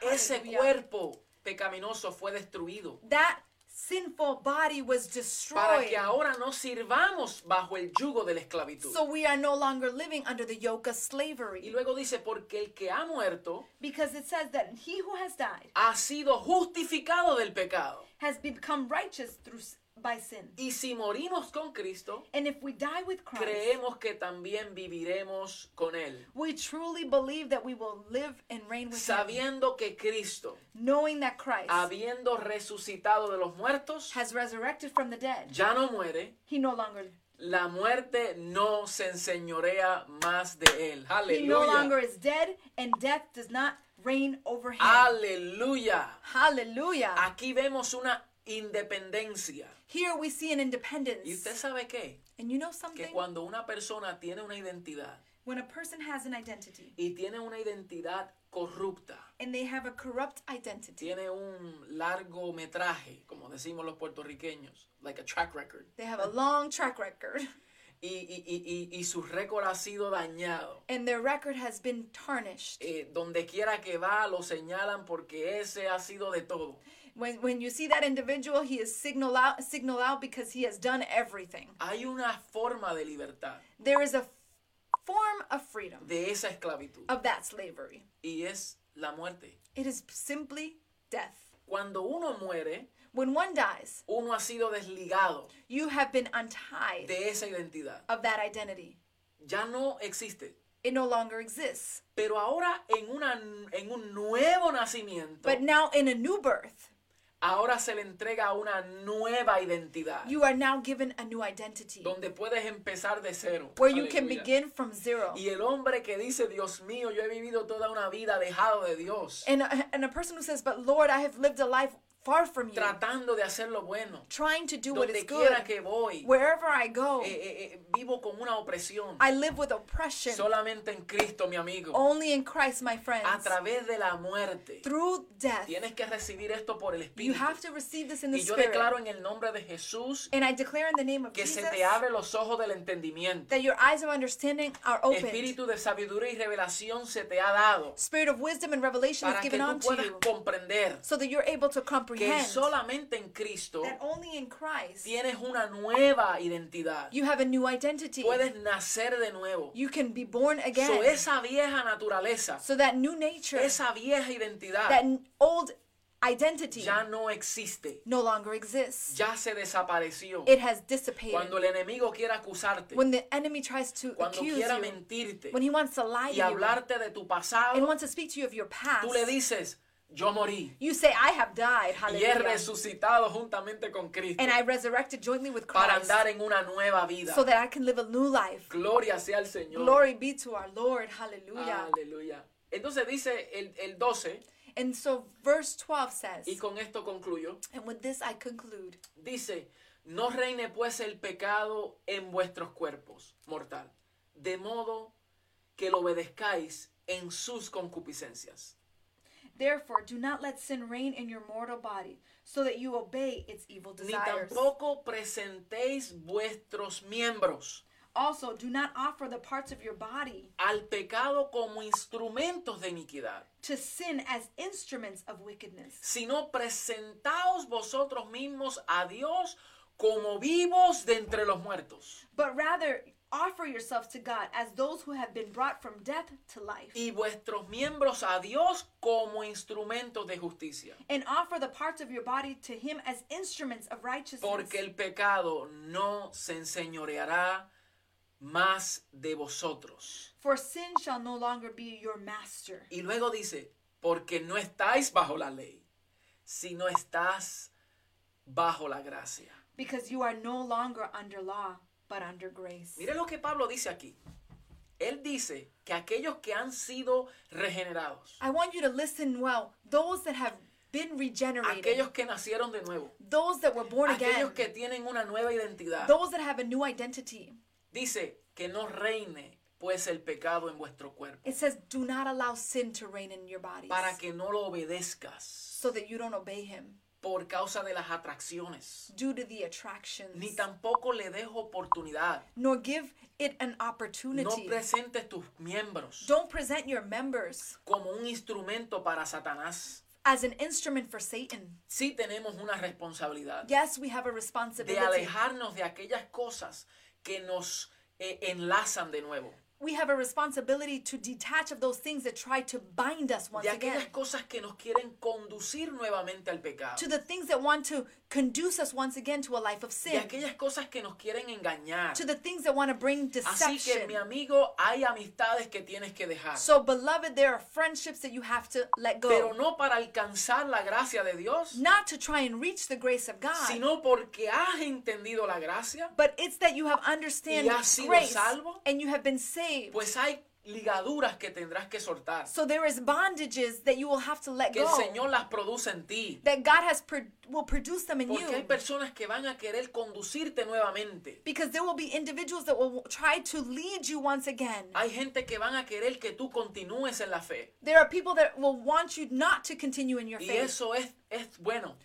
[SPEAKER 1] Ese
[SPEAKER 2] Hallelujah.
[SPEAKER 1] cuerpo pecaminoso fue destruido
[SPEAKER 2] That sinful body was
[SPEAKER 1] para
[SPEAKER 2] destroyed.
[SPEAKER 1] que ahora no sirvamos bajo el yugo de la esclavitud.
[SPEAKER 2] So we are no longer living under the yoke of
[SPEAKER 1] Y
[SPEAKER 2] slavery.
[SPEAKER 1] luego dice, porque el que ha muerto
[SPEAKER 2] Because it says that he who has died
[SPEAKER 1] ha sido justificado del pecado.
[SPEAKER 2] has become righteous through s- by sin.
[SPEAKER 1] Y si morimos con Cristo,
[SPEAKER 2] And if we die with Christ,
[SPEAKER 1] creemos que también viviremos con Él.
[SPEAKER 2] We truly believe that we will live and reign with Him,
[SPEAKER 1] Sabiendo que Cristo,
[SPEAKER 2] knowing that Christ
[SPEAKER 1] habiendo resucitado de los muertos,
[SPEAKER 2] has resurrected from the dead.
[SPEAKER 1] ya no muere.
[SPEAKER 2] He no longer
[SPEAKER 1] La muerte no se enseñorea más de Él.
[SPEAKER 2] He no longer
[SPEAKER 1] Aleluya.
[SPEAKER 2] is dead, and death does not reign over him.
[SPEAKER 1] Aleluya.
[SPEAKER 2] Hallelujah!
[SPEAKER 1] Aquí vemos una independencia.
[SPEAKER 2] Here we see an
[SPEAKER 1] ¿Y usted
[SPEAKER 2] independence,
[SPEAKER 1] sabe qué?
[SPEAKER 2] and you know
[SPEAKER 1] Que
[SPEAKER 2] something.
[SPEAKER 1] cuando una persona tiene una identidad,
[SPEAKER 2] When a person has an identity
[SPEAKER 1] y tiene una identidad corrupta,
[SPEAKER 2] and they have a corrupt identity,
[SPEAKER 1] tiene un largo metraje, como decimos los puertorriqueños, like a track record,
[SPEAKER 2] they have a long track record,
[SPEAKER 1] y, y- y- y- y su récord ha sido dañado. eh,
[SPEAKER 2] and their record has been tarnished.
[SPEAKER 1] Donde quiera que va lo señalan porque ese ha sido de todo.
[SPEAKER 2] When when you see that individual, he is signal out signal out because he has done everything.
[SPEAKER 1] Hay una forma de libertad
[SPEAKER 2] there is a f- form of freedom
[SPEAKER 1] de esa esclavitud
[SPEAKER 2] of that slavery.
[SPEAKER 1] y es la muerte.
[SPEAKER 2] It is simply death.
[SPEAKER 1] Cuando uno muere,
[SPEAKER 2] When one dies,
[SPEAKER 1] uno ha sido desligado
[SPEAKER 2] you have been untied
[SPEAKER 1] de esa identidad.
[SPEAKER 2] of that identity.
[SPEAKER 1] Ya no existe.
[SPEAKER 2] It no longer exists.
[SPEAKER 1] Pero ahora en, una, en un nuevo nacimiento,
[SPEAKER 2] But now, in a new birth,
[SPEAKER 1] ahora se le entrega una nueva identidad
[SPEAKER 2] you are now given a new identity
[SPEAKER 1] donde puedes empezar de cero.
[SPEAKER 2] where you can
[SPEAKER 1] Aleluya.
[SPEAKER 2] begin from zero.
[SPEAKER 1] Y el hombre que dice, Dios mío, yo he vivido toda una vida alejado de Dios,
[SPEAKER 2] And a, and a person who says, But Lord, I have lived a life far from you,
[SPEAKER 1] tratando de hacer lo bueno,
[SPEAKER 2] trying to do what is
[SPEAKER 1] donde quiera
[SPEAKER 2] good.
[SPEAKER 1] que voy,
[SPEAKER 2] Wherever I go,
[SPEAKER 1] eh, eh, eh, vivo con una opresión,
[SPEAKER 2] I live with oppression.
[SPEAKER 1] solamente en Cristo, mi amigo,
[SPEAKER 2] Only in Christ, my
[SPEAKER 1] a
[SPEAKER 2] friends.
[SPEAKER 1] través de la muerte.
[SPEAKER 2] Through death,
[SPEAKER 1] Tienes que recibir esto por el
[SPEAKER 2] You
[SPEAKER 1] Espíritu.
[SPEAKER 2] have to receive this in the
[SPEAKER 1] Y yo
[SPEAKER 2] spirit.
[SPEAKER 1] declaro en el nombre de Jesús
[SPEAKER 2] and I declare in the name of
[SPEAKER 1] que
[SPEAKER 2] Jesus
[SPEAKER 1] se te abren los ojos del entendimiento.
[SPEAKER 2] that your eyes of understanding are opened.
[SPEAKER 1] Espíritu de sabiduría y revelación se te ha dado
[SPEAKER 2] spirit of wisdom and revelation
[SPEAKER 1] para
[SPEAKER 2] is
[SPEAKER 1] que
[SPEAKER 2] given
[SPEAKER 1] tú
[SPEAKER 2] unto
[SPEAKER 1] puedas
[SPEAKER 2] you
[SPEAKER 1] comprender
[SPEAKER 2] so that you're able to
[SPEAKER 1] que
[SPEAKER 2] comprehend
[SPEAKER 1] solamente en Cristo
[SPEAKER 2] that only in Christ
[SPEAKER 1] tienes una nueva identidad.
[SPEAKER 2] you have a new identity.
[SPEAKER 1] Puedes nacer de nuevo.
[SPEAKER 2] You can be born again.
[SPEAKER 1] So, esa vieja naturaleza,
[SPEAKER 2] So that new nature,
[SPEAKER 1] esa vieja
[SPEAKER 2] that
[SPEAKER 1] identidad
[SPEAKER 2] n- old identity
[SPEAKER 1] ya no existe,
[SPEAKER 2] no longer exists.
[SPEAKER 1] ya se desapareció.
[SPEAKER 2] It has dissipated.
[SPEAKER 1] Cuando el enemigo quiera acusarte,
[SPEAKER 2] When the enemy tries to
[SPEAKER 1] cuando
[SPEAKER 2] accuse
[SPEAKER 1] quiera
[SPEAKER 2] you,
[SPEAKER 1] mentirte
[SPEAKER 2] when he wants to lie to
[SPEAKER 1] y
[SPEAKER 2] you,
[SPEAKER 1] hablarte de tu
[SPEAKER 2] and
[SPEAKER 1] pasado,
[SPEAKER 2] wants to speak to you of your past,
[SPEAKER 1] tú le dices, yo morí
[SPEAKER 2] you say, I have
[SPEAKER 1] y
[SPEAKER 2] died,
[SPEAKER 1] he
[SPEAKER 2] hallelujah,
[SPEAKER 1] resucitado juntamente con Cristo
[SPEAKER 2] and I resurrected jointly with
[SPEAKER 1] para
[SPEAKER 2] Christ
[SPEAKER 1] andar en una nueva vida.
[SPEAKER 2] so that I can live a new life.
[SPEAKER 1] Gloria sea al Señor.
[SPEAKER 2] Glory be to our Lord, hallelujah.
[SPEAKER 1] Aleluya. Entonces dice el, el 12,
[SPEAKER 2] And so verse 12 says,
[SPEAKER 1] y con esto concluyo,
[SPEAKER 2] and with this I conclude,
[SPEAKER 1] dice, no reine pues el pecado en vuestros cuerpos, mortal, de modo que lo obedezcáis en sus concupiscencias.
[SPEAKER 2] therefore do not let sin reign in your mortal body so that you obey its evil
[SPEAKER 1] Ni
[SPEAKER 2] desires.
[SPEAKER 1] tampoco presentéis vuestros miembros
[SPEAKER 2] Also, do not offer the parts of your body
[SPEAKER 1] al pecado como instrumentos de iniquidad,
[SPEAKER 2] to sin as instruments of wickedness,
[SPEAKER 1] sino presentaos vosotros mismos a Dios como vivos de entre los muertos.
[SPEAKER 2] but rather offer yourselves to God as those who have been brought from death to life,
[SPEAKER 1] y vuestros miembros a Dios como instrumentos de justicia.
[SPEAKER 2] and offer the parts of your body to Him as instruments of righteousness.
[SPEAKER 1] Porque el pecado no se enseñoreará más de vosotros.
[SPEAKER 2] For sin shall no longer be your master.
[SPEAKER 1] Y luego dice, porque no estáis bajo la ley, sino estás bajo la gracia.
[SPEAKER 2] because you are no longer under law, but under grace.
[SPEAKER 1] Mire lo que Pablo dice aquí. Él dice que aquellos que han sido regenerados,
[SPEAKER 2] I want you to listen well. Those that have been regenerated,
[SPEAKER 1] aquellos que nacieron de nuevo,
[SPEAKER 2] those that were born again,
[SPEAKER 1] aquellos que tienen una nueva identidad,
[SPEAKER 2] those that have a new identity.
[SPEAKER 1] Dice que no reine pues el pecado en vuestro cuerpo
[SPEAKER 2] It says, do not allow sin to reign in your bodies
[SPEAKER 1] para que no lo obedezcas
[SPEAKER 2] so that you don't obey him
[SPEAKER 1] por causa de las atracciones,
[SPEAKER 2] due to the attractions,
[SPEAKER 1] ni tampoco le des oportunidad.
[SPEAKER 2] nor give it an
[SPEAKER 1] No
[SPEAKER 2] opportunity.
[SPEAKER 1] presentes tus miembros
[SPEAKER 2] don't present your members
[SPEAKER 1] como un instrumento para Satanás.
[SPEAKER 2] as an instrument for Satan.
[SPEAKER 1] Sí tenemos una responsabilidad
[SPEAKER 2] Yes, we have a
[SPEAKER 1] de
[SPEAKER 2] responsibility.
[SPEAKER 1] alejarnos de aquellas cosas que nos eh, enlazan de nuevo,
[SPEAKER 2] We have a responsibility to detach of those things that try to bind us once
[SPEAKER 1] de
[SPEAKER 2] again.
[SPEAKER 1] aquellas cosas que nos quieren conducir nuevamente al pecado,
[SPEAKER 2] to the things that want to conduce us once again to a life of
[SPEAKER 1] de
[SPEAKER 2] sin,
[SPEAKER 1] aquellas cosas que nos quieren engañar.
[SPEAKER 2] to the things that want to bring
[SPEAKER 1] Así que,
[SPEAKER 2] deception.
[SPEAKER 1] mi amigo, hay amistades que tienes que dejar.
[SPEAKER 2] So, beloved, there are friendships that you have to let
[SPEAKER 1] pero
[SPEAKER 2] go.
[SPEAKER 1] no para alcanzar la gracia de Dios,
[SPEAKER 2] Not to try and reach the grace of God,
[SPEAKER 1] sino porque has entendido la gracia,
[SPEAKER 2] but it's that you have
[SPEAKER 1] Y
[SPEAKER 2] understanding
[SPEAKER 1] has sido
[SPEAKER 2] grace
[SPEAKER 1] salvo.
[SPEAKER 2] and you have been saved.
[SPEAKER 1] pues hay ligaduras que tendrás que soltar,
[SPEAKER 2] So, there is bondages that you will have to let
[SPEAKER 1] que el
[SPEAKER 2] go,
[SPEAKER 1] Señor las produce en ti.
[SPEAKER 2] that God has pro- will produce them in
[SPEAKER 1] Porque hay
[SPEAKER 2] you.
[SPEAKER 1] personas que van a querer conducirte nuevamente.
[SPEAKER 2] Because there will be individuals that will try to lead you once again.
[SPEAKER 1] Hay gente que van a querer que tú continúes en la fe.
[SPEAKER 2] There are people that will want you not to continue in your
[SPEAKER 1] Y
[SPEAKER 2] faith.
[SPEAKER 1] eso es, es bueno.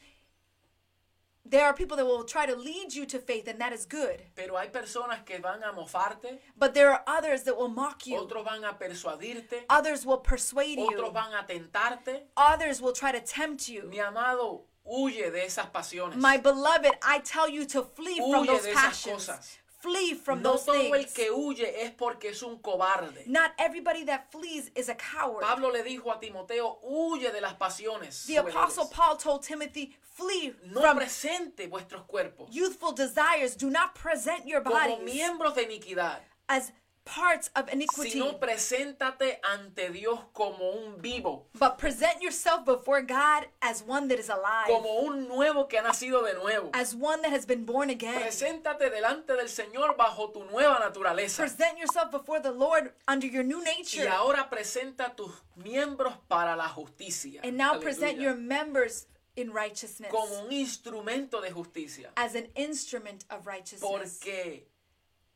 [SPEAKER 2] There are people that will try to lead you to faith, and that is good.
[SPEAKER 1] Pero hay personas que van a mofarte,
[SPEAKER 2] But there are others that will mock you.
[SPEAKER 1] otros van a persuadirte,
[SPEAKER 2] Others will persuade
[SPEAKER 1] otros
[SPEAKER 2] you.
[SPEAKER 1] van a tentarte.
[SPEAKER 2] Others will try to tempt you.
[SPEAKER 1] Mi amado, huye de esas pasiones.
[SPEAKER 2] My beloved, I tell you to flee from
[SPEAKER 1] Huye
[SPEAKER 2] those
[SPEAKER 1] de esas
[SPEAKER 2] passions.
[SPEAKER 1] cosas.
[SPEAKER 2] Flee from
[SPEAKER 1] no
[SPEAKER 2] those
[SPEAKER 1] todo el
[SPEAKER 2] things.
[SPEAKER 1] que huye es porque es un cobarde.
[SPEAKER 2] Not everybody that flees is a coward.
[SPEAKER 1] Pablo le dijo a Timoteo, huye de las pasiones.
[SPEAKER 2] the Apostle
[SPEAKER 1] juveniles.
[SPEAKER 2] Paul told Timothy, flee
[SPEAKER 1] no
[SPEAKER 2] from
[SPEAKER 1] presente vuestros cuerpos
[SPEAKER 2] youthful desires. Do not present your
[SPEAKER 1] como
[SPEAKER 2] bodies
[SPEAKER 1] miembros de iniquidad,
[SPEAKER 2] as parts of iniquity,
[SPEAKER 1] sino preséntate ante Dios como un vivo,
[SPEAKER 2] but present yourself before God as one that is alive.
[SPEAKER 1] como un nuevo que ha nacido de nuevo.
[SPEAKER 2] as one that has been born again.
[SPEAKER 1] Preséntate delante del Señor bajo tu nueva naturaleza.
[SPEAKER 2] Present yourself before the Lord under your new
[SPEAKER 1] Y
[SPEAKER 2] nature.
[SPEAKER 1] ahora presenta tus miembros para la justicia.
[SPEAKER 2] And now
[SPEAKER 1] Aleluya.
[SPEAKER 2] present your members in righteousness
[SPEAKER 1] como un instrumento de justicia.
[SPEAKER 2] as an instrument of righteousness.
[SPEAKER 1] Porque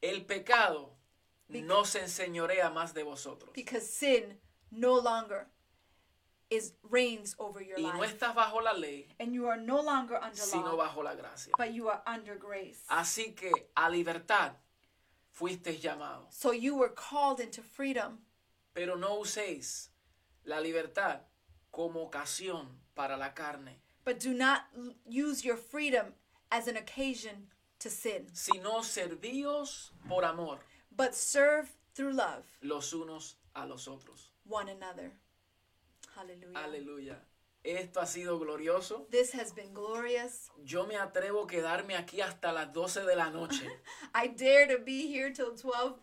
[SPEAKER 1] el pecado no se enseñorea más de vosotros.
[SPEAKER 2] Because sin no longer is reigns over your
[SPEAKER 1] Y no
[SPEAKER 2] life.
[SPEAKER 1] estás bajo la ley,
[SPEAKER 2] And you are no longer under
[SPEAKER 1] sino
[SPEAKER 2] law,
[SPEAKER 1] bajo Ah. la gracia.
[SPEAKER 2] but you are under grace.
[SPEAKER 1] Así que a libertad fuiste llamado.
[SPEAKER 2] So you were called into freedom.
[SPEAKER 1] Pero no uséis la libertad como ocasión para la carne,
[SPEAKER 2] But do not l- use your freedom as an occasion to sin,
[SPEAKER 1] sino servíos por amor
[SPEAKER 2] but serve through love
[SPEAKER 1] los unos a los otros.
[SPEAKER 2] one another. Hallelujah.
[SPEAKER 1] Aleluya. Esto ha sido glorioso.
[SPEAKER 2] This has been glorious.
[SPEAKER 1] Yo me atrevo a quedarme aquí hasta las 12 de la noche,
[SPEAKER 2] I dare to be here till 12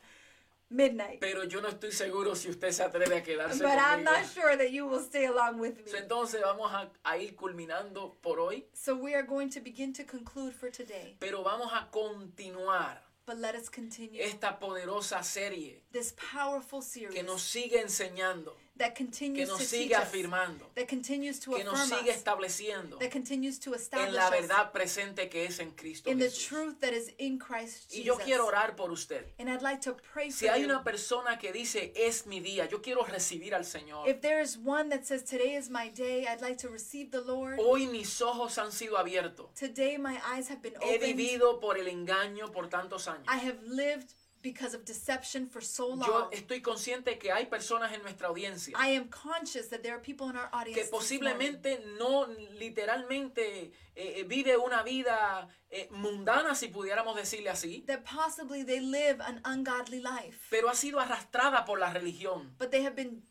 [SPEAKER 2] midnight.
[SPEAKER 1] pero yo no estoy seguro si usted se atreve a quedarse
[SPEAKER 2] But I'm
[SPEAKER 1] conmigo.
[SPEAKER 2] not sure that you will stay along with me.
[SPEAKER 1] So, Entonces vamos a, a ir culminando por hoy,
[SPEAKER 2] So we are going to begin to conclude for today.
[SPEAKER 1] pero vamos a continuar
[SPEAKER 2] But let us continue
[SPEAKER 1] esta poderosa serie
[SPEAKER 2] this powerful series
[SPEAKER 1] que nos sigue enseñando,
[SPEAKER 2] that
[SPEAKER 1] que
[SPEAKER 2] continues
[SPEAKER 1] nos
[SPEAKER 2] to teach
[SPEAKER 1] sigue
[SPEAKER 2] us,
[SPEAKER 1] afirmando,
[SPEAKER 2] that continues to
[SPEAKER 1] que
[SPEAKER 2] affirm
[SPEAKER 1] nos sigue
[SPEAKER 2] us,
[SPEAKER 1] estableciendo
[SPEAKER 2] that continues to establish
[SPEAKER 1] en la
[SPEAKER 2] us
[SPEAKER 1] verdad presente que es en Cristo
[SPEAKER 2] in the
[SPEAKER 1] Jesús.
[SPEAKER 2] truth that is in Christ
[SPEAKER 1] Y yo
[SPEAKER 2] Jesus.
[SPEAKER 1] quiero orar por usted.
[SPEAKER 2] And I'd like to pray
[SPEAKER 1] Si
[SPEAKER 2] for
[SPEAKER 1] hay
[SPEAKER 2] you.
[SPEAKER 1] una persona que dice, es mi día, yo quiero recibir al Señor.
[SPEAKER 2] If there is one that says, Today is my day, I'd like to receive the Lord.
[SPEAKER 1] Hoy mis ojos han sido abiertos.
[SPEAKER 2] Today my eyes have been
[SPEAKER 1] He
[SPEAKER 2] opened.
[SPEAKER 1] vivido por el engaño por tantos años.
[SPEAKER 2] I have lived because of deception for so
[SPEAKER 1] Yo
[SPEAKER 2] long.
[SPEAKER 1] estoy consciente que hay personas en nuestra audiencia
[SPEAKER 2] I am conscious that there are people in our audience
[SPEAKER 1] que
[SPEAKER 2] this morning
[SPEAKER 1] posiblemente no literalmente eh, eh, vive una vida eh, mundana, si pudiéramos decirle así,
[SPEAKER 2] that possibly they live an ungodly life,
[SPEAKER 1] pero ha sido arrastrada por la religión
[SPEAKER 2] but they have been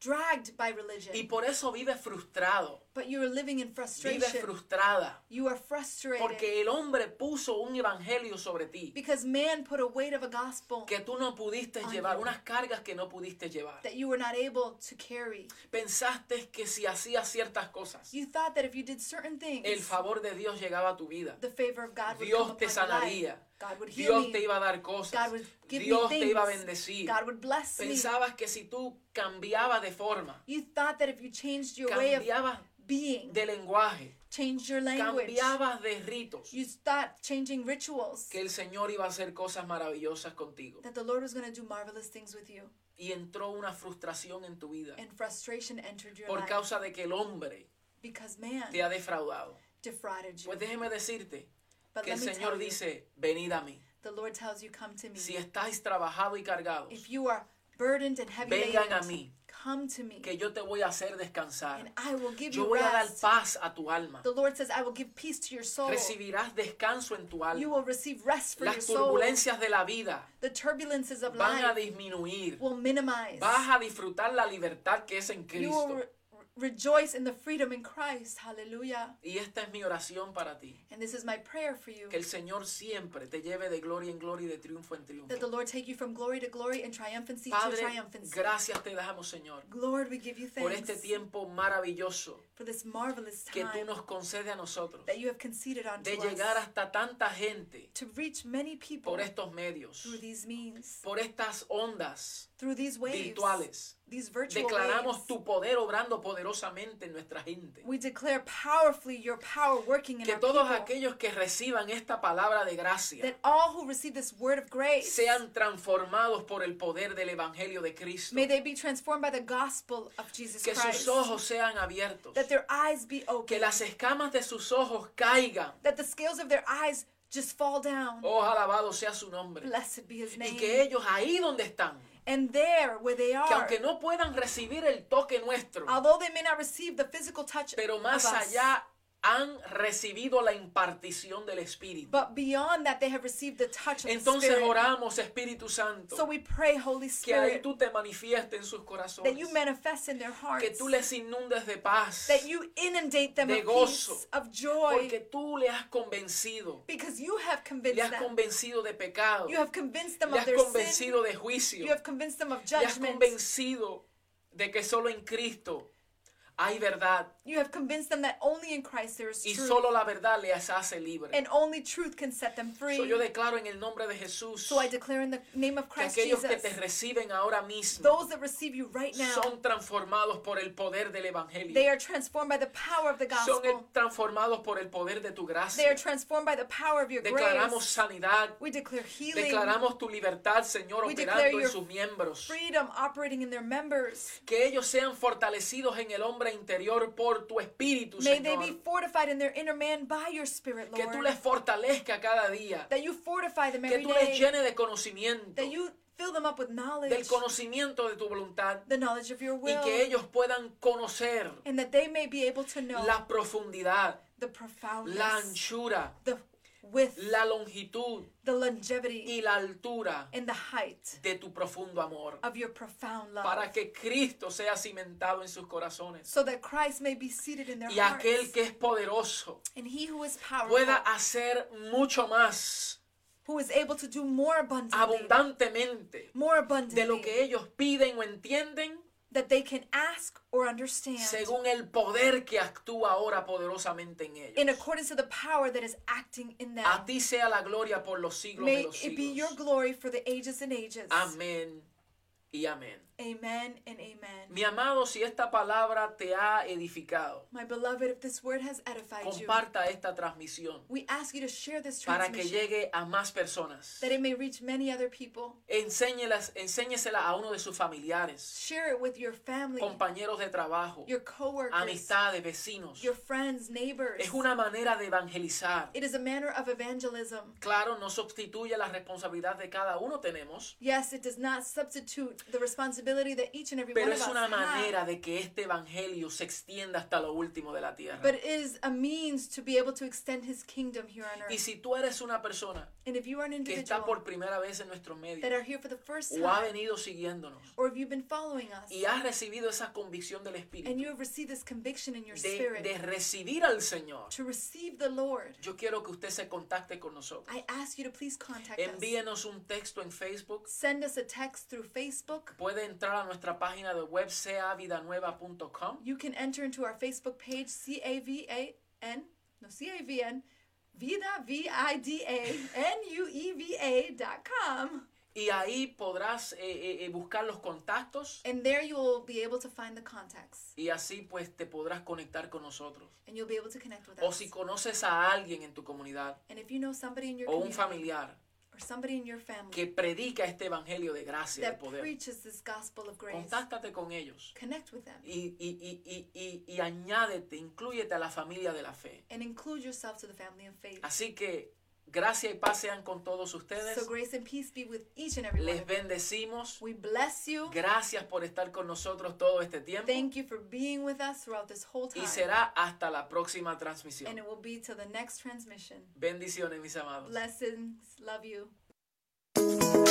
[SPEAKER 2] dragged by religion.
[SPEAKER 1] y por eso vive frustrado,
[SPEAKER 2] But you are living in
[SPEAKER 1] vive
[SPEAKER 2] frustration.
[SPEAKER 1] frustrada,
[SPEAKER 2] You are frustrated
[SPEAKER 1] porque el hombre puso un evangelio sobre ti
[SPEAKER 2] because man put a weight of a gospel
[SPEAKER 1] que tú no pudiste
[SPEAKER 2] Ay,
[SPEAKER 1] llevar,
[SPEAKER 2] no.
[SPEAKER 1] unas cargas que no pudiste llevar.
[SPEAKER 2] that you were not able to carry.
[SPEAKER 1] Pensaste que si hacías ciertas cosas,
[SPEAKER 2] You thought that if you did certain things,
[SPEAKER 1] el favor de Dios llegaba a tu vida.
[SPEAKER 2] the favor of God would come
[SPEAKER 1] Dios te
[SPEAKER 2] upon your
[SPEAKER 1] sanaría.
[SPEAKER 2] life. God would heal
[SPEAKER 1] Dios
[SPEAKER 2] me.
[SPEAKER 1] te iba a dar cosas.
[SPEAKER 2] God would give
[SPEAKER 1] Dios
[SPEAKER 2] me
[SPEAKER 1] te
[SPEAKER 2] things.
[SPEAKER 1] iba a bendecir.
[SPEAKER 2] God would bless me.
[SPEAKER 1] Pensabas que si tú cambiabas de forma,
[SPEAKER 2] You thought that if you changed your way of
[SPEAKER 1] cambiabas
[SPEAKER 2] being,
[SPEAKER 1] de lenguaje,
[SPEAKER 2] changed your language,
[SPEAKER 1] cambiabas de ritos,
[SPEAKER 2] you thought changing rituals,
[SPEAKER 1] que el Señor iba a hacer cosas maravillosas contigo.
[SPEAKER 2] that the Lord was going to do marvelous things with you.
[SPEAKER 1] Y entró una frustración en tu vida
[SPEAKER 2] And frustration entered your
[SPEAKER 1] por
[SPEAKER 2] life
[SPEAKER 1] causa de que el hombre
[SPEAKER 2] because man
[SPEAKER 1] te ha defraudado.
[SPEAKER 2] defrauded you.
[SPEAKER 1] Pues déjeme decirte
[SPEAKER 2] But
[SPEAKER 1] que el
[SPEAKER 2] let me tell
[SPEAKER 1] Señor
[SPEAKER 2] you,
[SPEAKER 1] dice, venid a mí.
[SPEAKER 2] the Lord tells you, come to me.
[SPEAKER 1] Si estáis trabajados y cargados,
[SPEAKER 2] If you are burdened and heavy
[SPEAKER 1] Vengan
[SPEAKER 2] laden,
[SPEAKER 1] a mí.
[SPEAKER 2] come to me,
[SPEAKER 1] que yo te voy a hacer descansar.
[SPEAKER 2] and I will give
[SPEAKER 1] Yo
[SPEAKER 2] you
[SPEAKER 1] voy a dar
[SPEAKER 2] rest.
[SPEAKER 1] paz a tu alma.
[SPEAKER 2] The Lord says, I will give peace to your soul.
[SPEAKER 1] Recibirás descanso en tu
[SPEAKER 2] You
[SPEAKER 1] alma.
[SPEAKER 2] will receive rest for your
[SPEAKER 1] Las
[SPEAKER 2] soul.
[SPEAKER 1] turbulencias de la vida
[SPEAKER 2] The turbulences of
[SPEAKER 1] van a
[SPEAKER 2] life
[SPEAKER 1] disminuir.
[SPEAKER 2] will minimize.
[SPEAKER 1] Vas a disfrutar la libertad que es en
[SPEAKER 2] You will
[SPEAKER 1] Cristo.
[SPEAKER 2] re- rejoice in the freedom in Christ. Hallelujah.
[SPEAKER 1] Y esta es mi oración para ti.
[SPEAKER 2] And this is my prayer for you
[SPEAKER 1] Que el Señor siempre te lleve de gloria en gloria y de triunfo en
[SPEAKER 2] that the
[SPEAKER 1] triunfo.
[SPEAKER 2] Lord take you from glory to glory and triumphancy to
[SPEAKER 1] Padre,
[SPEAKER 2] triumphancy.
[SPEAKER 1] gracias te damos, Señor,
[SPEAKER 2] Lord, we give you
[SPEAKER 1] por
[SPEAKER 2] thanks
[SPEAKER 1] este tiempo maravilloso
[SPEAKER 2] for this marvelous
[SPEAKER 1] que
[SPEAKER 2] time
[SPEAKER 1] tú nos concedes a nosotros
[SPEAKER 2] that you have conceded unto
[SPEAKER 1] de llegar
[SPEAKER 2] us
[SPEAKER 1] hasta tanta gente
[SPEAKER 2] to reach many people
[SPEAKER 1] por estos medios,
[SPEAKER 2] through these means,
[SPEAKER 1] por estas ondas
[SPEAKER 2] through these waves,
[SPEAKER 1] virtuales.
[SPEAKER 2] these virtual waves.
[SPEAKER 1] Declaramos tu poder obrando poderosamente en nuestra gente.
[SPEAKER 2] We declare powerfully your power working in
[SPEAKER 1] Que
[SPEAKER 2] our
[SPEAKER 1] todos
[SPEAKER 2] people,
[SPEAKER 1] aquellos que reciban esta palabra de gracia
[SPEAKER 2] that all who receive this word of grace
[SPEAKER 1] sean transformados por el poder del Evangelio de Cristo.
[SPEAKER 2] may they be transformed by the gospel of Jesus
[SPEAKER 1] Que
[SPEAKER 2] Christ.
[SPEAKER 1] sus ojos sean abiertos.
[SPEAKER 2] that their eyes be open.
[SPEAKER 1] Que las escamas de sus ojos caigan.
[SPEAKER 2] that the scales of their eyes just fall down.
[SPEAKER 1] Oh, alabado sea su nombre.
[SPEAKER 2] Blessed be his name.
[SPEAKER 1] Y que ellos ahí donde están,
[SPEAKER 2] and there where they
[SPEAKER 1] que
[SPEAKER 2] are,
[SPEAKER 1] aunque no puedan recibir el toque nuestro,
[SPEAKER 2] although they may not receive the physical touch
[SPEAKER 1] pero
[SPEAKER 2] of
[SPEAKER 1] más
[SPEAKER 2] us,
[SPEAKER 1] allá han recibido la impartición del Espíritu.
[SPEAKER 2] but beyond that they have received the touch of the
[SPEAKER 1] Entonces
[SPEAKER 2] Spirit.
[SPEAKER 1] oramos, Espíritu Santo.
[SPEAKER 2] so we pray, Holy
[SPEAKER 1] que ahí
[SPEAKER 2] Spirit,
[SPEAKER 1] tú te manifiestes en sus
[SPEAKER 2] that
[SPEAKER 1] corazones,
[SPEAKER 2] you manifest in their hearts,
[SPEAKER 1] que tú les inundes de paz,
[SPEAKER 2] that you inundate them
[SPEAKER 1] de
[SPEAKER 2] of
[SPEAKER 1] gozo,
[SPEAKER 2] peace, of joy,
[SPEAKER 1] porque tú le has convencido,
[SPEAKER 2] because you have
[SPEAKER 1] le
[SPEAKER 2] convinced
[SPEAKER 1] has
[SPEAKER 2] them.
[SPEAKER 1] convencido de pecado,
[SPEAKER 2] You
[SPEAKER 1] le
[SPEAKER 2] have convinced them of
[SPEAKER 1] has
[SPEAKER 2] their sin.
[SPEAKER 1] convencido de
[SPEAKER 2] You
[SPEAKER 1] juicio,
[SPEAKER 2] have convinced them of
[SPEAKER 1] le has
[SPEAKER 2] judgment.
[SPEAKER 1] convencido de que solo en Cristo hay verdad
[SPEAKER 2] You have convinced them that only in Christ there is
[SPEAKER 1] y
[SPEAKER 2] truth,
[SPEAKER 1] solo la verdad les hace libre.
[SPEAKER 2] and only truth can set them free.
[SPEAKER 1] So, yo declaro en el nombre de Jesús
[SPEAKER 2] So I declare in the name of
[SPEAKER 1] que
[SPEAKER 2] Christ
[SPEAKER 1] aquellos que
[SPEAKER 2] Jesus,
[SPEAKER 1] te reciben ahora mismo
[SPEAKER 2] those that receive you right now,
[SPEAKER 1] son transformados por el poder del
[SPEAKER 2] they
[SPEAKER 1] Evangelio,
[SPEAKER 2] are transformed by the power of the
[SPEAKER 1] son
[SPEAKER 2] gospel.
[SPEAKER 1] el- transformados por el poder de tu
[SPEAKER 2] They
[SPEAKER 1] gracia.
[SPEAKER 2] are transformed by the power of your
[SPEAKER 1] Declaramos
[SPEAKER 2] grace.
[SPEAKER 1] sanidad.
[SPEAKER 2] We declare healing,
[SPEAKER 1] Declaramos tu libertad, Señor,
[SPEAKER 2] We declare
[SPEAKER 1] operando en
[SPEAKER 2] your
[SPEAKER 1] sus miembros.
[SPEAKER 2] freedom operating in their members.
[SPEAKER 1] Que ellos sean fortalecidos en el hombre interior por tu espíritu,
[SPEAKER 2] May they be
[SPEAKER 1] Señor.
[SPEAKER 2] fortified in their inner man by your spirit,
[SPEAKER 1] Que tú
[SPEAKER 2] Lord.
[SPEAKER 1] les fortalezca cada día.
[SPEAKER 2] That you fortify them
[SPEAKER 1] Que
[SPEAKER 2] every
[SPEAKER 1] tú les
[SPEAKER 2] day.
[SPEAKER 1] llenes de conocimiento,
[SPEAKER 2] That you fill them up with knowledge,
[SPEAKER 1] del conocimiento de tu voluntad.
[SPEAKER 2] the knowledge of your
[SPEAKER 1] Y
[SPEAKER 2] will,
[SPEAKER 1] que ellos puedan conocer
[SPEAKER 2] and that they may be able to know
[SPEAKER 1] la profundidad,
[SPEAKER 2] the
[SPEAKER 1] la
[SPEAKER 2] profoundness,
[SPEAKER 1] anchura,
[SPEAKER 2] the with
[SPEAKER 1] la longitud
[SPEAKER 2] the longevity
[SPEAKER 1] y la altura
[SPEAKER 2] and the height
[SPEAKER 1] de tu profundo amor,
[SPEAKER 2] of your profound love,
[SPEAKER 1] para que Cristo sea cimentado en sus corazones
[SPEAKER 2] so that Christ may be seated in their
[SPEAKER 1] y aquel
[SPEAKER 2] hearts.
[SPEAKER 1] que es poderoso
[SPEAKER 2] and he who is powerful,
[SPEAKER 1] pueda hacer mucho más
[SPEAKER 2] who is able to do more abundantly,
[SPEAKER 1] abundantemente
[SPEAKER 2] more
[SPEAKER 1] de
[SPEAKER 2] abundantly
[SPEAKER 1] lo que ellos piden o entienden
[SPEAKER 2] that they can ask or understand
[SPEAKER 1] según el poder que actúa ahora poderosamente en
[SPEAKER 2] in
[SPEAKER 1] ellos.
[SPEAKER 2] accordance to the power that is acting in them.
[SPEAKER 1] A ti sea la gloria por los siglos de
[SPEAKER 2] May
[SPEAKER 1] los
[SPEAKER 2] it be your
[SPEAKER 1] siglos.
[SPEAKER 2] glory for the ages and ages.
[SPEAKER 1] Amén y amén.
[SPEAKER 2] Amen and amen.
[SPEAKER 1] Mi amado, si esta palabra te ha edificado,
[SPEAKER 2] My beloved, if this word has edified you,
[SPEAKER 1] comparta esta transmisión
[SPEAKER 2] we ask you to share this
[SPEAKER 1] para que
[SPEAKER 2] transmission
[SPEAKER 1] llegue a más personas.
[SPEAKER 2] that it may reach many other people.
[SPEAKER 1] Enséñelas, enséñesela a uno de sus familiares,
[SPEAKER 2] Share it with your family,
[SPEAKER 1] compañeros de trabajo,
[SPEAKER 2] your coworkers,
[SPEAKER 1] amistades, vecinos.
[SPEAKER 2] your friends, neighbors.
[SPEAKER 1] Es una manera de evangelizar.
[SPEAKER 2] It is a manner of evangelism.
[SPEAKER 1] Claro, no sustituye la responsabilidad de cada uno tenemos,
[SPEAKER 2] Yes, it does not substitute the responsibility that each and every
[SPEAKER 1] pero
[SPEAKER 2] one of
[SPEAKER 1] es
[SPEAKER 2] us
[SPEAKER 1] una
[SPEAKER 2] have.
[SPEAKER 1] manera de que este evangelio se extienda hasta lo último de la tierra.
[SPEAKER 2] But it is a means to be able to extend his kingdom here on
[SPEAKER 1] Y
[SPEAKER 2] earth.
[SPEAKER 1] si tú eres una persona
[SPEAKER 2] And if you are an
[SPEAKER 1] que está
[SPEAKER 2] individual
[SPEAKER 1] por primera vez en nuestro
[SPEAKER 2] that
[SPEAKER 1] medio
[SPEAKER 2] are here for the first
[SPEAKER 1] o ha
[SPEAKER 2] time,
[SPEAKER 1] venido siguiéndonos
[SPEAKER 2] or if you've been following us,
[SPEAKER 1] y has recibido esa convicción del
[SPEAKER 2] and
[SPEAKER 1] Espíritu
[SPEAKER 2] you have received this conviction in your
[SPEAKER 1] de,
[SPEAKER 2] spirit
[SPEAKER 1] de recibir al Señor,
[SPEAKER 2] to receive the Lord,
[SPEAKER 1] yo quiero que usted se contacte con nosotros.
[SPEAKER 2] I ask you to please contact us.
[SPEAKER 1] Envíenos un texto en Facebook.
[SPEAKER 2] Send us a text through Facebook.
[SPEAKER 1] Puede entrar a nuestra página de web seavidanueva.com
[SPEAKER 2] You can enter into our Facebook page, C A V A N, no, C A V N, Vida, V I D A N U E V A dot com.
[SPEAKER 1] y ahí podrás eh, eh, eh, buscar los contactos
[SPEAKER 2] And there you will be able to find the contacts
[SPEAKER 1] y así pues te podrás conectar con nosotros.
[SPEAKER 2] and you'll be able to connect with
[SPEAKER 1] O
[SPEAKER 2] us.
[SPEAKER 1] si conoces a alguien en tu comunidad
[SPEAKER 2] And if you know somebody in your
[SPEAKER 1] o un
[SPEAKER 2] community
[SPEAKER 1] familiar
[SPEAKER 2] or somebody in your family
[SPEAKER 1] que predica este evangelio de gracia, de
[SPEAKER 2] that
[SPEAKER 1] poder,
[SPEAKER 2] preaches this gospel of grace,
[SPEAKER 1] contáctate con ellos
[SPEAKER 2] connect with them
[SPEAKER 1] y, y, y, y, y, y añádete, incluyete a la familia de la fe.
[SPEAKER 2] and include yourself to the family of faith.
[SPEAKER 1] Así que gracia y paz sean con todos
[SPEAKER 2] So
[SPEAKER 1] ustedes.
[SPEAKER 2] grace and peace be with each and every one
[SPEAKER 1] Les
[SPEAKER 2] of you.
[SPEAKER 1] bendecimos.
[SPEAKER 2] We bless you.
[SPEAKER 1] Gracias por estar con nosotros todo este tiempo
[SPEAKER 2] Thank you for being with us throughout this whole time.
[SPEAKER 1] y será hasta la próxima
[SPEAKER 2] And
[SPEAKER 1] transmisión.
[SPEAKER 2] it will be till the next transmission.
[SPEAKER 1] Bendiciones, mis amados.
[SPEAKER 2] Blessings. Love you.